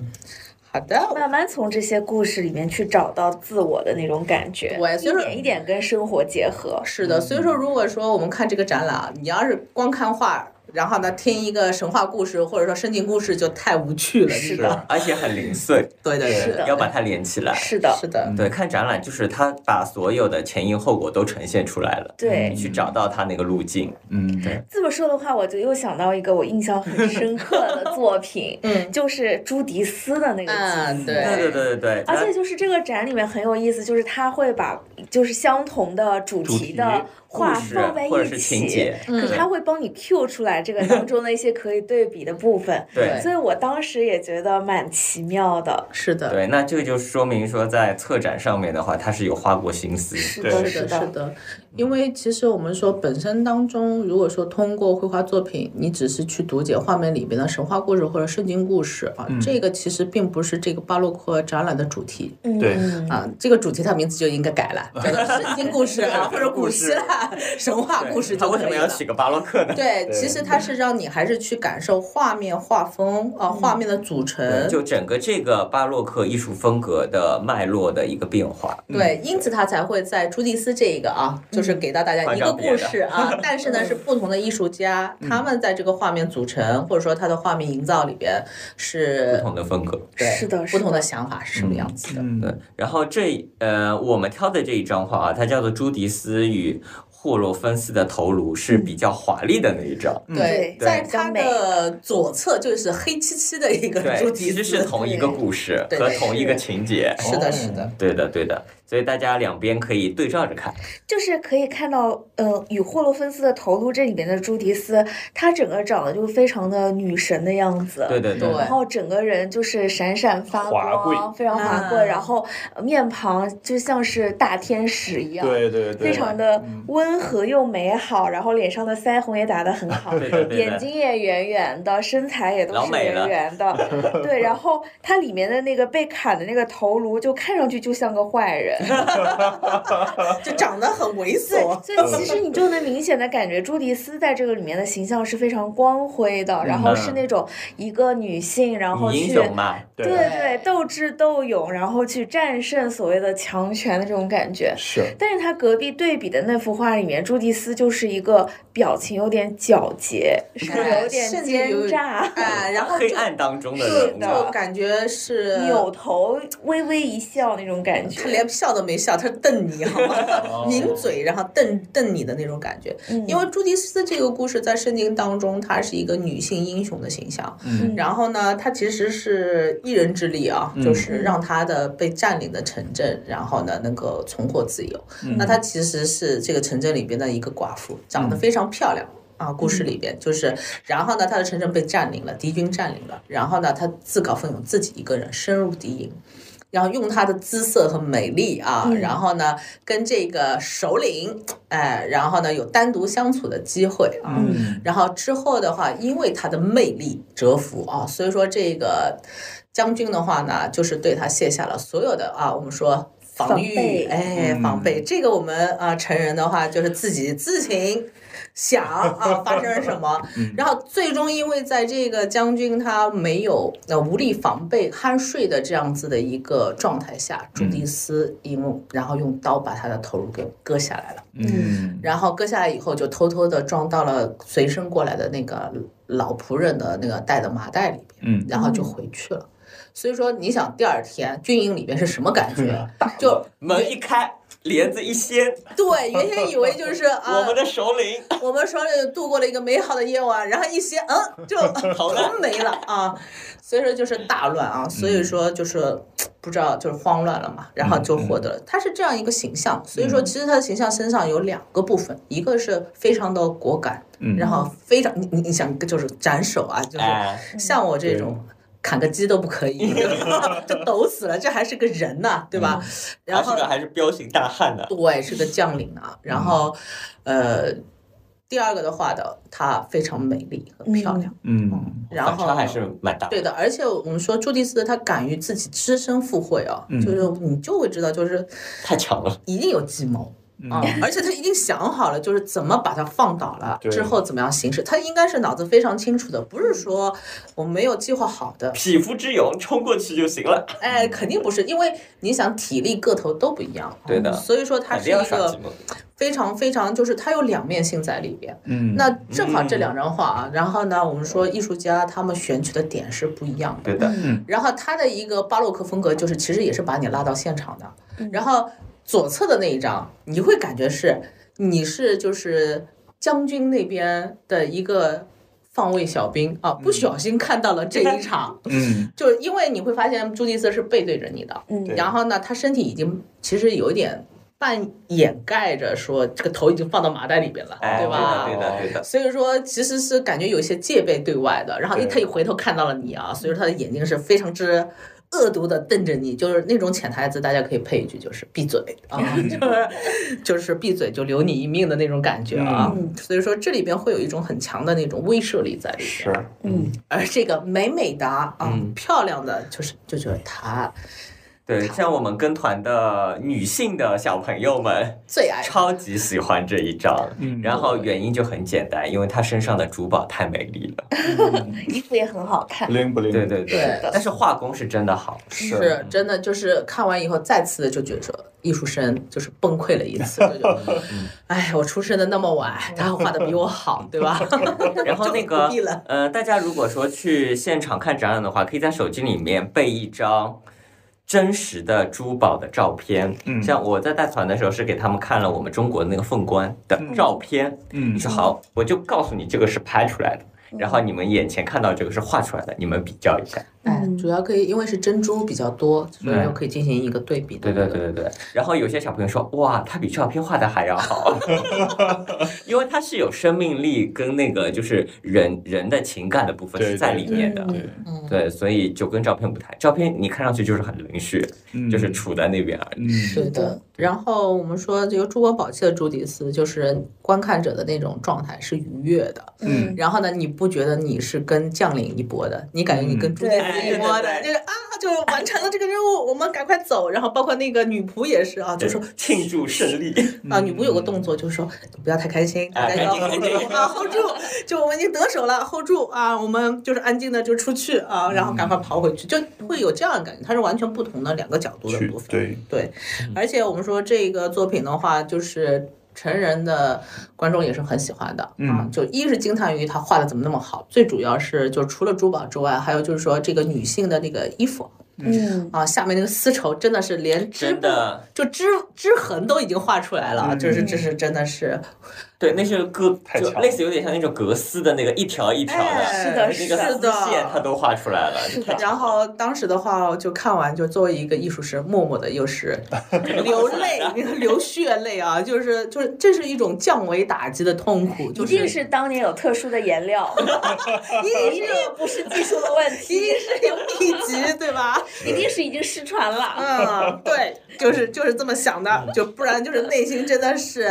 好的，慢慢从这些故事里面去找到自我的那种感觉，对所以一说点一点跟生活结合。是的，所以说如果说我们看这个展览啊，你要是光看画，然后呢听一个神话故事或者说圣经故事，就太无趣了。是你知的道吗，而且很零碎，对对是对，的要把它嗯连起来。是的，是的，，对，看展览就是它把所有的前因后果都呈现出来了，对你去找到它那个路径。嗯，对这么说的话，我就又想到一个我印象很深刻的作品嗯就是朱迪斯的那个祭嗯，司。对对对对对对，而且就是这个展里面很有意思，就是他会把就是相同的主主题题的故画事放在或者一是起，情节，。嗯可是他会帮你 Q 出来这个当中的一些可以对比的部分对所以我当时也觉得蛮奇妙的，是的，对，那这个就说明说在策展上面的话，他是有花过心思。是对的，是的，是的，的，因为其实我们说本身当中，如果说通过绘画作品，你只是去读解画面里边的神话故事或者圣经故事啊，这个其实并不是这个巴洛克展览的主题。嗯对啊，这个主题它名字就应该改了，叫做圣经故事 *laughs* 啊，或者古希腊神话故事他就为可什么以要了。起个巴洛克呢？对，对其实它是让你还是去感受画面、画风啊，画面的组嗯成，嗯就整个这个巴洛克艺术风格的脉络的一个变化。对，因此他才会在朱蒂斯这一个啊，就是嗯给到大家一个故事 *laughs* 啊，但是呢是不同的艺术家，嗯他们在这个画面组成或者说他的画面营造里边不是同的风格，对是的不同的是想法是什么样子的？嗯对， *laughs* 然后这呃，我们挑的这一张画啊，它叫做《朱迪斯与霍洛芬斯的头颅》，是比较华丽的那一张。对，嗯对在比较他美的左侧就是黑漆漆的一个朱对，迪其斯，实 *laughs* 是同一个故事对和对同一个情节。是的，是的，对的，对的，所以大家两边可以对照着看。就是可以看到，呃，与霍洛芬斯的头颅这里面的朱迪斯，她整个长得就非常的女神的样子，对对对，对然后整个人就是闪闪发华贵光，非常华贵，啊然后呃面庞就像是大天使一样，对对对，非常的嗯温和又美好，然后脸上的腮红也打得很好，对的对的眼睛也圆圆的，身材也都老是美了圆圆 *laughs* 的，对，然后它里面的那个被砍的那个头颅，就看上去就像个坏 *laughs* 人，就长得很猥对琐，，所以其实你就能明显的感觉朱迪斯在这个里面的形象是非常光辉的，然后是那种一个女性，然后嗯女英去。雄嘛，对对，斗智斗勇，然后去战胜所谓的强权的这种感觉。是，但是他隔壁对比的那幅画里面，朱迪斯就是一个表情有点皎洁，甚至哎有点甚至有奸诈，哎，然后黑就暗当中的是人物的就感觉是扭头微微一笑那种感觉。他连笑都没笑，他瞪你，好 *laughs* 吗？抿嘴，然后瞪瞪你的那种感觉。嗯因为朱迪斯这个故事在圣经当中，她是一个女性英雄的形象。嗯然后呢，她其实是一人之力啊，就是让她的被占领的城镇，然后呢能够重获自由。那嗯她其实是这个城镇里边的一个寡妇，长得非常漂亮。啊，故事里边就是，然后呢，她的城镇被占领了，敌军占领了，然后呢，她自告奋勇，自己一个人深入敌营，然后用她的姿色和美丽啊，然后呢，跟这个首领，哎，然后呢有单独相处的机会啊，嗯然后之后的话，因为她的魅力折服啊，所以说这个将军的话呢，就是对她卸下了所有的啊，我们说。防防御，备哎，防备，这个我们啊、成人的话就是自己自行想啊发生了什么，然后最终因为在这个将军他没有呃无力防备酣睡的这样子的一个状态下，朱迪斯因为然后用刀把他的头颅给割下来了，嗯然后割下来以后就偷偷的装到了随身过来的那个老仆人的那个带的麻袋里边，嗯然后就回去了。所以说，你想第二天军营里边是什么感觉？就门一开，帘子一掀，对，原先以为就是啊，我们的首领我们说是度过了一个美好的夜晚，然后一些嗯，就好了全没了啊，所以说就是大乱啊，所嗯以说就是嘖不知道就是慌乱了嘛，然后嗯就获得了，他是这样一个形象，所以说其实他的形象身上有两个部分，一个是非常的果敢，嗯然后非常你你你想就是斩首啊，就是哎，像我这种。砍个鸡都不可 *laughs* 以，就抖死了，这还是个人呢、对吧？然他后是嗯个还是彪形大汉呢。对，是个将领啊。嗯然后，呃，第二个的话的，她非常美丽和漂亮。嗯然反后差还是蛮大的。对的，而且我们说朱迪斯她敢于自己只身赴会哦，嗯就是你就会知道，就是太强了。一定有计谋。嗯啊、而且她一定想好了，就是怎么把它放倒了，对之后怎么样行事，她应该是脑子非常清楚的，不是说我没有计划好的，匹夫之勇，冲过去就行了。哎，肯定不是，因为你想体力个头都不一样，对的所以说她肯是定要一耍个计谋。非常非常，就是它有两面性在里边。嗯那正好这两张画啊，然后呢，我们说艺术家他们选取的点是不一样的。对的，然后他的一个巴洛克风格，就是其实也是把你拉到现场的。然后左侧的那一张，你会感觉是你是就是将军那边的一个放卫小兵嗯啊，不小心看到了这一 *laughs* 场，嗯就是因为你会发现朱迪斯是背对着你的，嗯对然后呢，他身体已经其实有一点但掩盖着说这个头已经放到麻袋里边了，哎，对吧？哦的，对的，对的。所以说，其实是感觉有一些戒备对外的。然后一对他一回头看到了你啊，所以说他的眼睛是非常之恶毒的瞪着你，就是那种潜台词，大家可以配一句，就是闭嘴 *laughs* 啊，就是就是闭嘴就留你一命的那种感觉啊。嗯所以说这里边会有一种很强的那种威慑力在里是 *laughs* 边。，嗯而这个美美的啊，嗯漂亮的就是就觉得她对，像我们跟团的女性的小朋友们，最爱超级喜欢这一张。嗯然后原因就很简单，因为她身上的珠宝太美丽了。衣服也很好看。灵不灵？对对对对，但是画工是真的好。是真的，就是看完以后再次的就觉着艺术生就是崩溃了一次，就觉 *laughs* 得，哎，我出生的那么晚，他画的比我 *laughs* 好，对吧？嗯然后那就个不必了呃，大家如果说去现场看展览的话，可以在手机里面备一张。真实的珠宝的照片，嗯像我在带团的时候是给他们看了我们中国那个凤冠的照片，嗯你说好，我就告诉你这个是拍出来的，然后你们眼前看到这个是画出来的，你们比较一下。哎，主要可以因为是珍珠比较多，所以就可以进行一个对比的对一个。对对对对。然后有些小朋友说，哇，他比照片画的还要好， *laughs* 因为它是有生命力跟那个就是人人的情感的部分对是在里面的。对，对，所以就跟照片不太，照片你看上去就是很零序，嗯就是杵在那边而啊已。嗯对的，然后我们说这个珠光宝气的朱迪斯，就是观看者的那种状态是愉悦的，嗯然后呢，你不觉得你是跟将领一波的，你感觉嗯你跟朱迪斯一波的，对对对对就是啊，就完成了这个任务，我们赶快走。然后包括那个女仆也是啊，就说庆祝胜利，啊，女仆有个动作就是说不要太开心，大哎家要嗯赶 hold 紧住啊，hold 住，就我们已经得手了，hold 住啊，我们就是安静的就出去啊，然后赶嗯快跑回去，就会有这样的感觉，它是完全不同的两个角度的去部分。对，对，嗯而且我们说这个作品的话，就是成人的观众也是很喜欢的、啊嗯。就一是惊叹于他画的怎么那么好，最主要是就除了珠宝之外，还有就是说这个女性的那个衣服嗯，啊，下面那个丝绸真的是连织真布的，就织织痕都已经画出来了，嗯就是这是真的是 *laughs* 对，那是格，太就强了类似有点像那种格丝的那个一条一条的，哎是的那是个的丝线它都画出来了，是的然后当时的话，就看完就作为一个艺术生，默默的又是流泪、流血泪啊，就是就是这是一种降维打击的痛苦，一就定是当年有特殊的 *laughs* 颜料，一定不是技术的 *laughs* 问一定题，是有秘籍，对 *laughs* 吧？一定是已经失传了。嗯，对，就是就是这么想的，就不然就是内心真的是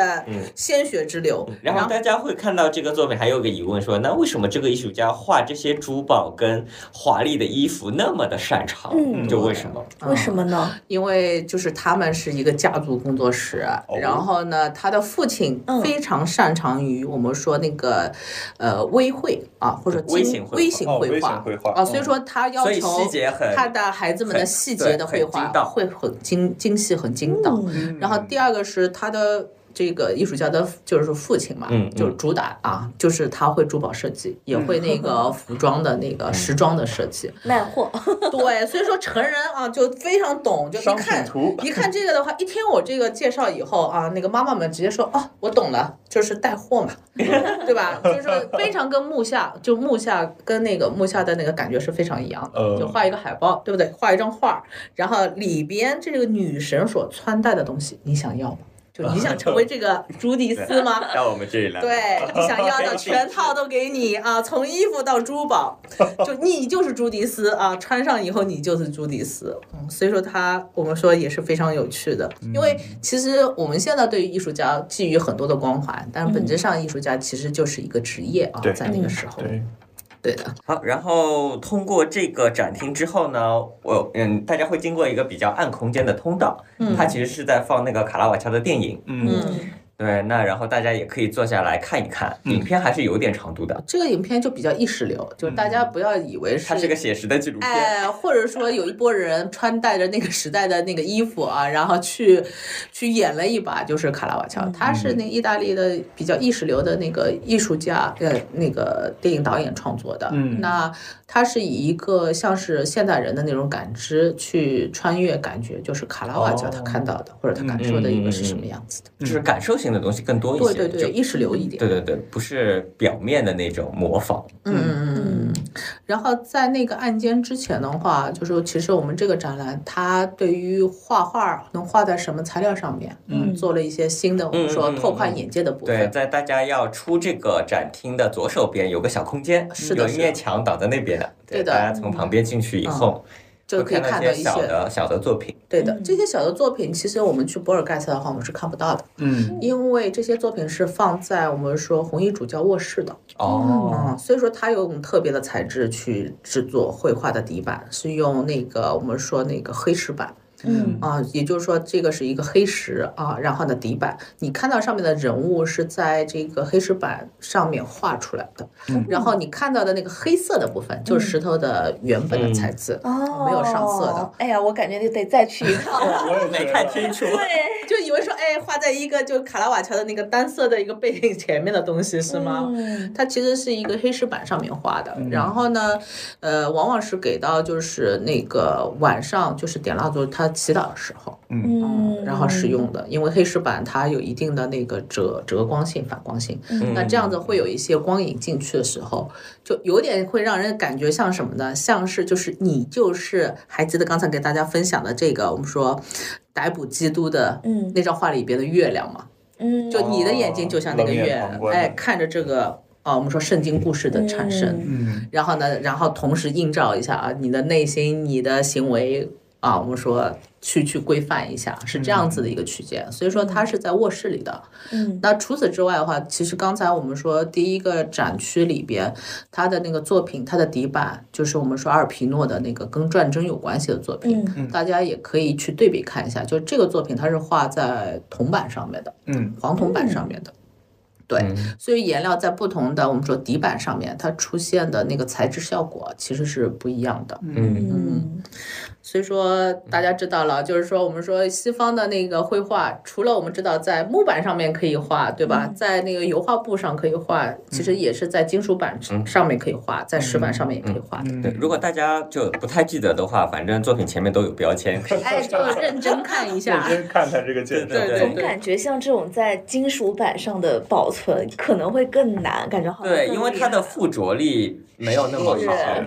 鲜血直流。嗯然后大家会看到这个作品，还有个疑问说，那为什么这个艺术家画这些珠宝跟华丽的衣服那么的擅长？嗯就为什么？为什么呢？因为就是他们是一个家族工作室，哦然后呢，他的父亲嗯非常擅长于我们说那个呃微绘啊，或者微精型绘画微型哦绘微型画绘画啊，所以嗯说他要所以求细节很他的孩子们的很细对节的绘很画精到会很精精细，很精到。嗯然后第二个是他的这个艺术家的就是父亲嘛，嗯嗯就是主打啊，就是他会珠宝设计，也会那个服装的那个时装的设计。卖货，对，所以说成人啊就非常懂，就一商看品图一看这个的话，一听我这个介绍以后啊，那个妈妈们直接说哦，我懂了，就是带货嘛，对吧？就是非常跟木下，就木下跟那个木下的那个感觉是非常一样的，呃就画一个海报，对不对？画一张画，然后里边这个女神所穿戴的东西，你想要吗？就你想成为这个朱迪斯吗？到我们这里 *laughs* 来，对你想要的全套都给你 *laughs* 啊，从衣服到珠宝，就你就是朱迪斯啊，穿上以后你就是朱迪斯。嗯，所以说他我们说也是非常有趣的，嗯因为其实我们现在对于艺术家寄予很多的光环，但本质上艺术家其实就是一个职业啊对，在那个时嗯候，对，对的，好，然后通过这个展厅之后呢，我嗯，大家会经过一个比较暗空间的通道，它其实是在放那个卡拉瓦乔的电影，嗯嗯，对，那然后大家也可以坐下来看一看，影片还是有点长度的，这个影片就比较意识流，就是大家不要以为嗯它是个写实的纪录片。哎，或者说有一波人穿戴着那个时代的那个衣服啊，然后去去演了一把，就是卡拉瓦嗯乔，他是那意大利的比较意识流的那个艺术家，呃，那个电影导演创作的。嗯那他是以一个像是现代人的那种感知去穿越，感觉就是卡拉瓦乔哦嗯他看到的、或者他感受的一个是什么样子的。就是感受性的东西更多一对些，对对，就意识流一点。对对对，不是表面的那种模仿。嗯嗯嗯。然后在那个案件之前的话，就是其实我们这个展览，它对于画画能画在什么材料上面，嗯，做了一些新的，我们说嗯嗯嗯拓宽眼界的部对，分。在大家要出这个展厅的左手边有个小空间，是的有一面墙挡在那边的，对的大家从旁边进去以后，就可以会看看到到一些一小些，的小的作品。对的，这些小的作品，其实我们去博尔盖茨的话，我们是看不到的，嗯，因为这些作品是放在我们说红衣主教卧室的，哦，嗯，所以说它有用特别的材质去制作绘画的底板，是用那个我们说那个黑石板，嗯啊，也就是说这个是一个黑石啊，然后呢底板，你看到上面的人物是在这个黑石板上面画出来的，然后你看到的那个黑色的部分就是石头的原本的材质，哦，没有上色的。哎呀，我感觉得得再去一 *laughs* 趟。我也没觉看得清楚。就以为说哎画在一个就卡拉瓦乔的那个单色的一个背景前面的东西是吗？嗯它其实是一个黑石板上面画的，然后呢，呃，往往是给到就是那个晚上就是点蜡烛他祈祷的时候，嗯，然后使用的，因为黑石板它有一定的那个折折光性、反光性，嗯那这样子会有一些光影进去的时候，就有点会让人感觉像什么呢？像是就是你就是还记得刚才给大家分享的这个我们说逮捕基督的嗯那张画里边的月亮嘛，嗯，就你的眼睛就像那个哦冷眼月，旁观哎，看着这个啊，我们说圣经故事的产生，嗯然后呢，然后同时映照一下啊，你的内心、你的行为啊，我们说去去规范一下，是这样子的一个区间。所以说它是在卧室里的。嗯那除此之外的话，其实刚才我们说第一个展区里边，它的那个作品，它的底板就是我们说阿尔皮诺的那个跟战争有关系的作品。嗯大家也可以去对比看一下，就这个作品它是画在铜板上面的，嗯，黄铜板上面的。对，所以颜料在不同的我们说底板上面，它出现的那个材质效果其实是不一样的。嗯，嗯所以说大家知道了，就是说我们说西方的那个绘画，除了我们知道在木板上面可以画，对吧？在那个油画布上可以画，其实也是在金属板上面可以画，在石板上面也可以画嗯的。对，如果大家就不太记得的话，反正作品前面都有标签， *laughs* 可以哎，就认真看一 *laughs* 认下。真看看这个介绍对。对总感觉像这种在金属板上的保存可能会更难，感觉好像对，更因为厉它的害附着力没有那么好，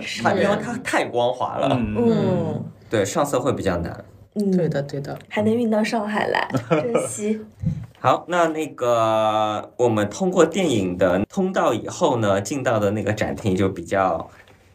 是它是因为它太光滑了，嗯，嗯对，上色会比较难。嗯对的，对的。还能运到上海来， *laughs* 珍惜。好，那那个我们通过电影的通道以后呢，进到的那个展厅就比较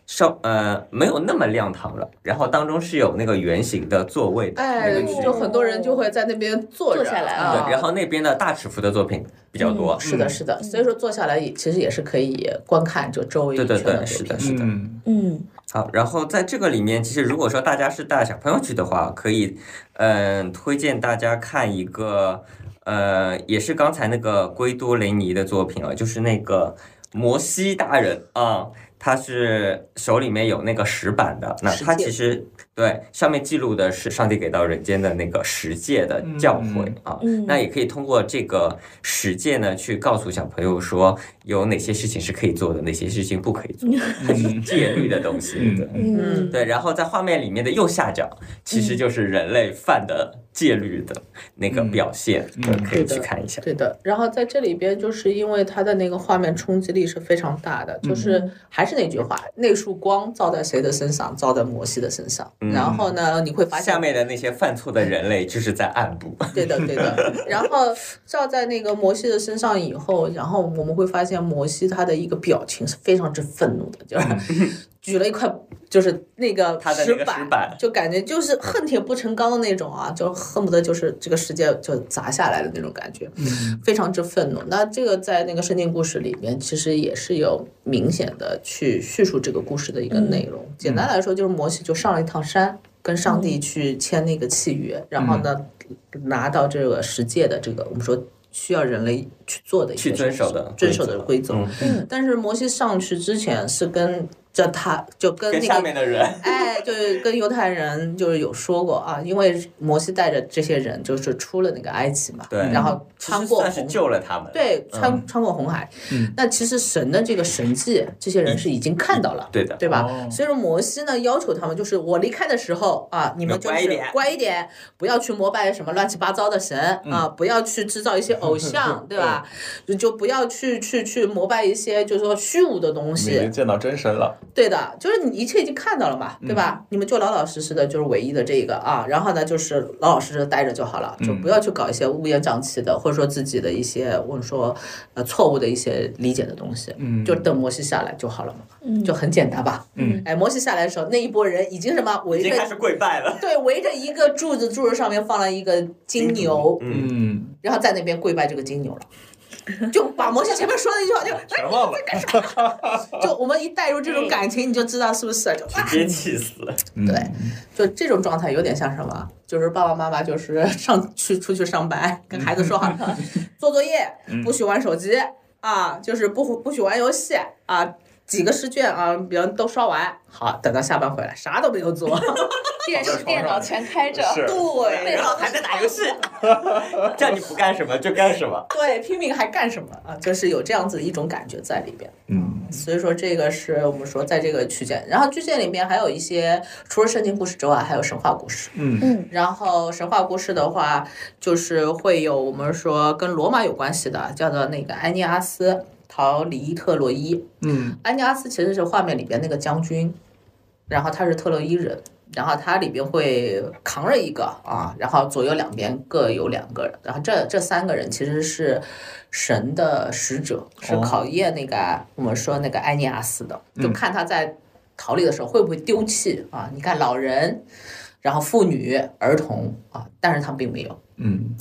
稍呃没有那么亮堂了，然后当中是有那个圆形的座位的那哎个区，域就很多人就会在那边坐着，坐下来啊对，然后那边的大尺幅的作品比较多，是的，是的，所以说坐下来也其实也是可以观看就周围一对圈对对的视是频的，。是 *laughs* 的。嗯， *laughs* 嗯好，然后在这个里面，其实如果说大家是带小朋友去的话，可以，嗯、推荐大家看一个，呃，也是刚才那个圭多雷尼的作品啊，就是那个摩西大人啊，他是手里面有那个石板的，那石他戒其实对上面记录的是上帝给到人间的那个十诫的教诲嗯啊，嗯那也可以通过这个十诫呢，去告诉小朋友说有哪些事情是可以做的，哪些事情不可以做 *laughs* 的，它是戒律的东西，嗯对。嗯，对，然后在画面里面的右下角，其嗯实就是人类犯的戒律的那个表现，嗯对，可以嗯去看一下。对的，然后在这里边，就是因为它的那个画面冲击力是非常大的，嗯就是还是那句话，那束光照在谁的身上，照在摩西的身上，嗯然后呢，你会发现下面的那些犯错的人类就是在暗部， *laughs* 对的，对的。然后照在那个摩西的身上以后，然后我们会发现摩西他的一个表情是非常之愤怒的， *laughs* 就是举了一块就是那个嗯他的那个石板就感觉就是恨铁不成钢的那种啊，就恨不得就是这个世界就砸下来的那种感觉，嗯 *laughs* 非常之愤怒。那这个在那个圣经故事里面，其实也是有明显的去叙述这个故事的一嗯个内容。简单来说，就是摩西就上了一趟山。跟上嗯帝去签那个契约，然后呢，拿到这个十诫的这个我们说需要人类去做的一些去遵守的遵守规的则规则。嗯但是摩西上去之前是跟就他就跟跟那下个面 *laughs* 的人，哎，就是跟犹太人就是有说过啊，因为摩西带着这些人就是出了那个埃及嘛，对然后其实穿过算是红救了他们。对，穿、嗯穿过红海。嗯那其实神的这个神迹，这些嗯人是已经看到了，对的，对吧？哦所以说摩西呢要求他们，就是我离开的时候啊，你们就是乖一点乖一点，不要去膜拜什么乱七八糟的神、啊，不要去制造一些偶像，对吧？就就不要去去去膜拜一些就是说虚无的东你已经西。见到真神了，对的，就是你一切已经看到了嘛，对吧？你们就老老实实的，就是唯一的这个啊，然后呢，就是老老实实地待着就好了，就不要去搞一些乌烟瘴气的，或者说自己的一些我们说呃错误的一些理解的东西，嗯就等摩西下来就好了嘛，嗯就很简单吧。嗯哎，摩西下来的时候，那一波人已经什么围已经开着。始跪拜 *laughs* 了。对，围着一个柱子，柱子上面放了一个金牛，嗯，嗯，然后在那边跪拜这个金牛了，就把摩西前面说的一句话就，全忘了，就我们一带入这种感情，你就知道是不是？就啊直接气死 *laughs* 了。对，嗯就这种状态有点像什么？就是爸爸妈妈就是 *laughs* 上去出去上班，跟孩子说好了，嗯 *laughs* 做作业不许玩手机啊，就是不不许玩游戏啊，几个试卷啊，别人都刷完，好，等到下班回来啥都没有做，电视、电脑全开着，是 *laughs* 对然后还在打游戏， *laughs* 叫你不干什么就干什么。对，拼命还干什么啊？就是有这样子一种感觉在里边，嗯所以说这个是我们说在这个区间，然后区间里面还有一些除了圣经故事之外，还有神话故事。嗯嗯然后神话故事的话，就是会有我们说跟罗马有关系的，叫做那个埃涅阿斯陶里特洛伊。嗯埃涅阿斯其实是画面里边那个将军，然后他是特洛伊人，然后他里边会扛着一个啊，然后左右两边各有两个人，然后这这三个人其实是神的使者，是哦考验那个、我们说那个埃涅阿斯的，就看他在逃离的时候会不会丢弃啊？你看老人。然后妇女、儿童啊，但是他们并没有。嗯，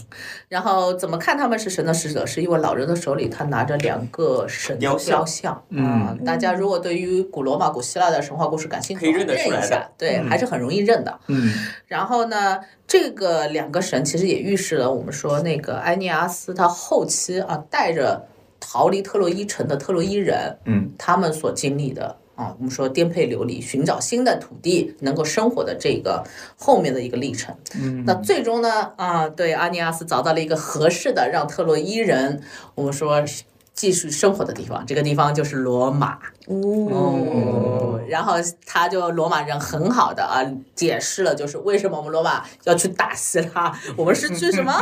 然后怎么看他们是神的使者？是因为老人的手里他拿着两个神的雕像嗯雕像啊、大家如果对于古罗马、古希腊的神话故事感兴趣，可以认得出来一的嗯下，对，还是很容易认的。嗯，然后呢，这个两个神其实也预示了我们说那个埃涅阿斯他后期啊，带着逃离特洛伊城的特洛伊人，嗯，他们所经历的。啊，我们说颠沛流离，寻找新的土地，能够生活的这个后面的一个历程。嗯，那最终呢，啊，对阿尼阿斯找到了一个合适的让特洛伊人，我们说是继续生活的地方，这个地方就是罗马。嗯哦，然后他就罗马人很好的啊解释了，就是为什么我们罗马要去打希腊，我们是去什么？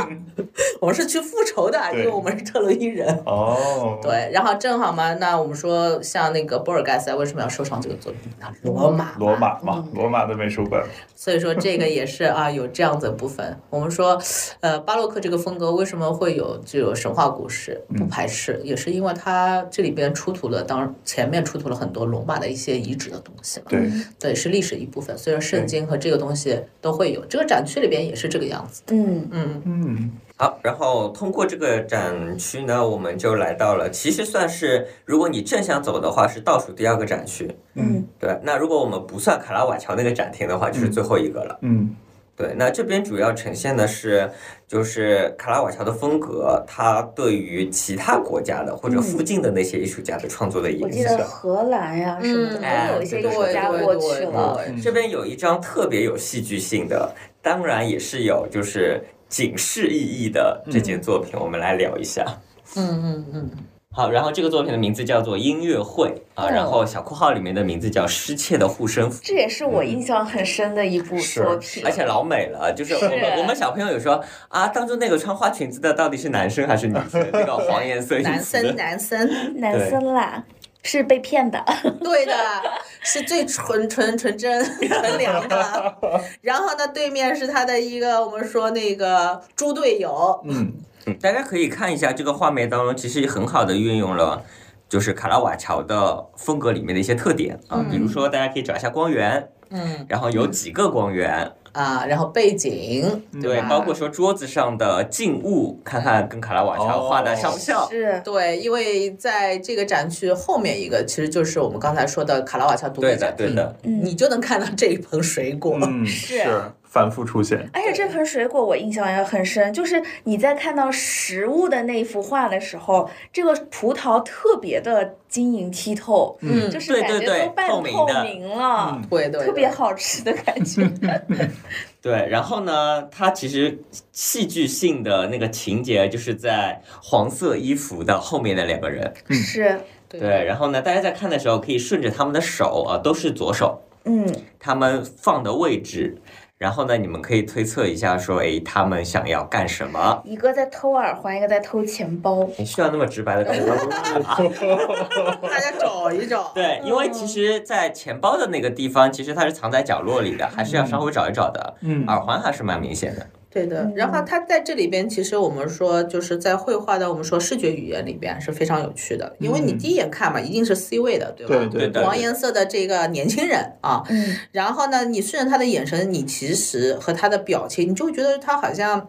我们是去复仇的，因对为我们是特洛伊人。哦，，对，然后正好嘛，那我们说像那个波尔盖塞为什么要收藏这个作品？啊，罗马，罗马嘛，罗马的美术馆，所以说这个也是啊，有这样子的部分。 *laughs* 我们说，呃，巴洛克这个风格为什么会有这种神话故事？不排斥，也是因为它这里边出土了当前面出土了很多罗马的一些遗址的东西嘛。对，对，是历史一部分。所以说圣对经和这个东西都会有，这个展区里边也是这个样子的。嗯嗯，嗯好，然后通过这个展区呢，我们就来到了，其实算是如果你正向走的话，是倒数第二个展区。嗯对，那如果我们不算卡拉瓦乔那个展厅的话，就是最后一个了。嗯对，那这边主要呈现的是，就是卡拉瓦乔的风格，它对于其他国家的或者附近的那些艺术家的创作的我影记响。得荷兰呀什么嗯的，都有一些艺术家对对过去对了。对嗯这边有一张特别有戏剧性的，当然也是有就是警示意义的这件作品，我们来聊一下。嗯嗯嗯，好，然后这个作品的名字叫做《音乐会》啊，哦然后小括号里面的名字叫《失窃的护身符》，这也是我印象很深的一部是作品而。且老美了，就是是我们我们小朋友有说啊，当初那个穿花裙子的到底是男生还是女生？那个黄颜色男生男生，男生啦，是被骗的。 *laughs* 对的，是最纯纯纯真纯良的。然后呢，对面是他的一个我们说那个猪队友，嗯嗯大家可以看一下这个画面当中，其实也很好的运用了。就是卡拉瓦乔的风格里面的一些特点啊，比如说大家可以找一下光源，嗯然后有几个光源，啊，然后背景嗯对，吧包括说桌子上的静物，看看跟卡拉瓦乔画的像不 *laughs* 像？是，对，因为在这个展区后面一个，其实就是我们刚才说的卡拉瓦乔独对立的，展对厅，的，嗯哦你就能看到这一盆水果。嗯，是是反复出现。而且这盆水果我印象也很深，就是你在看到实物的那一幅画的时候，这个葡萄特别的晶莹剔透，嗯就是感对对觉对都半透透明明的了，嗯对对，特别好吃的感觉。对，然后呢，它其实戏剧性的那个情节就是在黄色衣服的后面的两个人。是，对对，然后呢，大家在看的时候可以顺着他们的手啊，都是左手，嗯，他们放的位置。然后呢，你们可以推测一下，说，诶，他们想要干什么？一个在偷耳环，一个在偷钱包。你需要那么直白的告诉 *laughs* 我嗯 *laughs* 吗大家找一找。对，因为其实，在钱包的那个地方，其实它是藏在角落里的，还是要稍微找一找的。嗯耳环还是蛮明显的。对的，然后它在这里边，其实我们说就是在绘画的我们说视觉语言里边是非常有趣的，因为你第一眼看嘛，一定是 C 位的，对吧？对对对黄颜色的这个年轻人啊，嗯，然后呢，你顺着他的眼神，你其实和他的表情，你就觉得他好像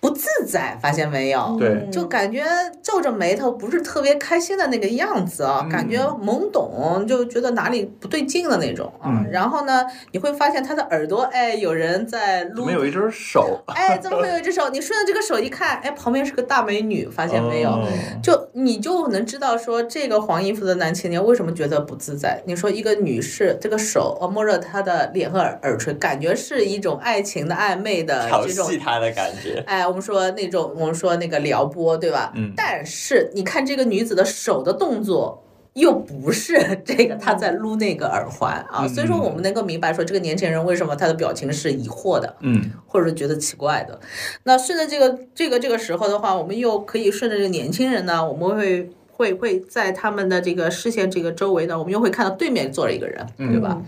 不自在，发现没有？对嗯就感觉皱着眉头，不是特别开心的那个样子嗯啊，感觉懵懂，就觉得哪里不对劲的那种啊。嗯然后呢，你会发现他的耳朵，哎，有人在怎撸么，有一只手？ *laughs* 哎，怎么会有一只手？你顺着这个手一看，哎，旁边是个大美女，发现没有？哦就你就能知道说这个黄衣服的男青年为什么觉得不自在。你说一个女士，这个手呃摸着她的脸和耳耳垂，感觉是一种爱情的暧昧的调嗯这种戏他的感觉。哎，我们说那种，我们说那个撩拨，对吧？嗯但是你看这个女子的手的动作，又不是 *laughs* 这个她在撸那个耳环啊，嗯所以说我们能够明白说这个年轻人为什么他的表情是疑惑的，嗯，或者是觉得奇怪的。那顺着这个这个这个时候的话，我们又可以顺着这个年轻人呢，我们会。会会在他们的这个视线这个周围呢，我们又会看到对面坐着一个人，对吧？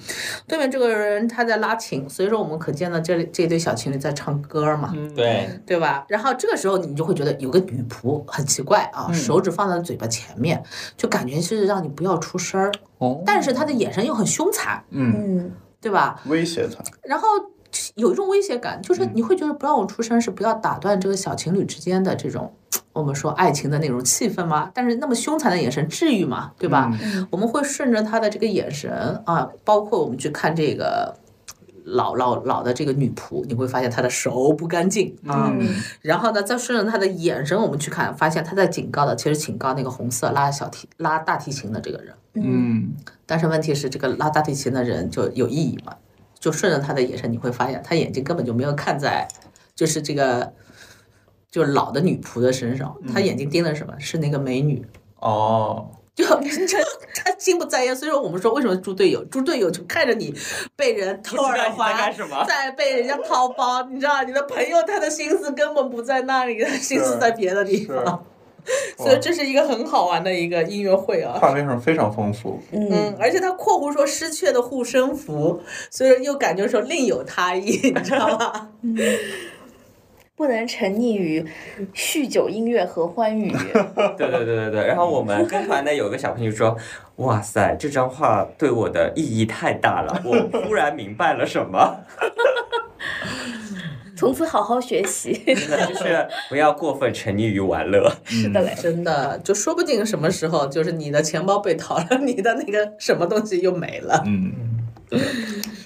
对面这个人他在拉琴，所以说我们可见呢，这里这对小情侣在唱歌嘛，对，对吧？然后这个时候你就会觉得有个女仆很奇怪啊，手指放在嘴巴前面，就感觉是让你不要出声儿，哦，但是她的眼神又很凶残，嗯，嗯，对吧？威胁他。然后有一种威胁感，就是你会觉得不让我出声是不要打断这个小情侣之间的这种。我们说爱情的那种气氛吗？但是那么凶残的眼神至于吗？对吧？我们会顺着她的这个眼神啊，包括我们去看这个老老老的这个女仆，你会发现她的手不干净嗯啊，然后呢，再顺着他的眼神，我们去看，发现他在警告的，其实警告那个红色拉小提拉大提琴的这个人。嗯，但是问题是，这个拉大提琴的人就有意义吗？就顺着他的眼神，你会发现他眼睛根本就没有看在，就是这个，就是老的女仆的身上，他眼睛盯的是什么？是那个美女。 *laughs* 哦，就就他心不在焉，所以说我们说为什么猪队友？猪队友就看着你被人偷不知道耳你在环，干什么在被人家掏包，你知道你的朋友他的心思根本不在那里，他的心思是在别的地是方，所以这是一个很好玩的一个音乐会啊。画面上非常丰富。嗯，而且他括弧说失去的护身符，所以说又感觉说另有他意， *laughs* 你知道吗？不能沉溺于酗酒、音乐和欢愉。对对对对对。然后我们跟团的有个小朋友说：“哇塞，这张画对我的意义太大了，我突然明白了什么。从此好好学习。真的 *laughs* 就是不要过分沉溺于玩乐。是 *laughs* 的嘞，真的，就说不定什么时候就是你的钱包被掏了，你的那个什么东西又没了。嗯，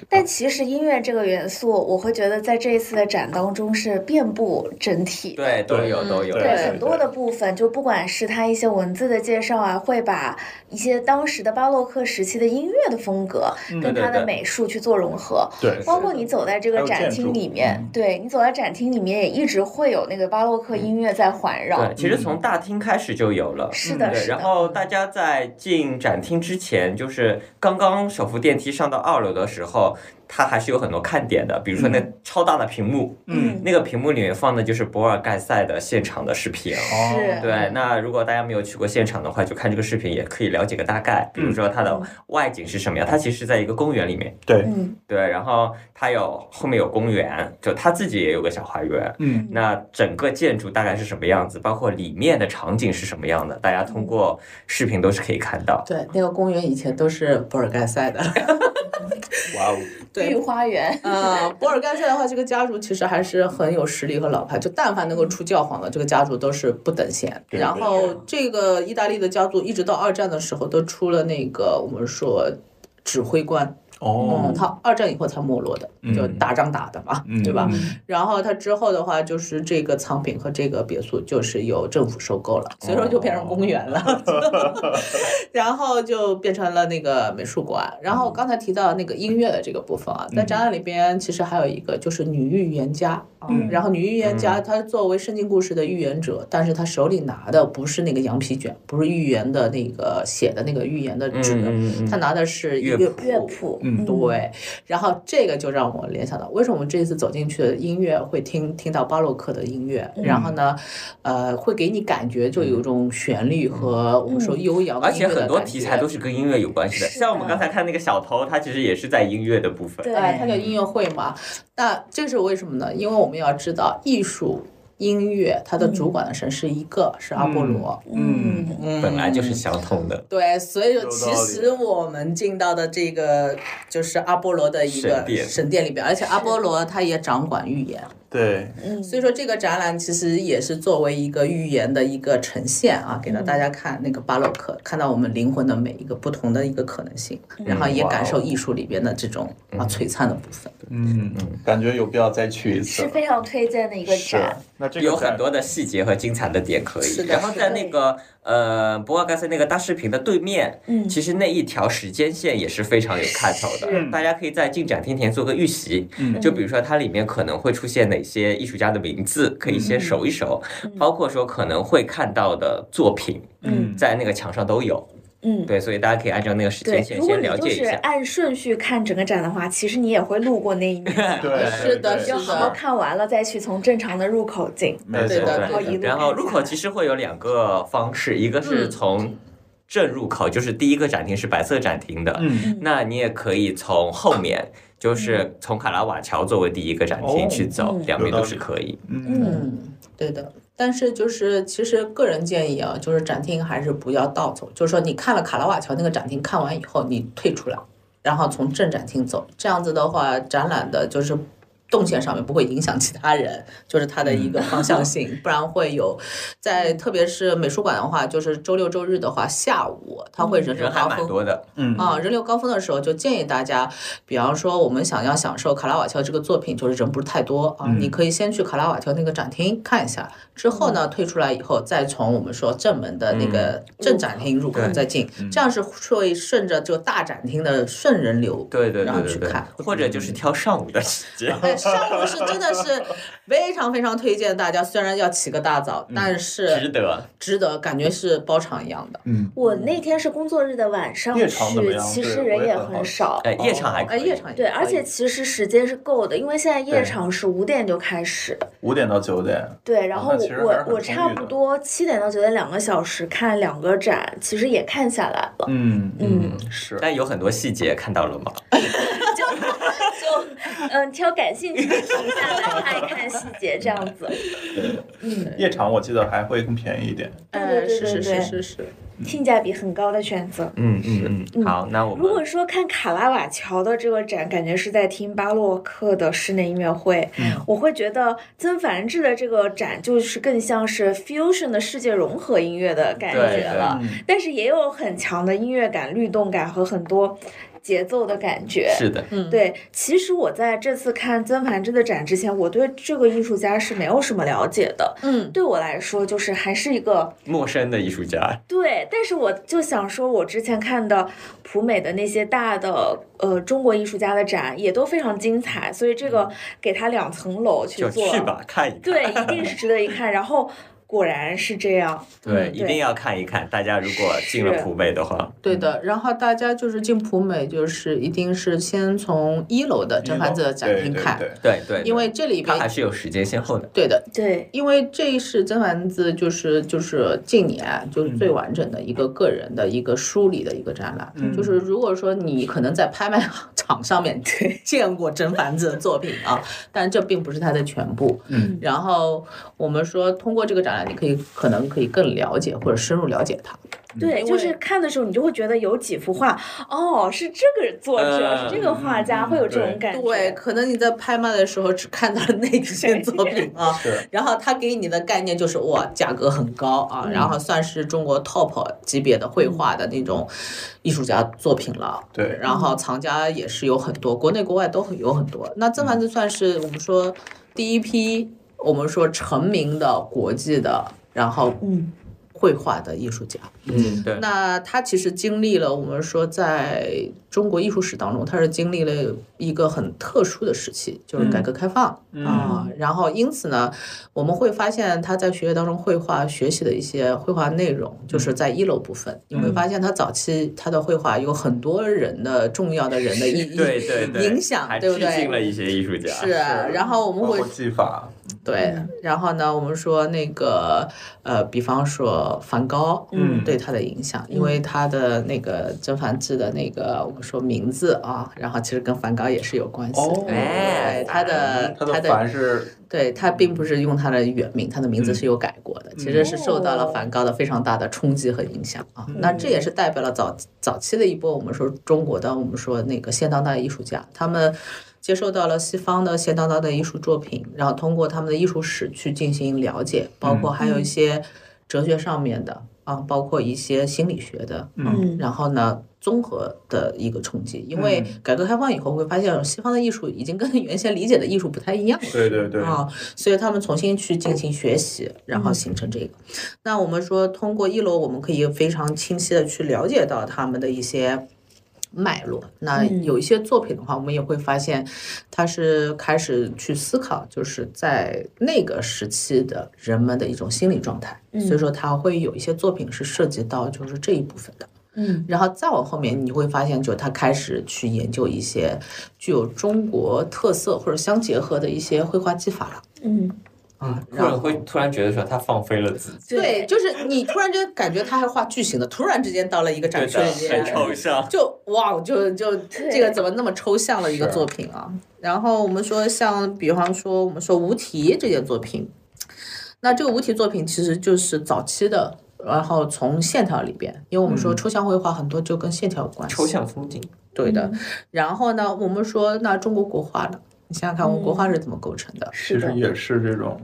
但其实音乐这个元素，我会觉得在这一次的展当中是遍布整体”的。 *laughs* 对，都嗯有都有。对对很多的部分，就不管是它一些文字的介绍啊，会把一些当时的巴洛克时期的音乐的风格对跟对它的对美术去做融合。对，包括你走在这还个有展建筑厅里面，对你走在展厅里面，也一直会有那个巴洛克音乐在环绕。对，其实从大厅开始就有了。是嗯的，对，是然的，后大家在进展厅之前，就是刚刚手扶电梯上到二楼的时候，它还是有很多看点的，比如说那超大的屏幕，嗯，那个屏幕里面放的就是博尔盖塞的现场的视频。是，嗯哦对，那如果大家没有去过现场的话，就看这个视频也可以了解个大概，嗯比如说它的外景是什么样。它其实在一个公园里面，对，嗯，对，然后它有后面有公园，就它自己也有个小花园。嗯那整个建筑大概是什么样子，包括里面的场景是什么样的，大家通嗯过视频都是可以看到。对，那个公园以前都是博尔盖塞 *laughs* 的。哇哦，对御花园，呃，博尔盖塞的话，这个家族其实还是很有实力和老牌，就但凡能够出教皇的这个家族都是不等闲。对然后这个意大利的家族一直到二战的时候都出了那个我们说指挥官，嗯，哦，他二战以后才没落的，嗯就打仗打的嘛，嗯对吧？嗯然后他之后的话，就是这个藏品和这个别墅就是由政府收购了，所以说就变成公园了， *laughs* 然后就变成了那个美术馆。然后刚才提到那个音乐的这个部分啊，在展览里边其实还有一个就是女预言家，啊嗯然后女预言家她作为圣经故事的预言者，但是她手里拿的不是那个羊皮卷，不是预言的那个写的那个预言的纸，嗯她拿的是乐乐谱乐谱，嗯对，然后这个就让我联想到，为什么我们这次走进去的音乐会听听到巴洛克的音乐，嗯然后呢，呃，会给你感觉就有一种旋律和我们说悠扬的嗯而音且乐的感觉，很多题材都是跟音乐有关系的，是像我们的刚才看那个小偷，他其实也是在音乐的部分。对哎，它叫音乐会嘛。那这是为什么呢？因为我们要知道艺术。音乐，它的主管的神是一个，是阿波罗。嗯，嗯嗯，本来就是相通的。对，所以说有其道理实我们进到的这个就是阿波罗的一个神殿神殿里边，而且阿波罗他也掌管预言，对，嗯，所以说这个展览其实也是作为一个预言的一个呈现啊，给到大家看那个巴洛克，看到我们灵魂的每一个不同的一个可能性，然后也感受艺术里边的这种啊璀璨的部分。嗯，感觉有必要再去一次是了。非常推荐的一个是展，，那这个有展很多的细节和精彩的点可是以，的然后在那个呃博尔盖斯那个大视频的对面，嗯其实那一条时间线也是非常有看头的，是大家可以在进展厅前做个预习，嗯就比如说它里面可能会出现哪些艺术家的名字，可以先熟一熟，嗯包括说可能会看到的作品，嗯，在那个墙上都有，嗯。对，所以大家可以按照那个时对间，线如果先你了就解一是下。按顺序看整个展的话，其实你也会路过那一面 *laughs* 你对，是的对是就的好好看完了再去从正常的入口进。没对错，的对的然后入口其实会有两个方式，嗯一个是从正入口，就是第一个展厅是白色展厅的，嗯，那你也可以从后面，就是从卡拉瓦乔作为第一个展厅去走哦，两边都是可以。嗯嗯，嗯，对的。但是就是，其实个人建议啊，就是展厅还是不要倒走，就是说你看了卡拉瓦乔那个展厅，看完以后你退出来，然后从正展厅走，这样子的话，展览的就是。动线上面不会影响其他人，就是它的一个方向性，不然会有，在特别是美术馆的话，就是周六周日的话，下午它会人流人还高峰蛮，多的，嗯啊，人流高峰的时候，就建议大家，比方说我们想要享受卡拉瓦乔这个作品，就是人不是太多啊，嗯你可以先去卡拉瓦乔那个展厅看一下，之后呢退出来以后，再从我们说正门的那个正展厅入口对再进，这样是会顺着这个大展厅的顺人流。对对然后对去对看对，或者就是挑上午的时间。哎，上午是真的是非常非常推荐大家，虽然要起个大早，但值是得，值得，感觉是包场一样的。嗯，我那天是工作日的晚上夜去场怎么，样其对实我人也也很好很少。哎，夜场还可哎，以，夜场也对，可而以且其实时间是够的，因为现在夜对场是五点就开始。五点到九点，对，然哦后那我其实还是我很我充差裕不的多七点到九点两个小时看两个展，其实也看下来了。嗯嗯，是，但有很多细节看到了 *laughs* 吗？ *laughs* 就就嗯，挑感兴趣的停下来看一看细节，这样子。嗯，夜场我记得还会更便宜一点，哎对对是是对对是对，是是。性价比很高的选择。嗯嗯嗯，好，那我如果们说看卡拉瓦乔的这个展，感觉是在听巴洛克的室内音乐会，嗯我会觉得曾梵志的这个展就是更像是 fusion 的世界融合音乐的感对觉了，对嗯但是也有很强的音乐感、律动感和很多节奏的感觉。是的，嗯对，其实我在这次看曾梵志的展之前，我对这个艺术家是没有什么了解的。嗯，对我来说，就是还是一个陌生的艺术家，对，但是我就想说，我之前看的普美的那些大的呃中国艺术家的展也都非常精彩，所以这嗯个给他两层楼去就做，去吧，看一看。对，一定是值得一看。然后果然是这样，对，嗯一定要看一看。大家如果进了普美的话，对嗯的，然后大家就是进普美，就是一定是先从一楼的一楼正梵子的展厅嗯对对看，对对对，因为这里它还边是有时间先后的。对的，对，因为这是曾梵子，就是就是近年嗯就是最完整的一个个人的一个梳理的一个展览。嗯就是如果说你可能在拍卖场上面见过曾梵子的作品啊，但这并不是他的全部。嗯，然后我们说通过这个展来，你可以可能可以更了解或者深入了解它。嗯对，因就是为看的时候，你就会觉得有几幅画，哦，是这个作者，是这个画家，嗯会有这种对感觉。对，可能你在拍卖的时候只看到了 *laughs* 那些作品啊，是然后他给你的概念就是哇，价格很高啊，嗯然后算是中国 top 级别的绘画的那种艺术家作品了。对然嗯后藏家也是有很多，国内国外都很有很多。那曾嗯凡就算是我们说第一批，我们说成名的国际的，然后嗯，绘画的艺术家。嗯，对，那他其实经历了我们说在中国艺术史当中，他是经历了一个很特殊的时期，就是改革开放、嗯啊。然后因此呢，我们会发现他在学业当中绘画学习的一些绘画内容，就是在一楼部分，你会发现他早期他的绘画有很多人的重要的人的意义。对对对，影响还对不致对敬了一些艺术家，是，啊然后我们包会括技法，对，嗯然后呢，我们说那个呃，比方说梵高，嗯对他的影响，因为他的那个甄嬛志的那个我们说名字啊，然后其实跟梵高也是有关系的。哦对哎，他的嗯它他的嗯的凡是对他并不是用他的原名，他的名字是有改过的，其实是受到了梵高的非常大的冲击和影响啊。那这也是代表了早早期的一波我们说中国的我们说那个现当代艺术家，他们接受到了西方的现当代的艺术作品，然后通过他们的艺术史去进行了解，包括还有一些哲学上面的啊，包括一些心理学的，啊嗯然后呢，综合的一个冲击。因为改革开放以后，会发现西方的艺术已经跟原先理解的艺术不太一样了。对对对，啊，所以他们重新去进行学习，然后形成这个。那我们说，通过一楼，我们可以非常清晰的去了解到他们的一些。脉络，那嗯有一些作品的话，我们也会发现，他是开始去思考，就是在那个时期的人们的一种心理状态，所以说他会有一些作品是涉及到就是这一部分的。嗯然后再往后面，你会发现，就是他开始去研究一些具有中国特色或者相结合的一些绘画技法了。嗯，啊，突然会突然觉得说他放飞了自己，对，，就是你突然间感觉他还画巨型的，突然之间到了一个展对区的，里很面，抽象，就哇，就就对这个怎么那么抽象的一个是作品啊？然后我们说像，比方说我们说无题这件作品，那这个无题作品其实就是早期的。然后从线条里边，因为我们说抽象绘画很多就跟线条有关系，嗯抽象风景，对的。嗯然后呢，我们说那中国国画呢，你想想看，我们国嗯画是怎么构成的？其是实的，也是这种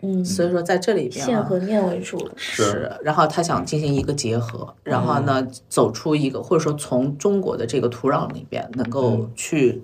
嗯，所以说在这里边、啊，线和面为主了。是，然后他想进行一个结合，然后呢，走出一个或者说从中国的这个土壤里边，能够去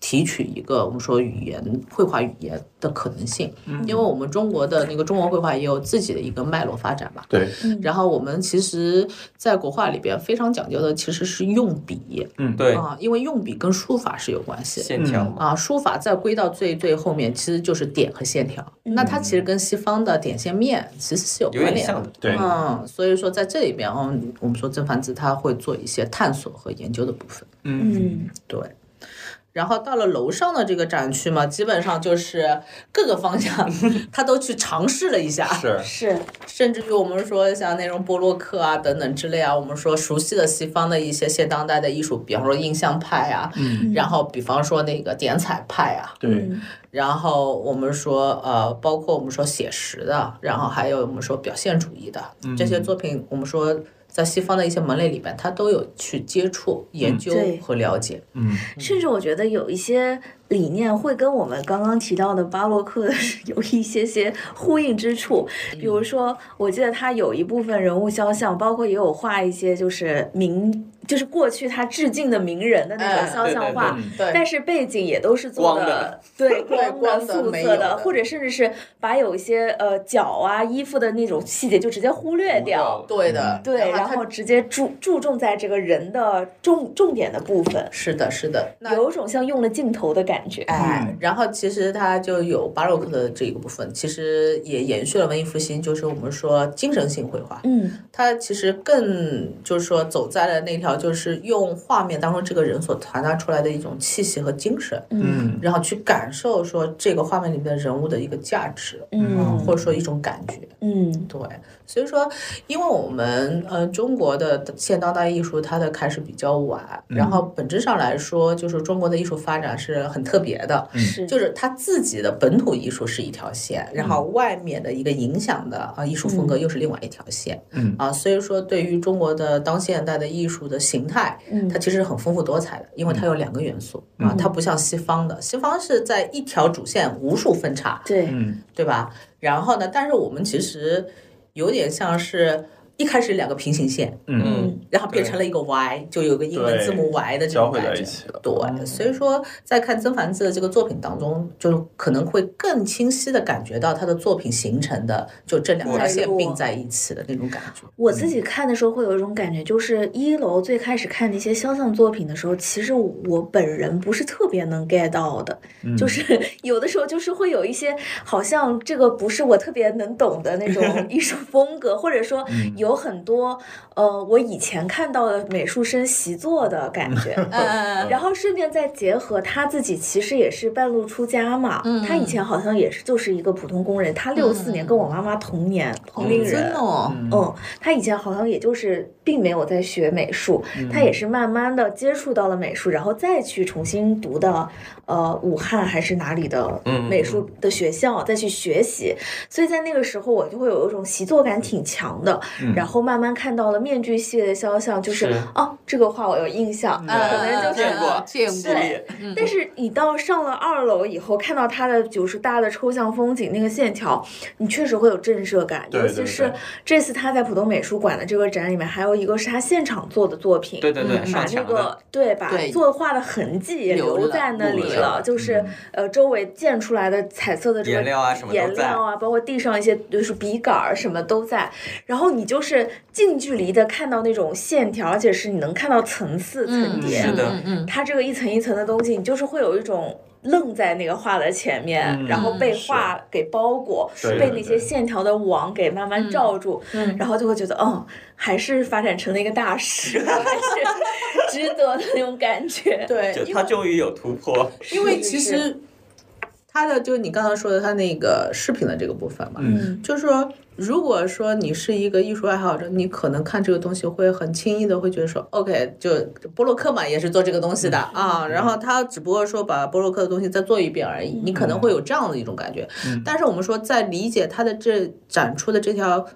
提取一个我们说语言绘画语言的可能性，因为我们中国的那个中国绘画也有自己的一个脉络发展嘛。对，然后我们其实，在国画里边非常讲究的其实是用笔嗯，对，啊，因为用笔跟书法是有关系的。线条嘛，啊，书法再归到最最后面，其实就是点和线条。那它其实跟西方的点线面其实是有有关点联的像的，对嗯，所以说在这里边，嗯，我们说曾梵志他会做一些探索和研究的部分，嗯，对。然后到了楼上的这个展区嘛，基本上就是各个方向 *laughs* 他都去尝试了一下，是是，甚至于我们说像那种波洛克啊等等之类啊，我们说熟悉的西方的一些现当代的艺术，比方说印象派啊，然后比方说那个点彩派啊，对，然后我们说，呃，包括我们说写实的，然后还有我们说表现主义的这些作品，我们说在西方的一些门类里边，它都有去接触、研究对和了解。嗯，甚至我觉得有一些理念会跟我们刚刚提到的巴洛克 *laughs* 有一些些呼应之处。比如说，我记得他有一部分人物肖像，包括也有画一些就是名，就是过去他致敬的名人的那哎种肖对像对画。对对但是背景也都是做光的的，对对光的、光的素没色有的或者甚至是把有一些呃脚啊、衣服的那种细节就直接忽略掉，对的，对，然它后直接注注重在这个人的重重点的部分，是的，是的，那有种像用了镜头的感觉。哎，然后其实它就有巴洛克的这个部分，其实也延续了文艺复兴，就是我们说精神性绘画，嗯，它其实更就是说走在了那条到，就是用画面当中这个人所传达出来的一种气息和精神，嗯然后去感受说这个画面里面的人物的一个价值，嗯或者说一种感觉。嗯对，所以说，因为我们呃中国的现当代艺术它的开始比较晚，然后本质上来说，就是中国的艺术发展是很特别的，是嗯嗯就是它自己的本土艺术是一条线，然后外面的一个影响的啊艺术风格又是另外一条线，嗯啊，所以说对于中国的当现代的艺术的形态，嗯它其实是很丰富多彩的，因为它有两个元素啊，它不像西方的，西方是在一条主线无数分叉，对嗯对吧？然后呢，但是我们其实有点像是一开始两个平行线，嗯，然后变成了一个 Y，就有个英文字母 Y 的这种交汇在感觉一起了。嗯对，所以说在看曾梵志的这个作品当中，就是可能会更清晰的感觉到他的作品形成的就这两条线并在一起的那种感觉。我自己看的时候会有一种感觉，就是一楼最开始看那些肖像作品的时候，其实我本人不是特别能 get 到的，嗯就是 *laughs* 有的时候就是会有一些好像这个不是我特别能懂 *laughs* 的那种艺术风格，或者说嗯有很多呃我以前看到的美术生习作的感觉，嗯然后顺便再结合他自己，其实也是半路出家嘛。嗯他以前好像也是就是一个普通工人，他六四年跟我妈妈同年、同龄人真。的哦，嗯，他以前好像也就是并没有在学美术，他嗯也是慢慢的接触到了美术，然后再去重新读的呃武汉还是哪里的嗯美术的学校，再去学习。所以在那个时候，我就会有一种习作感挺强的，嗯然后慢慢看到了面具系列肖像，就是是哦，这个画我有印象，嗯可能就是嗯见过见过，对，但是你到上了二楼以后，看到它的就是大的抽象风景那个线条，你确实会有震慑感。对尤对其对是这次他在浦东美术馆的这个展里面，还有一个是他现场做的作品，对对对，嗯上把那墙个的，对把对作画的痕迹也留留了在那录里了了，就是呃周围溅出来的彩色的这个嗯颜料啊什么都颜料啊，包括地上一些就是笔杆儿什么都在，然后你就是近距离的看到那种线条，而且是你能看到层次层叠，是的嗯嗯，它这个一层一层的东西，你就是会有一种愣在那个画的前面，嗯然后被画给包裹，对被对那些对线条的网给慢慢罩住，嗯嗯然后就会觉得，嗯，还是发展成了一个大 *laughs* 师，还是值得的那种感觉。对，就因为哎他终于有突破，因为是其是实它的就是你刚才说的它那个饰品的这个部分嘛，嗯就是说，如果说你是一个艺术爱好者，你可能看这个东西会很轻易的会觉得说，OK，就波洛克嘛也是做这个东西的啊，然后他只不过说把波洛克的东西再做一遍而已，你可嗯能会有这样的一种感觉。但是我们说，在理解他的这展出的这条。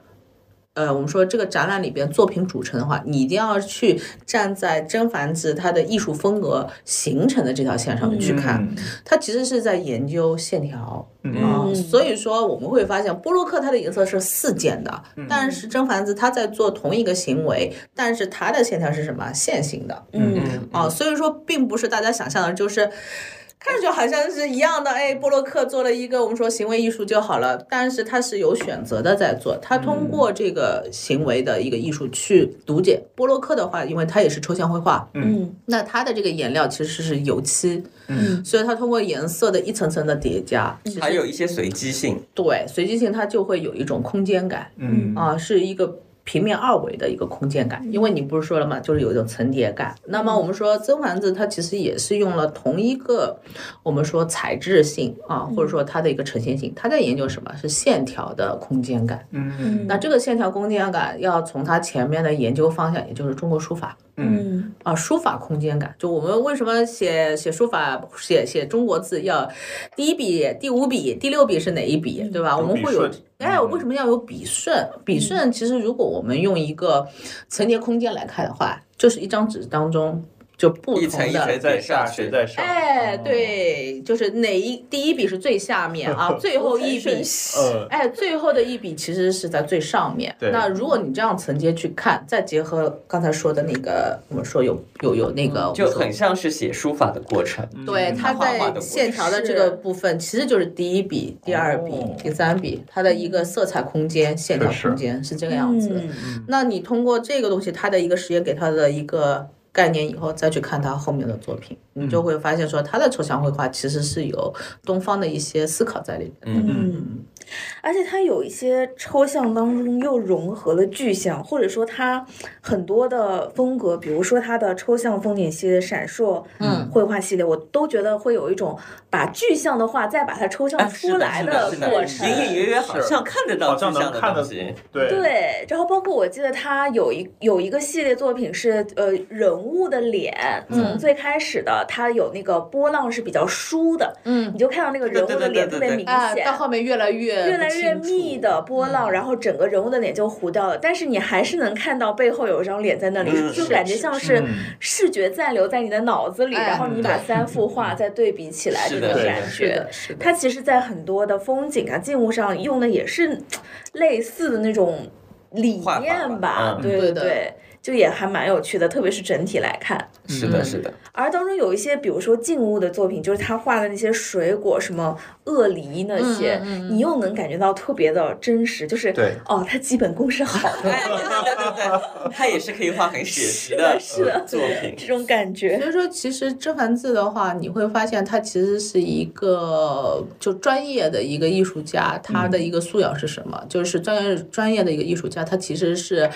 呃，我们说这个展览里边作品组成的话，你一定要去站在甄梵志他的艺术风格形成的这条线上面嗯去看，他其实是在研究线条，啊、嗯所以说我们会发现波洛克它的颜色是四键的，但是真凡兹它在做同一个行为，但是它的线条是什么线性的嗯，嗯啊、所以说并不是大家想象的，就是。看上去好像是一样的，哎，波洛克做了一个我们说行为艺术就好了，但是它是有选择的在做，它通过这个行为的一个艺术去读解。波洛克的话，因为它也是抽象绘画，嗯那它的这个颜料其实是油漆，嗯所以它通过颜色的一层层的叠加，其实还有一些随机性，对，随机性它就会有一种空间感嗯啊，是一个平面二维的一个空间感，因为你不是说了嘛，就是有一种层叠感。那么我们说曾凡子它其实也是用了同一个我们说材质性啊，或者说它的一个呈现性，它在研究什么是线条的空间感。嗯嗯那这个线条空间感要从它前面的研究方向，也就是中国书法。嗯啊，书法空间感，就我们为什么写写书法、写写中国字要第一笔、第五笔、第六笔是哪一笔，对吧？我们笔会有顺，哎，为什么要有笔顺？笔顺其实如果我们用一个层叠空间来看的话，就是一张纸当中就不一层同一层的。谁在下谁在上？哎，，对，就是哪一第一笔是最下面啊，最后一 *laughs* 笔呃， *laughs* 哎，最后的一笔其实是在最上面。对那如果你这样承接去看，再结合刚才说的那个，我们说有有有那个，就我说很像是写书法的过程。对，它画画在的过线条的程这个部分，其实就是第一笔、第二笔哦、第三笔，它的一个色彩空间、线条是空间是这个嗯样子的。那你通过这个东西，它的一个实验给它的一个概念以后，再去看它后面的作品，你就会发现说，它的抽象绘画其实是有东方的一些思考在里面的。嗯，而且它有一些抽象当中又融合了具象，或者说它很多的风格，比如说它的抽象风景系列、闪烁嗯绘画系列，我都觉得会有一种把具象的画再把它抽象哎出来的，是的过是程的。隐隐约约好像看得到好具象像能的看得东西。对对，然后包括我记得他有一有一个系列作品是呃人物的脸，从嗯最开始的他有那个波浪是比较疏的，嗯你就看到那个人物的脸对对对对特别对明啊，显到。后面越来越越来呃不越清楚密的波浪，然后整个人物的脸就糊掉了，但是你还是能看到背后有一张脸在那里，嗯就是感觉像是嗯视觉暂留在你的脑子里，哎然后你把对三幅画再对比起来，是这的种对感是觉的，。是的，它其实，在很多的风景啊、静物上用的也是类似的那种理画法念吧吧，嗯对对的对，就也还蛮有趣的，特别是整体来看。是的，嗯是的，而当中有一些，比如说静物的作品，就是他画的那些水果，什么鳄梨那些，嗯嗯嗯你又能感觉到特别的真实，就是对哦，他基本功是好的，哎，对对对对对，他也是可以画很写实是的是的作 *laughs* 品。这种感所觉。以说，其实这番字的话，你会发现他其实是一个就专业的一个艺术家，他嗯的一个素养是什么？就是专业专业的一个艺术家，他其实是。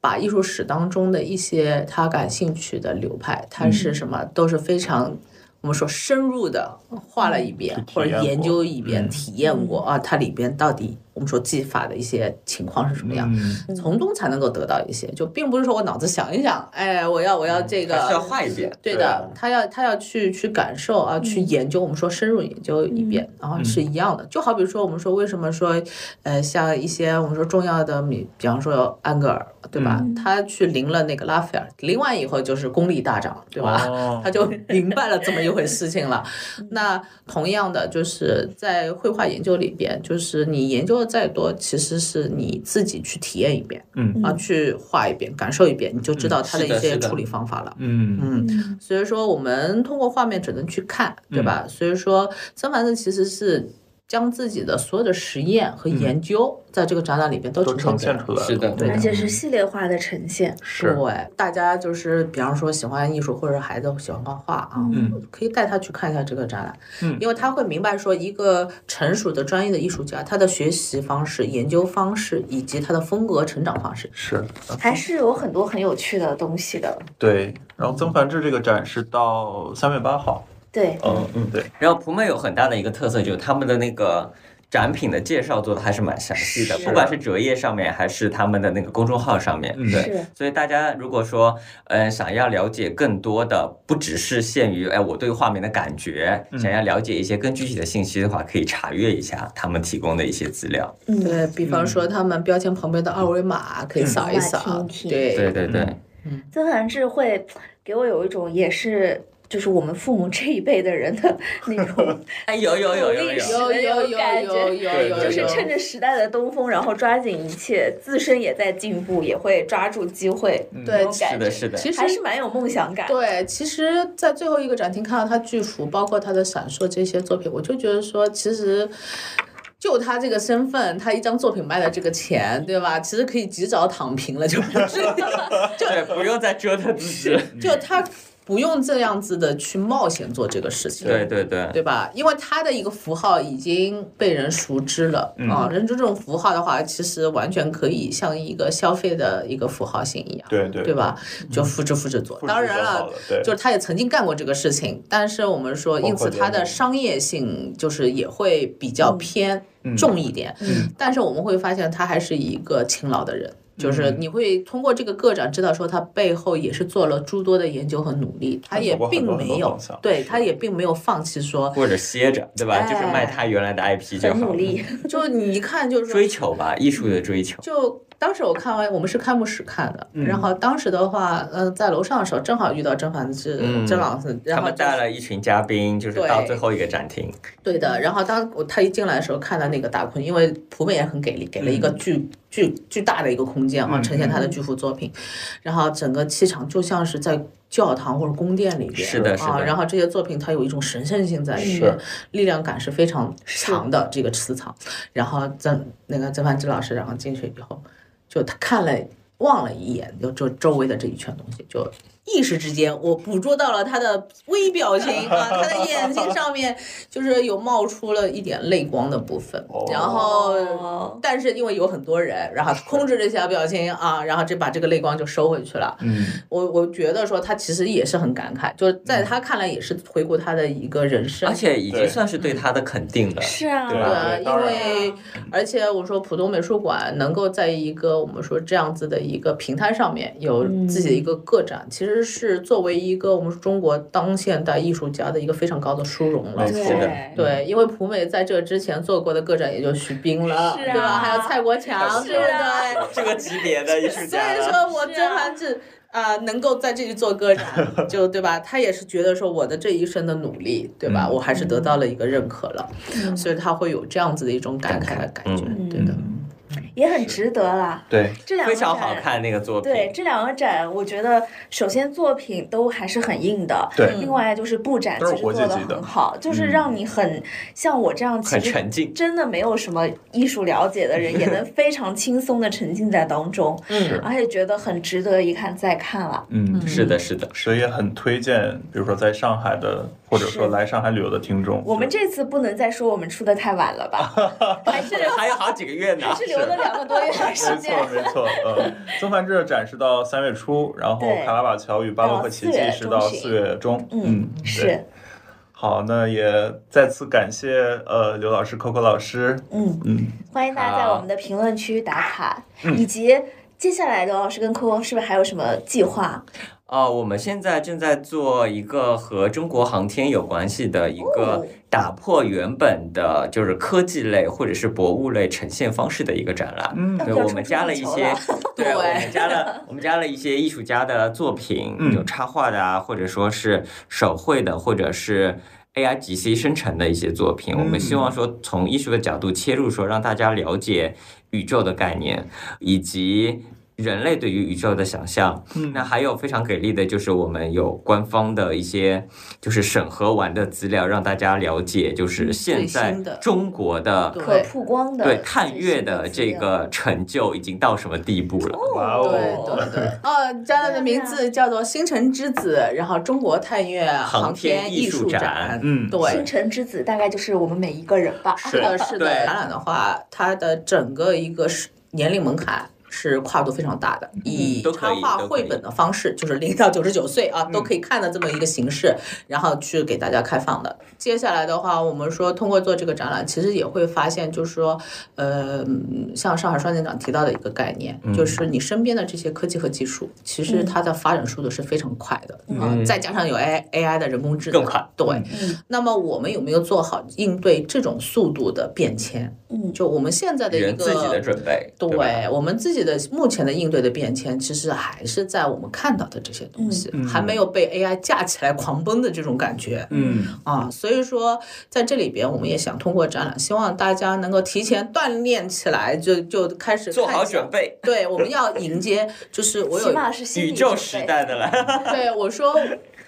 把艺术史当中的一些他感兴趣的流派，他嗯是什么、都是非常我们说深入的画了嗯一遍去，体或者验研过究一遍，嗯体验过啊，它里边到底我们说技法的一些情况是什么样？嗯，从中才能够得到一些，就并不是说我脑子想一想，哎，我要我要这个还是要画一遍，对对的啊，他要他要去去感受啊，去研究，我们说深入研究一遍，然后是一样的。就好比说，我们说为什么说，呃，像一些我们说重要的米，比方说安格尔，对吧？他去淋了那个拉斐尔，淋完以后就是功力大涨，对吧？哦他就明白了这么一回事情了。 *laughs* 那同样的，就是在绘画研究里边，就是你研究的再多，其实是你自己去体验一遍，嗯啊，去画一遍，感受一遍，你就知道它是的的一些是的处理方法了。嗯嗯，所以说我们通过画面只能去看，对吧？所以说曾凡志其实是将自己的所有的实验和研究在这个展览里边都都呈现出来。出来了，是的对而且是系列化的呈现，是对，大家就是比方说喜欢艺术或者孩子喜欢画画啊，嗯可以带他去看一下这个展览，嗯因为他会明白说一个成熟的专业的艺术家，他的学习方式、研究方式以及他的风格成长方式。是还是有很多很有趣的东西的。对。然后曾梵志这个展是到三月八号，对，嗯嗯对，然后普美有很大的一个特色，就是他们的那个展品的介绍做的还是蛮详细的，是不管是折页上面还是他们的那个公众号上面，嗯对。是所以大家如果说，呃，想要了解更多的，不只是限于哎我对画面的感觉，想要了解一些更具体的信息的话，可以查阅一下他们提供的一些资料。嗯，对比方说，他们标签旁边的二维码可以扫一扫，嗯听一听对对对对，曾凡志会给我有一种也是。就是我们父母这一辈的人的那种哎，有有有有有历史有，有有有有有有有，就是趁着时代的东风，然后抓紧一切，自身也在进步，也会抓住机会，对那种是感的，觉是的。其实还是蛮有梦想感。对，其实，在最后一个展厅看到他巨幅，包括他的闪烁这些作品，我就觉得说，其实。就他这个身份，他一张作品卖的这个钱，对吧？其实可以及早躺平了，就不至于，对，不用再折腾自己。就就他不用这样子的去冒险做这个事情。对对对，对吧？因为它的一个符号已经被人熟知了、嗯啊，人知这种符号的话，其实完全可以像一个消费的一个符号性一样，对对对吧？就复制复制做。复制当然就了好了，对就是他也曾经干过这个事情，但是我们说，包括因此它联的名商业性就是也会比嗯较偏嗯重一点，但是我们会发现他还是一个勤劳的人。就是嗯你会通过这个个展知道，说他背后也是做了诸多的研究和努力，他探索也过很并多很没多有方向对，是他也并没有放弃 *laughs* 说或者歇着，对吧？哎就是卖他原来的 IP 就很好努了。力，就你一看就是说追求吧，艺术的追求。就当时我看完，我们是开幕式看的，嗯然后当时的话，嗯、在楼上的时候正好遇到甄嬛是嗯甄老师，然他后们就带了一群嘉宾，就是到对最后一个展厅，对的，然后当我他一进来的时候，看到那个大坤，因为普美也很给力，给了一个嗯巨、巨巨大的一个空间啊，呈现他的巨幅作品，然后整个气场就像是在教堂或者宫殿里边，是的是啊，的然后这些作品它有一种神圣性在里面是，力量感是非常强的这个磁场。然后曾那个曾凡志老师，然后进去以后，就他看了望了一眼，就周周围的这一圈东西，就一时之间，我捕捉到了他的微表情啊，他的眼睛上面就是有冒出了一点泪光的部分哦，然后。哦但是因为有很多人，然后控制这小表情啊，然后这把这个泪光就收回去了。嗯，我我觉得说他其实也是很感慨，就是在他看来也是回顾他的一个人生，嗯而且已经对算是对他的肯定了。是啊，对对啊，当因然为而且我说浦东美术馆能够在一个我们说这样子的一个平台上面有嗯自己的一个个展，其实是作为一个我们中国当现代艺术家的一个非常高的殊荣了没。对错是的对，因为浦美在这之前做过的个展也就徐冰了，是啊对吧？还有蔡国强，是对不啊 *laughs* 对？ *laughs* 这个级别的艺术 *laughs* 所家以了，说我是啊真还是啊、呃能够在这里做个展，就对吧？他也是觉得说我的这一生的努力，对吧？嗯我还是得到了一个认可了，嗯所以他会有这样子的一种感慨的感觉，嗯对的。也很值得啦。对，这两个非常好展看那个作品。对这两个展，我觉得首先作品都还是很硬的，对另外就是布展其都是实做国际的级的很好，就是让你很像我这样其很实沉浸真的没有什么艺术了解的人，也能非常轻松的沉浸在当中，嗯而且觉得很值得一看再看了。嗯，是的，是的，所以也很推荐，比如说在上海的，或者说是来上海旅游的听众，我们就这次不能再说我们出的太晚了吧，还是还有好几个月呢还。是留了两个多月的时没间错。没错，嗯，曾梵志的展示到三月初，然后对卡拉瓦乔与巴洛克奇迹是到到四四月中，嗯嗯，对是，好，那也再次感谢呃刘老师、Coco 老师，嗯，嗯，欢迎大家在好我们的评论区打卡，嗯以及接下来刘老师跟 Coco 是不是还有什么计划？哦，我们现在正在做一个和中国航天有关系的一哦个打破原本的，就是科技类或者是博物类呈现方式的一个展览。嗯对，要我出们出加地了一球些了， *laughs* 对，我对们加了我们加了一些艺术家的作品，嗯有插画的啊，或者说是手绘的，或者是 AI GC 生成的一些作品。我们希望说从艺术的角度切入，说让大家了解宇宙的概念，以及。人类对于宇宙的想象，那还有非常给力的，就是我们有官方的一些，就是审核完的资料，让大家了解，就是现最在新的中国的对可曝光的对最探月新的资这料个成就已经到什么地步了？嗯哇对哦，对 *laughs* 对，哦，展览的名字叫做《星辰之子》，然后中国探月航天艺术航展。嗯星对，辰之子大概就是我们每一个人吧。是的，是的。对展览的话，它的整个一个是年龄门槛是跨度非常大的，以嗯都可插以画都可绘以嗯本的方式，就是零到九十九岁啊都可以看的这么一个形式，然后去给大家开放的。接下来的话，我们说通过做这个展览，其实也会发现，就是说，呃，嗯像上海双年展提到的一个概念，嗯就是你身边的这些科技和技术，其实它的发展速度是非常快的啊，再加上有 A A I 的人工智能，嗯更快嗯对，那么我们有没有做好应对这种速度的变迁？嗯就我们现在的一人个自己的准备，对吧我们自己的目前的应对的变迁，其实还是在我们看到的这些东西，还没有嗯被 AI 架起来狂奔的这种感觉。嗯，啊，所以说在这里边，我们也想通过展览，希望大家能够提前锻炼起来，就就开始做看好一下准。备，对，我们要迎接，就是我有起码是心理宇宙准时备代的来，对我说，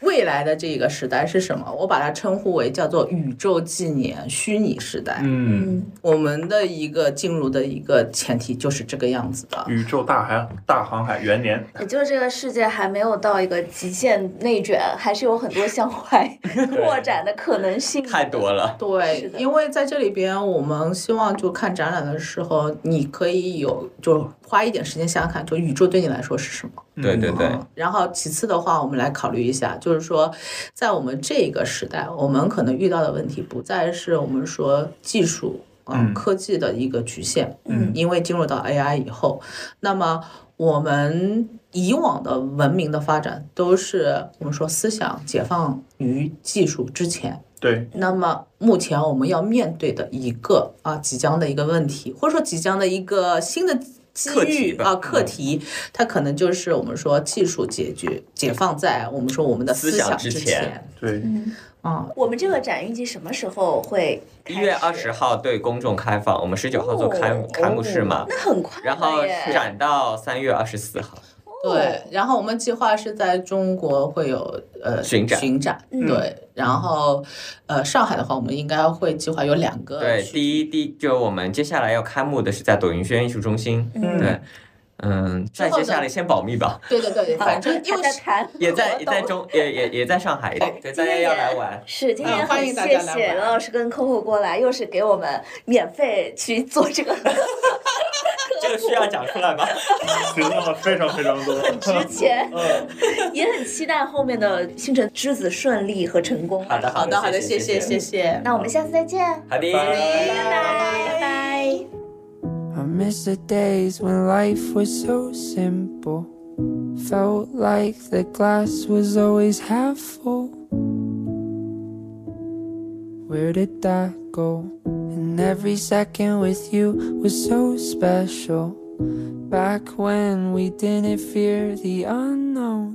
未来的这个时代是什么？我把它称呼为叫做宇宙纪年虚拟时代。嗯，嗯，我们的一个进入的一个前提就是这个样子的。宇宙大航大航海元年，也就是这个世界还没有到一个极限内卷，还是有很多向外 *laughs* 扩展的可能性。太多了。对是，的因为在这里边，我们希望就看展览的时候，你可以有就花一点时间想想看，就宇宙对你来说是什么。对对对，然后其次的话，我们来考虑一下，就是说，在我们这个时代，我们可能遇到的问题不再是我们说技术。啊嗯科技的一个局限，嗯因为进入到 AI 以后，那么我们以往的文明的发展都是我们说思想解放于技术之前，对，那么目前我们要面对的一个啊即将的一个问题，或者说即将的一个新的机课题遇吧嗯啊课题，它可能就是我们说技术解决解放在我们说我们的思想想之之前哦对，啊。*laughs* 嗯我们这个展预计什么时候会开一始？月二十号对公众开放，我们十九号做开哦开幕式嘛，那很快然后了耶哦展到三月二十四号。对，然后我们计划是在中国会有呃巡展嗯巡展对，然后呃上海的话，我们应该会计划有两个对，区第一第就我们接下来要开幕的是在抖音轩艺术中心，嗯对。嗯，暂时下来先保密吧。对对对，好反正因还为在是谈。也在我也在懂哦中也也也在上海，对，大家要来玩。是，今天也嗯欢很迎大谢家来谢玩梁老师跟 Coco 过来，又是给我们免费去做这个这个需要讲出来吗？学到了非常非常 *laughs* 多。之 *laughs* 前，嗯， *laughs* 也很期待后面的星辰之子顺利和成功。好的，好的好的，谢谢谢谢谢，谢。那我们下次再见，好拜的，拜拜。 I miss the days when life was so simple. Felt like the glass was always half full. Where did that go? And every second with you was so special. Back when we didn't fear the unknowns.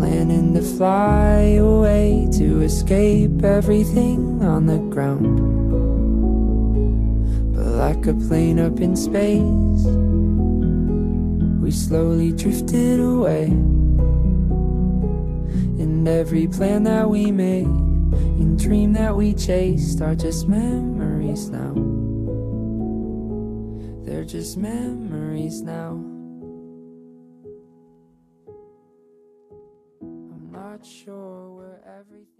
Planning to fly away to escape everything on the ground. But like a plane up in space, we slowly drifted away. And every plan that we made and dream that we chased are just memories now. They're just memories now. I'm not sure where everything.